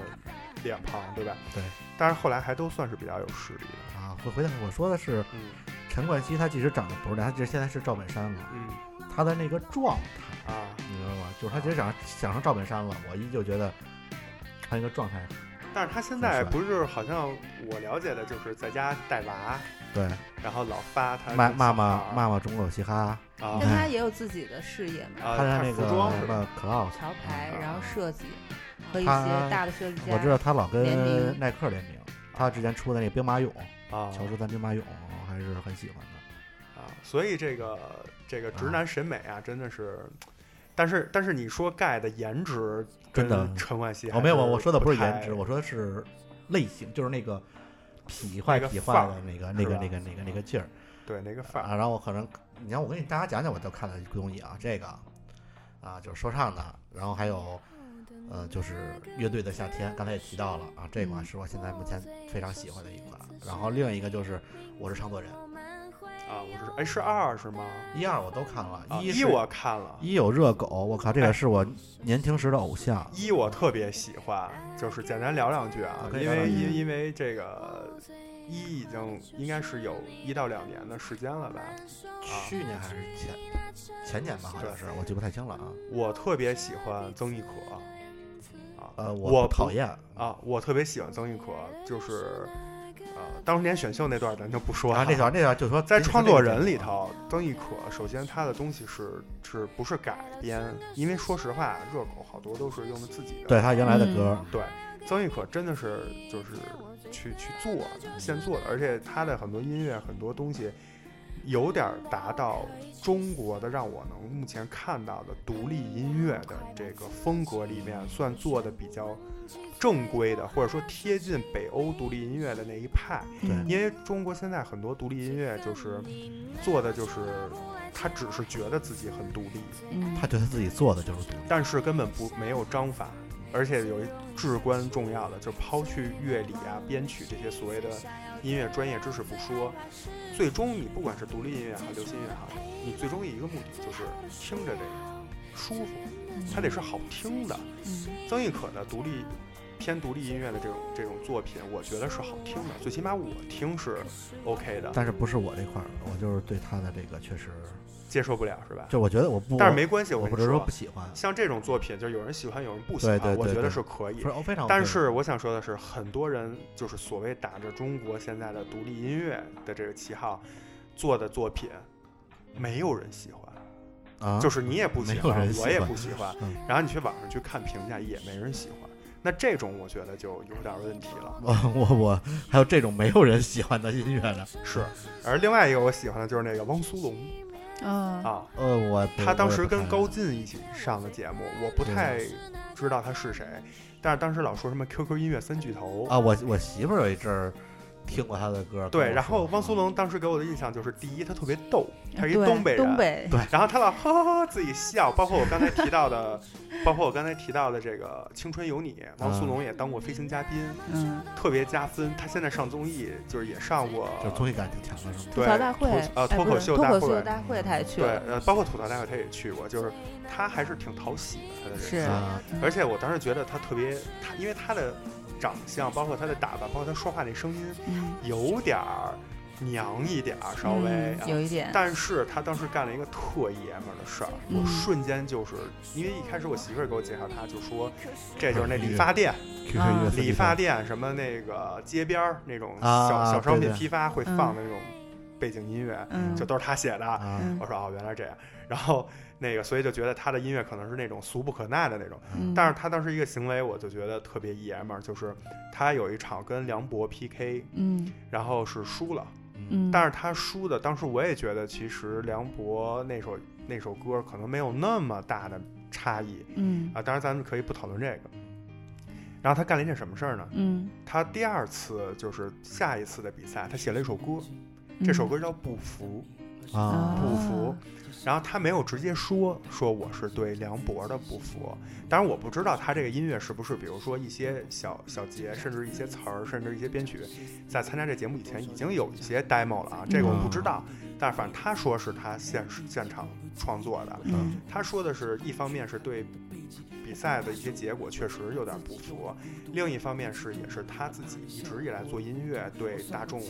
S2: 脸庞，对吧？
S1: 对。
S2: 但是后来还都算是比较有实力的。
S1: 啊，回回答我说的是
S2: 嗯
S1: 陈冠希，他其实长得不是那，他其实现在是赵本山了，
S2: 嗯
S1: 他的那个状态，
S2: 啊，
S1: 你知道吗？就是他其实想想成赵本山了，我依旧觉得他那个状态，
S2: 但是他现在
S1: 很帅
S2: 不是好像我了解的就是在家带娃，
S1: 对，
S2: 然后老发他
S1: 骂
S2: 的
S1: 骂
S2: 小孩
S1: 骂
S2: 儿
S1: 骂骂中国有嘻哈，
S2: 啊
S3: 但他也有自己的事业嘛，
S2: 啊，
S1: 他的
S2: 看
S1: 那
S2: 服
S1: 个
S2: 装是
S1: 什
S2: 吧？
S1: 么 Cloud，
S3: 潮牌，
S2: 嗯
S3: 然后设计和一
S1: 他
S3: 些大的设计家，
S1: 我知道他老
S3: 联
S1: 跟
S3: 名
S1: 耐克联名，他之前出的那兵马俑，
S2: 啊，
S1: 乔治三兵马俑，我还是很喜欢的。
S2: 啊，所以这个这个直男审美啊，真的是，但是但是你说盖的颜值
S1: 真的
S2: 跟陈冠希还
S1: 哦，没有，我我说的不是
S2: 太
S1: 颜值，我说的是类型，就是那个痞坏
S2: 那个
S1: 痞
S2: 范
S1: 坏
S2: 儿
S1: 的那个那个
S2: 是吧
S1: 那个那个那个劲儿
S2: 对那个范儿
S1: 啊。然后我可能，你让我给你大家讲讲我都看的东西啊，这个啊就是说唱的，然后还有。呃，就是乐队的夏天，刚才也提到了啊，这款
S7: 嗯
S1: 是我现在目前非常喜欢的一款。然后另一个就是我是唱作人，
S2: 啊，我是哎是二是吗？
S1: 一二我都看了，
S2: 啊
S1: 一是
S2: 我看了，
S1: 一有热狗，我靠，这
S2: 哎
S1: 个是我年轻时的偶像。
S2: 一我特别喜欢，就是简单聊两句啊，
S1: 可以
S2: 因
S1: 聊
S2: 为
S1: 两句
S2: 因因为这个一已经应该是有一到两年的时间了吧。
S1: 去年还是前前年吧，好像是，我记不太清了啊。
S2: 我特别喜欢曾轶可，啊，
S1: 呃，
S2: 我
S1: 我
S2: 不
S1: 讨厌，
S2: 啊，我特别喜欢曾轶可，就是呃，当年选秀那段咱就不说
S1: 然后
S2: 了。
S1: 啊那条那啊条就说
S2: 在创作人里，
S1: 就说
S2: 头，曾轶可首先她的东西是是不是改编？因为说实话，热狗好多都是用的自己的。
S1: 这个对他原来的歌，
S2: 对，曾轶可真的是就是去去做的，现做的，而且她的很多音乐很多东西有点儿达到中国的让我能目前看到的独立音乐的这个风格里面，算做的比较正规的，或者说贴近北欧独立音乐的那一派。
S3: 嗯
S1: 对
S2: 因为中国现在很多独立音乐就是做的就是，他只是觉得自己很独立，
S3: 嗯，
S1: 他觉得自己做的就是独立。
S2: 但是根本不没有章法，而且有一至关重要的，就是抛去乐理啊、编曲这些所谓的音乐专业知识不说，最终你不管是独立音乐还是流行音乐也好，你最终一个目的就是听着这个舒服，它得是好听的。
S3: 嗯
S2: 曾轶可的独立偏独立音乐的这种这种作品，我觉得是好听的，最起码我听是 OK 的，
S1: 但是不是我这块儿，我就是对他的这个确实，
S2: 接受不了是吧？
S1: 就我觉得我不，
S2: 但是没关系，
S1: 我
S2: 我
S1: 不
S2: 跟
S1: 是
S2: 你
S1: 说
S2: 说
S1: 不，喜欢，
S2: 像这种作品，就有人喜欢，有人不喜
S1: 对
S2: 欢，
S1: 对
S2: 我
S1: 对
S2: 觉得
S1: 对
S2: 是可以
S1: 不。是我非常。
S2: 但是我想说的是，很多人就是所谓打着中国现在的独立音乐的这个旗号做的作品，没有人喜欢，
S1: 啊，
S2: 就是你也不喜
S1: 没有
S2: 欢
S1: 人，喜
S2: 我
S1: 欢
S2: 也不喜欢
S1: 嗯，
S2: 然后你去网上去看评价，也没人喜欢。那这种我觉得就有点问题了。
S1: 嗯我我我还有这种没有人喜欢的音乐呢。
S2: 是，而另外一个我喜欢的就是那个汪苏泷
S3: 嗯，
S2: 啊，
S1: 呃，我不
S2: 他当时
S1: 我也
S2: 跟
S1: 不
S2: 高
S1: 太
S2: 进一起上的节目，我不太知道他是谁，但是当时老说什么 QQ 音乐三巨头
S1: 啊，我我媳妇儿有一阵儿听过他的歌，啊跟我
S2: 对，
S1: 说
S2: 然后汪苏泷当时给我的印象就是，第一，他特别逗，他是一
S3: 啊对
S2: 东北人，
S3: 东北
S2: 然后他老哈哈哈自己笑，包括我刚才提到的，包括我刚才提到的这个《青春有你》，汪苏
S1: 嗯
S2: 泷也当过飞行嘉宾，
S3: 嗯，
S2: 特别加分。他现在上综艺就是也上过，
S1: 就综艺感挺强的是吗？
S3: 吐
S2: 对
S3: 槽大会
S2: 吐呃
S3: 哎
S2: 脱
S3: 不
S2: 口
S3: 是
S2: 秀
S3: 脱
S2: 大
S3: 口
S2: 会
S3: 秀大会他也去
S2: 对，
S3: 了，
S2: 呃，包括吐槽大会他也去过，就是他还是挺讨喜的，他的人
S3: 是
S2: 设
S1: 啊，
S2: 而且我当时觉得他特别，他因为他的长相，包括他的打扮，包括他说话那声音，
S3: 嗯，
S2: 有点儿娘一点儿，稍微、
S3: 嗯
S2: 啊
S3: 有一点，
S2: 但是他当时干了一个特爷们儿的事儿，我
S3: 嗯
S2: 瞬间就是因为一开始我媳妇儿给我介绍他，就说这就是那理发店，
S1: 嗯
S3: 啊
S1: QQ 乐
S2: 理发店什么那个街边儿那种小、
S1: 啊
S2: 小商
S1: 对
S2: 品
S1: 对
S2: 批发会放的那种背景音乐，
S3: 嗯
S2: 就都是他写的。
S1: 啊
S3: 嗯
S2: 我说哦，原来这样。然后那个，所以就觉得他的音乐可能是那种俗不可耐的那种。
S3: 嗯
S2: 但是他当时一个行为，我就觉得特别爷们儿，就是他有一场跟梁博 PK，
S3: 嗯
S2: 然后是输了。
S3: 嗯，
S2: 但是他输的，当时我也觉得，其实梁博那首那首歌可能没有那么大的差异
S3: 嗯
S2: 啊。当然，咱们可以不讨论这个。然后他干了一件什么事儿呢？
S3: 嗯，
S2: 他第二次就是下一次的比赛，他写了一首歌，这
S3: 嗯
S2: 首歌叫《不服
S1: 啊
S2: 不
S3: 啊
S2: 服》。然后他没有直接说说我是对梁博的不服，当然我不知道他这个音乐是不是，比如说一些小小节，甚至一些词儿，甚至一些编曲，在参加这节目以前已经有一些 demo 了啊，这个我不知道。但是反正他说是他现实现场创作的，
S3: 嗯
S2: 他说的是一方面是对比赛的一些结果确实有点不服，另一方面是也是他自己一直以来做音乐对大众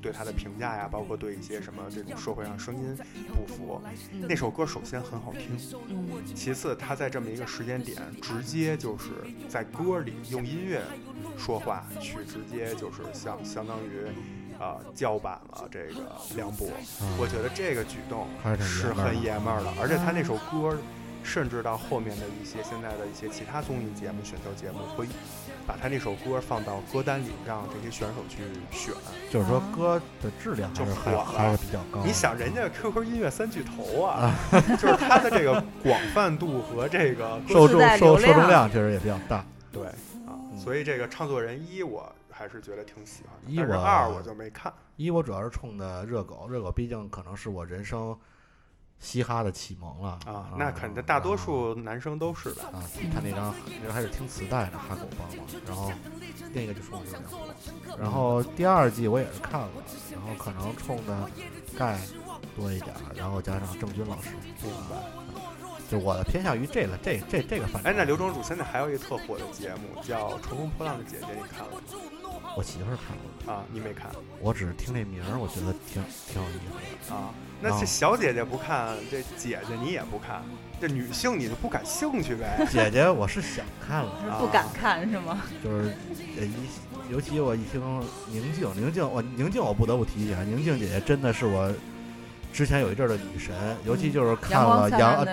S2: 对他的评价呀，包括对一些什么这种社会上声音不服。那首歌首先很好听，
S3: 嗯
S2: 其次他在这么一个时间点直接就是在歌里用音乐说话去直接就是相相当于。啊、叫板了这个梁博，我觉得这个举动
S1: 还是挺
S2: 是
S1: 爷们儿的
S2: 很爷们儿的，而且他那首歌，甚至到后面的一些现在的一些其他综艺节目、选秀节目，会把他那首歌放到歌单里，让这些选手去选。
S1: 就是说歌的质量还是
S2: 就
S1: 还
S2: 火了
S1: 还是比较高的。
S2: 你想，人家 QQ 音乐三巨头啊， 就是他的这个广泛度和这个
S1: 受
S3: 自
S1: 众
S3: 带
S1: 受
S3: 流
S1: 受众
S3: 量
S1: 量确实也比较大。
S2: 对啊，所以这个唱作人一我还是觉得挺喜欢的，
S1: 嗯一
S2: 但是
S1: 我啊
S2: 二我就没看。
S1: 一我主要是冲的热狗，热狗毕竟可能是我人生嘻哈的启蒙了
S2: 啊，那肯定大多数男生都是的。
S1: 啊，他那张那还是听磁带的哈狗帮嘛，然后另一个就冲流量火，然后第二季我也是看了，然后可能冲的盖多一点儿，然后加上郑钧老师，
S2: 明白。
S1: 就我偏向于这个这这这个范畴。
S2: 哎，那刘庄主现在还有一个特火的节目叫《乘风破浪的姐姐》，你看了吗？
S1: 我媳妇儿看过，
S2: 啊，你没看
S1: 我只是听这名儿，我觉得挺挺有意思的。
S2: 啊？那
S1: 啊？
S2: 这小姐姐不看，这姐姐你也不看，这女性你就不感兴趣呗
S1: 姐姐，我是想看了，
S3: 不敢看是
S2: 啊
S3: 吗？
S1: 就是呃一，尤其我一听宁静，宁静，我宁静，我不得不提一下，宁静姐姐真的是我之前有一阵儿的女神，尤其就是看了
S3: 嗯阳光
S1: 杨，啊
S3: 灿烂的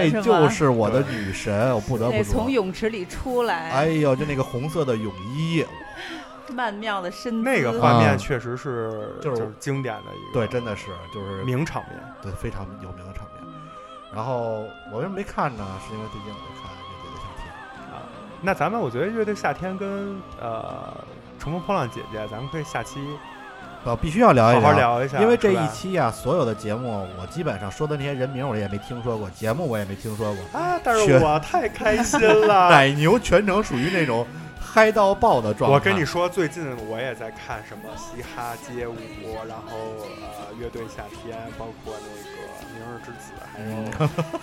S1: 对，
S3: 日子
S1: 那
S3: 是吧
S1: 就是我的女神，我不得不
S3: 得
S1: 说
S3: 从，泳池里出
S1: 哎
S3: 来，
S1: 呦，就那个红色的泳衣，
S3: 曼妙的身姿，
S2: 那个
S1: 话
S2: 画
S1: 啊
S2: 面确实是
S1: 就是
S2: 就是经典的一个
S1: 对，真的是就是
S2: 名场面。
S1: 对非常有名的场面。然后我为什么没看呢？是因为最近我在看《乐队的夏天》。
S2: 啊那咱们我觉得乐队夏天跟呃乘风破浪姐姐，咱们可以下期
S1: 呃，必须要聊一
S2: 好好聊一下，
S1: 因为这
S2: 是吧
S1: 一期啊，所有的节目我基本上说的那些人名我也没听说过，节目我也没听说过。
S2: 啊，但是
S1: 选
S2: 我太开心了。
S1: 奶牛全程属于那种嗨到爆的状态。
S2: 我跟你说，最近我也在看什么嘻哈街舞，然后呃乐队夏天，包括那个明日之子，还
S1: 嗯
S2: 有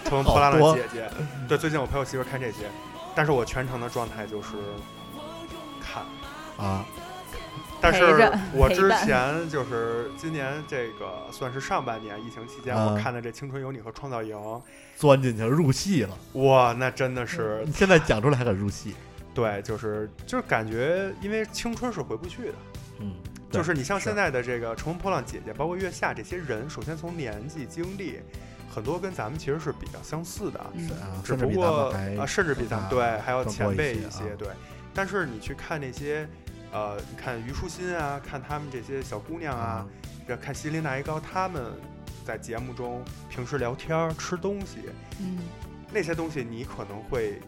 S2: 乘风破浪的姐姐。对，最近我陪我媳妇儿看这些，但是我全程的状态就是看。
S1: 啊，
S2: 但
S3: 陪
S2: 是
S3: 着
S2: 我
S3: 陪
S2: 之
S3: 伴
S2: 前就是今年这个算是上半年疫情期间，
S1: 嗯
S2: 我看的这《青春有你》和《创造营》，
S1: 钻进去入戏了。
S2: 哇，那真的是
S1: 你
S3: 嗯
S1: 现在讲出来还很入戏。
S2: 对，就是就是感觉，因为青春是回不去的，
S1: 嗯，对
S2: 就是你像现在的这个《乘风破浪姐姐》，包括月下这些人，首先从年纪、经历，很多跟咱们其实是比较相似的，
S3: 嗯
S1: 是啊，
S2: 只
S1: 甚至
S2: 不
S1: 比咱
S2: 过
S1: 们
S2: 啊，
S1: 还
S2: 甚至比咱们对还要
S1: 更
S2: 前
S1: 多一
S2: 辈
S1: 些
S2: 一
S1: 啊
S2: 些对。但是你去看那些，呃，你看虞书欣啊，看他们这些小姑娘
S1: 嗯
S2: 啊，，要看西林娜依高他们在节目中平时聊天儿、吃东西
S3: 嗯
S2: 那些东西，你可能会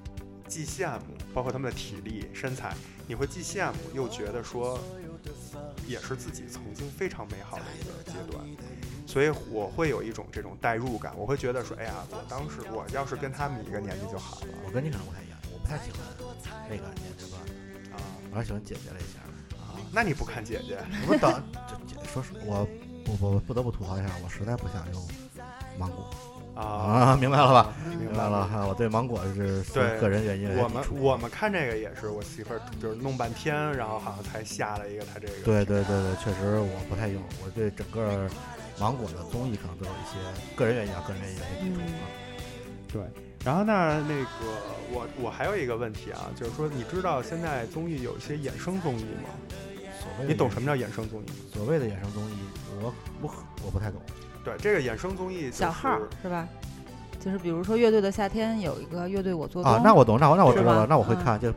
S2: 既羡慕，包括他们的体力、身材，你会既羡慕又觉得说，也是自己曾经非常美好的一个阶段。所以我会有一种这种代入感，我会觉得说，哎呀，我当时我要是跟他们一个年纪就好了。
S1: 我跟你可能不太一样，我不太喜欢那个年龄段，
S2: 啊
S1: 我还喜欢姐姐类型的。
S2: 啊，那你不看姐姐
S1: 我不等，就姐姐说实，我我我不得不吐槽一下，我实在不想用芒果
S2: 啊？
S1: 啊，明白了吧？
S2: 明
S1: 明白了。哈，我对芒果是
S2: 对
S1: 个人原因。
S2: 我们我们看这个也是，我媳妇儿就是弄半天，然后好像才下了一个她这个。
S1: 对对对对，确实我不太用，我对整个芒果的综艺可能都有一些个人原因啊，个人原因的抵触啊。
S2: 然后那那个
S3: 嗯
S2: 我我还有一个问题啊，就是说你知道现在综艺有一些衍生综艺吗？
S1: 所谓的
S2: 你懂什么叫衍生综艺？
S1: 所谓的衍生综艺？我我我不太懂。
S2: 对，这个衍生综艺、就是、
S3: 小号儿是吧？就是比如说乐队的夏天有一个乐队我做嗯
S1: 啊，
S3: 东
S1: 那我懂，那我那我知道
S3: 是
S1: 了
S3: 吧，
S1: 那我会看，就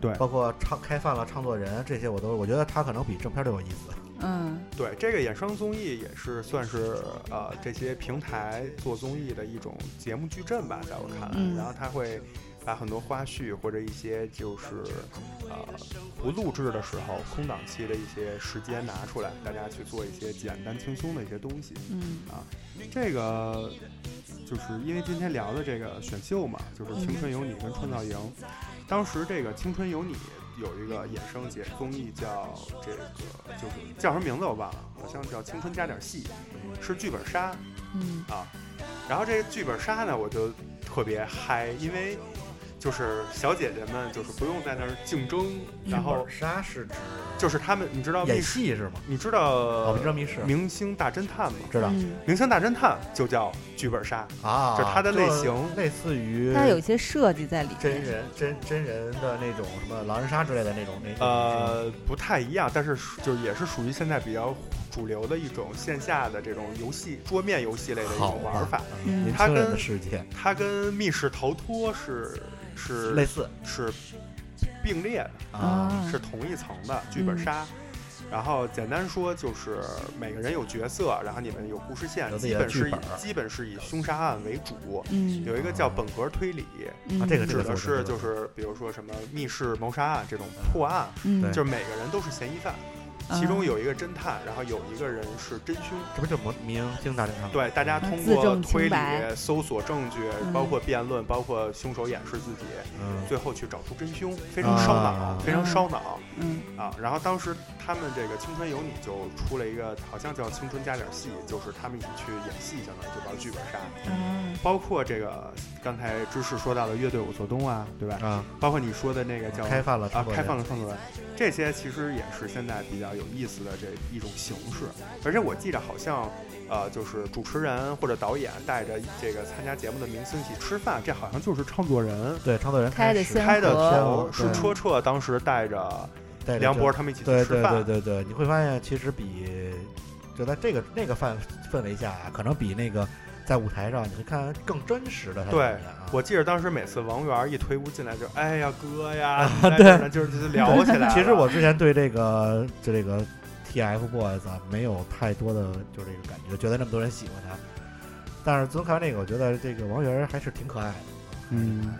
S2: 对
S1: 包括唱开饭了、唱作人这些，我都我觉得他可能比正片儿都有意思。
S3: 嗯
S2: 对，这个衍生综艺也是算是呃这些平台做综艺的一种节目矩阵吧，在我看来，
S3: 嗯
S2: 然后它会把很多花絮或者一些就是呃不录制的时候空档期的一些时间拿出来，大家去做一些简单轻松的一些东西。
S3: 嗯
S2: 这个就是因为今天聊的这个选秀嘛，就是《青春有你》跟《创造营》，当时这个《青春有你》有一个衍生节综艺叫这个就是叫什么名字我忘了，好像叫《青春加点戏》，是剧本杀
S3: 嗯
S2: 啊。然后这个剧本杀呢，我就特别嗨，因为就是小姐姐们就是不用在那儿竞争，然后
S1: 杀是指
S2: 就是他们，你知道密
S1: 演
S2: 室，
S1: 戏是吗？
S2: 你知
S1: 我
S2: 道
S1: 不知道密室，
S2: 明星大侦探吗？
S1: 知道
S3: 嗯，
S2: 明星大侦探就叫剧本杀。
S1: 啊，
S2: 就是它的类型
S1: 就类似于
S3: 它有一些设计在里
S1: 真
S3: 面。
S1: 人真真人的那种什么狼人杀之类的那种那种
S2: 呃，不太一样，但是属就也是属于现在比较主流的一种线下的这种游戏桌面游戏类的一
S1: 好
S2: 种玩法。，
S3: 嗯
S1: 年
S2: 它
S1: 轻人
S2: 跟
S1: 的世界
S2: 它跟密室逃脱是是
S1: 类似
S2: 是并列的，
S1: 啊，
S2: 是同一层的剧
S1: 嗯
S2: 本杀。然后简单说就是每个人有角色，然后你们有故事线
S1: 有，自己
S2: 基
S1: 的
S2: 本
S1: 剧
S2: 是以
S1: 本儿
S2: 基本是以凶杀案为主。
S3: 嗯
S2: 有一个叫本格推理，
S3: 嗯
S1: 啊这个
S2: 指的是
S1: 这个这
S2: 就
S1: 个
S2: 是比如说什么密室谋杀案这种破案，
S3: 嗯
S1: 对
S2: 就是每个人都是嫌疑犯，
S3: 嗯
S2: 其中有一个侦探，然后有一个人是真凶。
S1: 这不就明明星大侦探吗？
S2: 对，大家通
S3: 嗯自
S2: 过
S3: 证清
S2: 推理
S3: 白、
S2: 搜索证据，
S3: 嗯
S2: 包括辩论，包括凶手掩饰自己，
S1: 嗯，
S2: 最后去找出真凶，非常烧脑
S1: 啊，
S2: 非常烧脑
S3: 嗯
S2: 啊！然后当时他们这个《青春有你》就出了一个，好像叫《青春加点戏》，就是他们一起去演戏，相当于就玩剧本杀，
S3: 啊
S2: 包括这个刚才芝士说到的乐队我做东啊，对吧？
S1: 啊，
S2: 包括你说的那个叫
S1: 开饭了，
S2: 啊
S1: 创，作
S2: 开
S1: 人
S2: 放的创作人，这些其实也是现在比较有意思的这一种形式。而且我记得好像，呃，就是主持人或者导演带着这个参加节目的明星一起吃饭，这好像就是创作人
S1: 对创作人
S3: 开的
S1: 始
S3: 先
S2: 开的
S3: 和
S2: 头是
S1: 对
S2: 车澈当时带着
S1: 带着
S2: 梁
S1: 这
S2: 博他们一起去
S1: 对
S2: 吃
S1: 对
S2: 饭
S1: 对，对对，你会发现其实比就在这个那个范氛围下啊，可能比那个在舞台上你会看更真实的他
S2: 对
S1: 的表演啊。
S2: 我记得当时每次王源一推屋进来就，哎呀哥呀，你在这儿呢就是就是聊起来了。
S1: 啊 其实我之前对这个就这个 TFBOYS 啊没有太多的就这个感觉，觉得那么多人喜欢他。但是自从看完这个，我觉得这个王源还是挺可爱的。
S2: 嗯，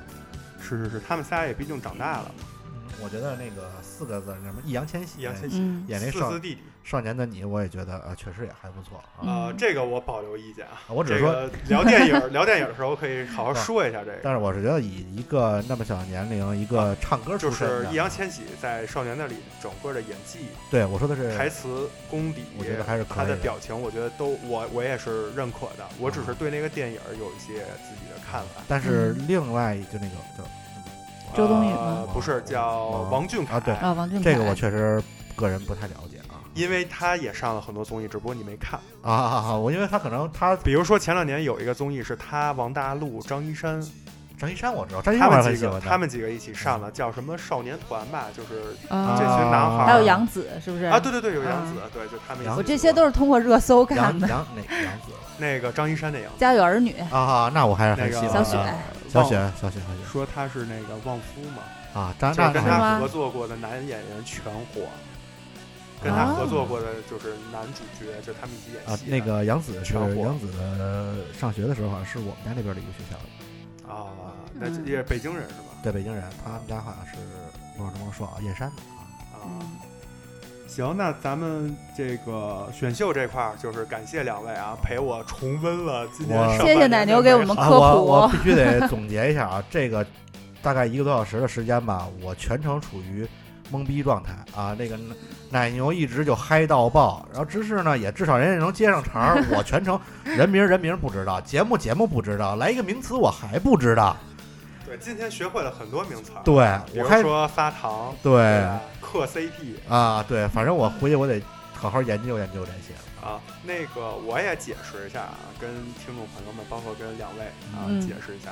S2: 是是是，他们仨也毕竟长大了，
S1: 嗯我觉得那个四个字儿什么易烊千玺，
S2: 易烊千玺
S3: 嗯
S1: 演那
S2: 四
S1: 少
S2: 字弟弟。
S1: 少年的你，我也觉得啊，确实也还不错啊。
S2: 啊，
S3: 嗯
S2: 这个我保留意见啊。
S1: 我只
S2: 这
S1: 是说
S2: 个聊电影，聊电影的时候可以好好说一下这个。
S1: 但是我是觉得以一个那么小的年龄，一个唱歌
S2: 啊就
S1: 出身的
S2: 是易烊千玺在《少年那里》整个的演技、
S1: 对我说的是
S2: 台词功底，
S1: 我觉得还是可以嗯
S2: 他的表情，我觉得都我我也是认可的。我只是对那个电影有一些自己的看法。
S1: 但是另外就那个就
S3: 周冬雨
S2: 呃
S3: 吗
S2: 不是叫
S1: 王
S2: 王俊凯
S1: 啊对
S3: 啊，王俊凯
S1: 这个我确实个人不太了解啊
S2: 因为他也上了很多综艺，只不过你没看。
S1: 啊啊啊！我因为他可能他
S2: 比如说前两年有一个综艺是他、王大陆、张一山
S1: 张一山我知道，张一
S2: 他
S1: 哎山我还
S2: 们
S1: 很
S2: 几
S1: 喜
S2: 个
S1: 欢嗯
S2: 他们几个一起上了，叫什么少年团吧，就是
S3: 啊
S2: 这群男孩儿
S3: 还有杨紫是不是
S2: 啊，对对对，有杨紫，对，就他们一起
S3: 嗯我这些都是通过热搜看
S1: 杨
S3: 的，《
S1: 杨哪个杨子
S2: 那个张一山那样，
S3: 家有儿女》
S1: 啊？那我还是
S2: 那
S1: 很喜
S2: 个
S1: 欢
S3: 小
S1: 的啊
S3: 雪
S1: 小
S2: 忘
S1: 雪小雪小雪
S2: 说他是那个旺夫嘛，
S1: 啊！张
S2: 就是跟
S1: 那
S2: 他
S3: 吗
S2: 合作过的男演员全火，跟他合作过的就是男主角，就他们一起演
S1: 啊
S2: 戏，的
S1: 那个杨子是
S2: 全火
S1: 杨子的上学的时候，好像是我们家那边的一个学校的，
S2: 啊，那这也是北京人是吧？
S1: 对北京人，他们家好像是不知道能不能说啊，燕山的啊。
S2: 啊。
S3: 嗯
S2: 行，那咱们这个选秀这块儿，就是感谢两位啊，陪我重温了今年
S1: 我
S2: 上半
S3: 谢谢
S2: 年的
S3: 奶牛给
S2: 美
S3: 我们
S2: 好
S1: 啊，
S3: 科
S1: 我
S3: 普哦
S1: 我必须得总结一下啊，这个大概一个多小时的时间吧，我全程处于懵逼状态啊。那个奶奶牛一直就嗨到爆，然后芝士呢也至少人家能接上茬儿，我全程人名人名不知道，节目节目不知道，来一个名词我还不知道。
S2: 对，今天学会了很多名词儿，
S1: 对
S2: 啊比
S1: 我
S2: 如
S1: 开
S2: 说发糖，
S1: 对
S2: 吧嗑 CP，
S1: 啊对，反正我回去我得好好研究研究这些。
S2: 啊，那个我也解释一下啊，跟听众朋友们，包括跟两位啊、
S3: 嗯
S2: 解释一下，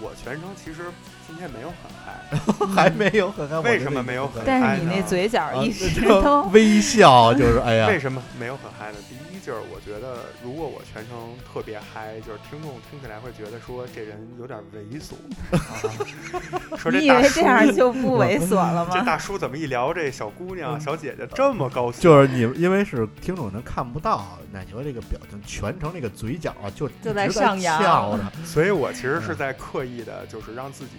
S2: 我全程其实今天没有很嗨，
S3: 嗯
S1: 还没有很嗨，我
S2: 为
S1: 觉
S2: 什
S1: 得
S2: 么
S1: 已
S2: 没
S1: 经
S2: 有
S1: 很
S2: 很
S1: 嗨
S3: 但
S2: 嗨
S3: 是你
S2: 呢
S3: 那嘴角
S1: 啊
S3: 一
S1: 这
S3: 直
S1: 这
S3: 都
S1: 微笑，就是哎呀
S2: 为，什么没有很嗨呢？第一就是我觉得，如果我全程特别嗨，就是听众听起来会觉得说这人有点猥琐， 啊、说
S3: 你
S2: 这
S3: 以
S2: 大
S3: 为
S2: 叔
S3: 这样就不猥琐 了
S2: 这
S3: 吗？嗯
S2: 大叔怎么一聊这小姑娘小姐姐这么高兴？
S1: 就是你因为是听众能看不到奶牛这个表情，全程这个嘴角啊就
S3: 就
S1: 一
S3: 在
S1: 直
S3: 上扬
S1: 翘着，
S2: 所以我其实是在刻意的，就是让自己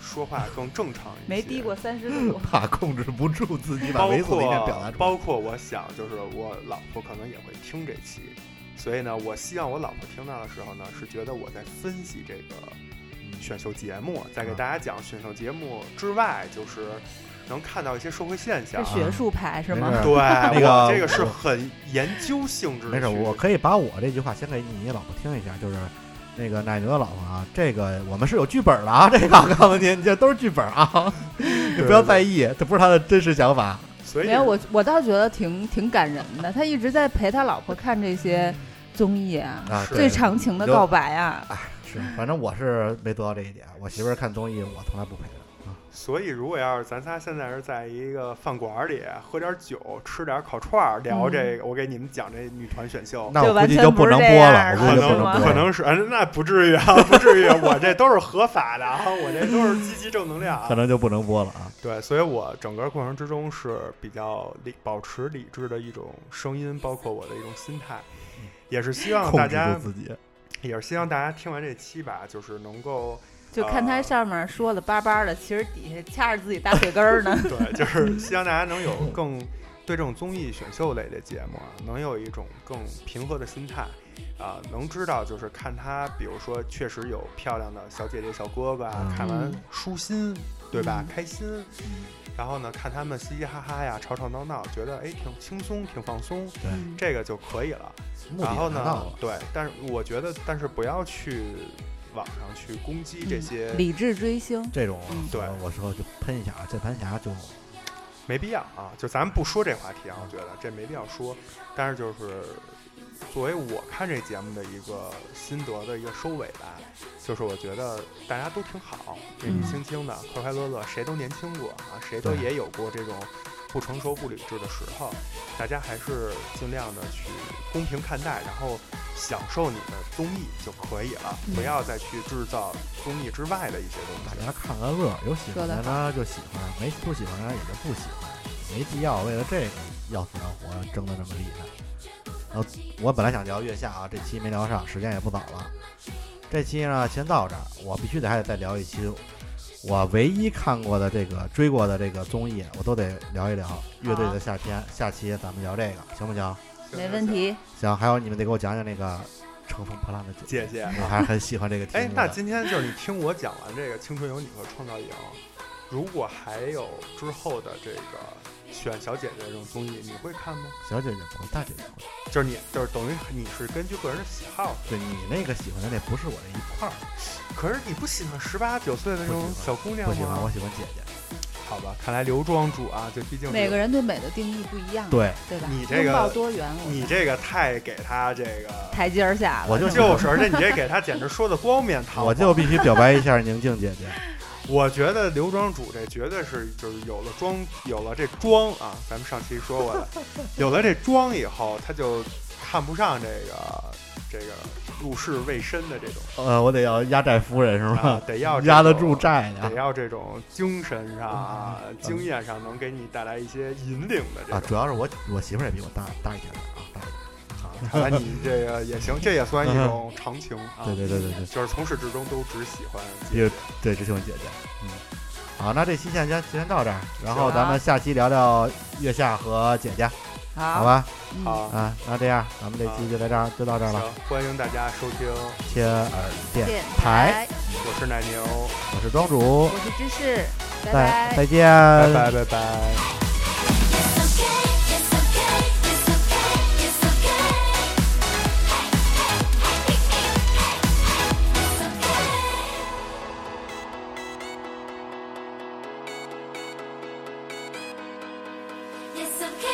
S2: 说话更正常一些。
S3: 没低过三十度，
S1: 怕控制不住自己把
S2: 包
S1: 猥琐的一面表达出来。
S2: 括
S1: 嗯
S2: 包括我想，就是我老婆可能也会听这期，所以呢，我希望我老婆听到的时候呢，是觉得我在分析这个选秀节目，在
S1: 啊
S2: 给大家讲选秀节目之外，就是能看到一些社会现象啊
S3: 是。学术派是吗
S1: 没？事
S2: 对，
S1: 个
S2: 我这个是
S1: 我
S2: 很研究性质的
S1: 没
S2: 学
S1: 事，
S2: 术。
S1: 我可以把我这句话先给你老婆听一下，就是那个奶牛的老婆啊，这个我们是有剧本的啊， 这个我告诉你，你这都是剧本啊， 你不要在意，这不是他的真实想法。
S2: 所以
S3: 没有，我我倒觉得挺挺感人的。他一直在陪他老婆看这些综艺啊，
S1: 啊，
S2: 是
S1: 对
S3: 最长情的告白啊，
S1: 是，反正我是没做到这一点。我媳妇儿看综艺，我从来不陪她啊。
S2: 所以，如果要是咱仨现在是在一个饭馆里喝点酒，吃点烤串儿，聊这
S3: 嗯
S2: 个，我给你们讲这女团选秀，
S1: 那我估计
S3: 就完全
S1: 就不能
S3: 不是
S1: 播
S3: 这
S1: 了，我估
S3: 样
S2: 可
S1: 计就不
S3: 是
S1: 能
S3: 吗
S2: 能
S1: 播
S2: 可
S1: 了。
S2: 能是啊，那不至于啊，不至于，我这都是合法的啊，我这都是积极正能量
S1: 可
S2: 啊。
S1: 能就不能播了啊！
S2: 对，所以我整个过程之中是比较理保持理智的一种声音，包括我的一种心态，也是希望
S1: 嗯
S2: 大
S1: 控制
S2: 家
S1: 住，自己，
S2: 也是希望大家听完这期吧，就是能够
S3: 就看他上面说的巴巴的，其实底下掐着自己大腿根儿呢。
S2: 对， 就是希望大家能有更对这种综艺选秀类的节目啊，能有一种更平和的心态啊、能知道就是看他，比如说确实有漂亮的小姐姐、小哥哥啊
S1: 嗯，
S2: 看完
S3: 嗯
S2: 舒心，对吧？
S3: 嗯
S2: 开心。然
S1: 嗯
S2: 后呢，看他们嘻嘻哈哈呀，吵吵闹闹，觉得哎挺轻松，挺放松，这个就可以了。
S1: 目的
S2: 然后
S1: 达到
S2: 呢
S1: 了，，
S2: 对，但是我觉得，但是不要去网上去攻击这些，
S3: 嗯理智追星，
S1: 这种啊
S3: 嗯
S2: 对
S1: 我说就喷一下啊，键盘侠就
S2: 没必要啊，就咱们不说这话题啊，我觉得这没必要说。但是就是作为我看这节目的一个心得的一个收尾吧，就是我觉得大家都挺好，
S3: 嗯
S2: 年纪轻轻的，快快乐乐，谁都年轻过啊，谁都
S1: 对
S2: 也有过这种不成熟、不理智的时候，大家还是尽量的去公平看待，然后享受你的综艺就可以了，不
S3: 嗯
S2: 要再去制造综艺之外的一些东
S1: 大
S2: 西。
S1: 家看个乐儿，有喜欢的呢就喜欢，没不喜欢的也就不喜欢，没必要为了这个要死要活争的那么厉害。然后我本来想聊月下啊，这期没聊上，时间也不早了。这期呢先到这儿，我必须得还得再聊一期，我唯一看过的这个追过的这个综艺，我都得聊一聊。乐队的夏天，下期咱们聊这个，行不行？
S3: 没问。题。
S1: 行，还有你们得给我讲讲那个乘风破浪的姐
S2: 姐姐，
S1: 我还是很喜欢这个题目的。
S2: 哎，那今天就是你听我讲完这个《青春有你》和《创造营》，如果还有之后的这个选小姐姐这种综艺，你会看吗？
S1: 小姐姐不会，大姐姐会。
S2: 就是你，就是等于你是根据个人的喜好，
S1: 对你那个喜欢的那不是我这一块儿，
S2: 可是你不喜欢十八九岁的那种
S1: 不喜欢
S2: 小姑娘
S1: 不喜欢，我
S2: 吗？
S1: 喜欢姐姐。
S2: 好吧，看来刘庄主啊，这毕竟是
S3: 每个人对美的定义不
S2: 嗯
S3: 一样，
S1: 对，
S3: 对吧？
S2: 你这个
S3: 拥抱多元，我
S2: 你
S3: 们
S2: 这个太给他这个，
S3: 台阶儿下了，
S1: 我就
S2: 就是而且你这给他简直说的光面堂 皇。
S1: 我就必须表白一下宁静姐 姐。
S2: 我觉得刘庄主这绝对是就是有了庄，有了这庄啊，咱们上期说过的，有了这庄以后，他就看不上这个这个入世未深的这种，
S1: 呃，我得要压寨夫人是
S2: 啊
S1: 吧？、
S2: 得要这
S1: 压得
S2: 种
S1: 住，债
S2: 得
S1: 的
S2: 要这种精神上啊、经验上能给你带来一些引领的这
S1: 啊！
S2: 种。
S1: 主要是我我媳妇儿也比我大大一点儿啊，大一点儿。
S2: 看来你这个也行，这也算一种常情啊。
S1: 对对对对对
S2: 就是从始至终都只喜欢姐
S1: 也
S2: 姐。
S1: 对，只喜欢姐姐。嗯，好，那这期先先先到这儿，然
S2: 啊
S1: 后咱们下期聊聊月下和姐姐，好
S3: 好，
S1: 吧？
S3: 嗯
S2: 好，
S1: 啊，那这样咱们这期就在这儿，就到这儿
S2: 行
S1: 了。，
S2: 欢迎大家收听，
S1: 切耳电
S7: 电
S1: 台，
S7: 台，
S2: 我是奶牛，
S1: 我是庄主
S3: 我，是芝士，
S1: 再
S3: 拜拜。
S1: 再见，
S2: 拜拜拜拜。
S6: It's okay, it's okay, it's okay, it's okay. Hey, hey, hey, hey, hey, hey. It's okay. It's okay,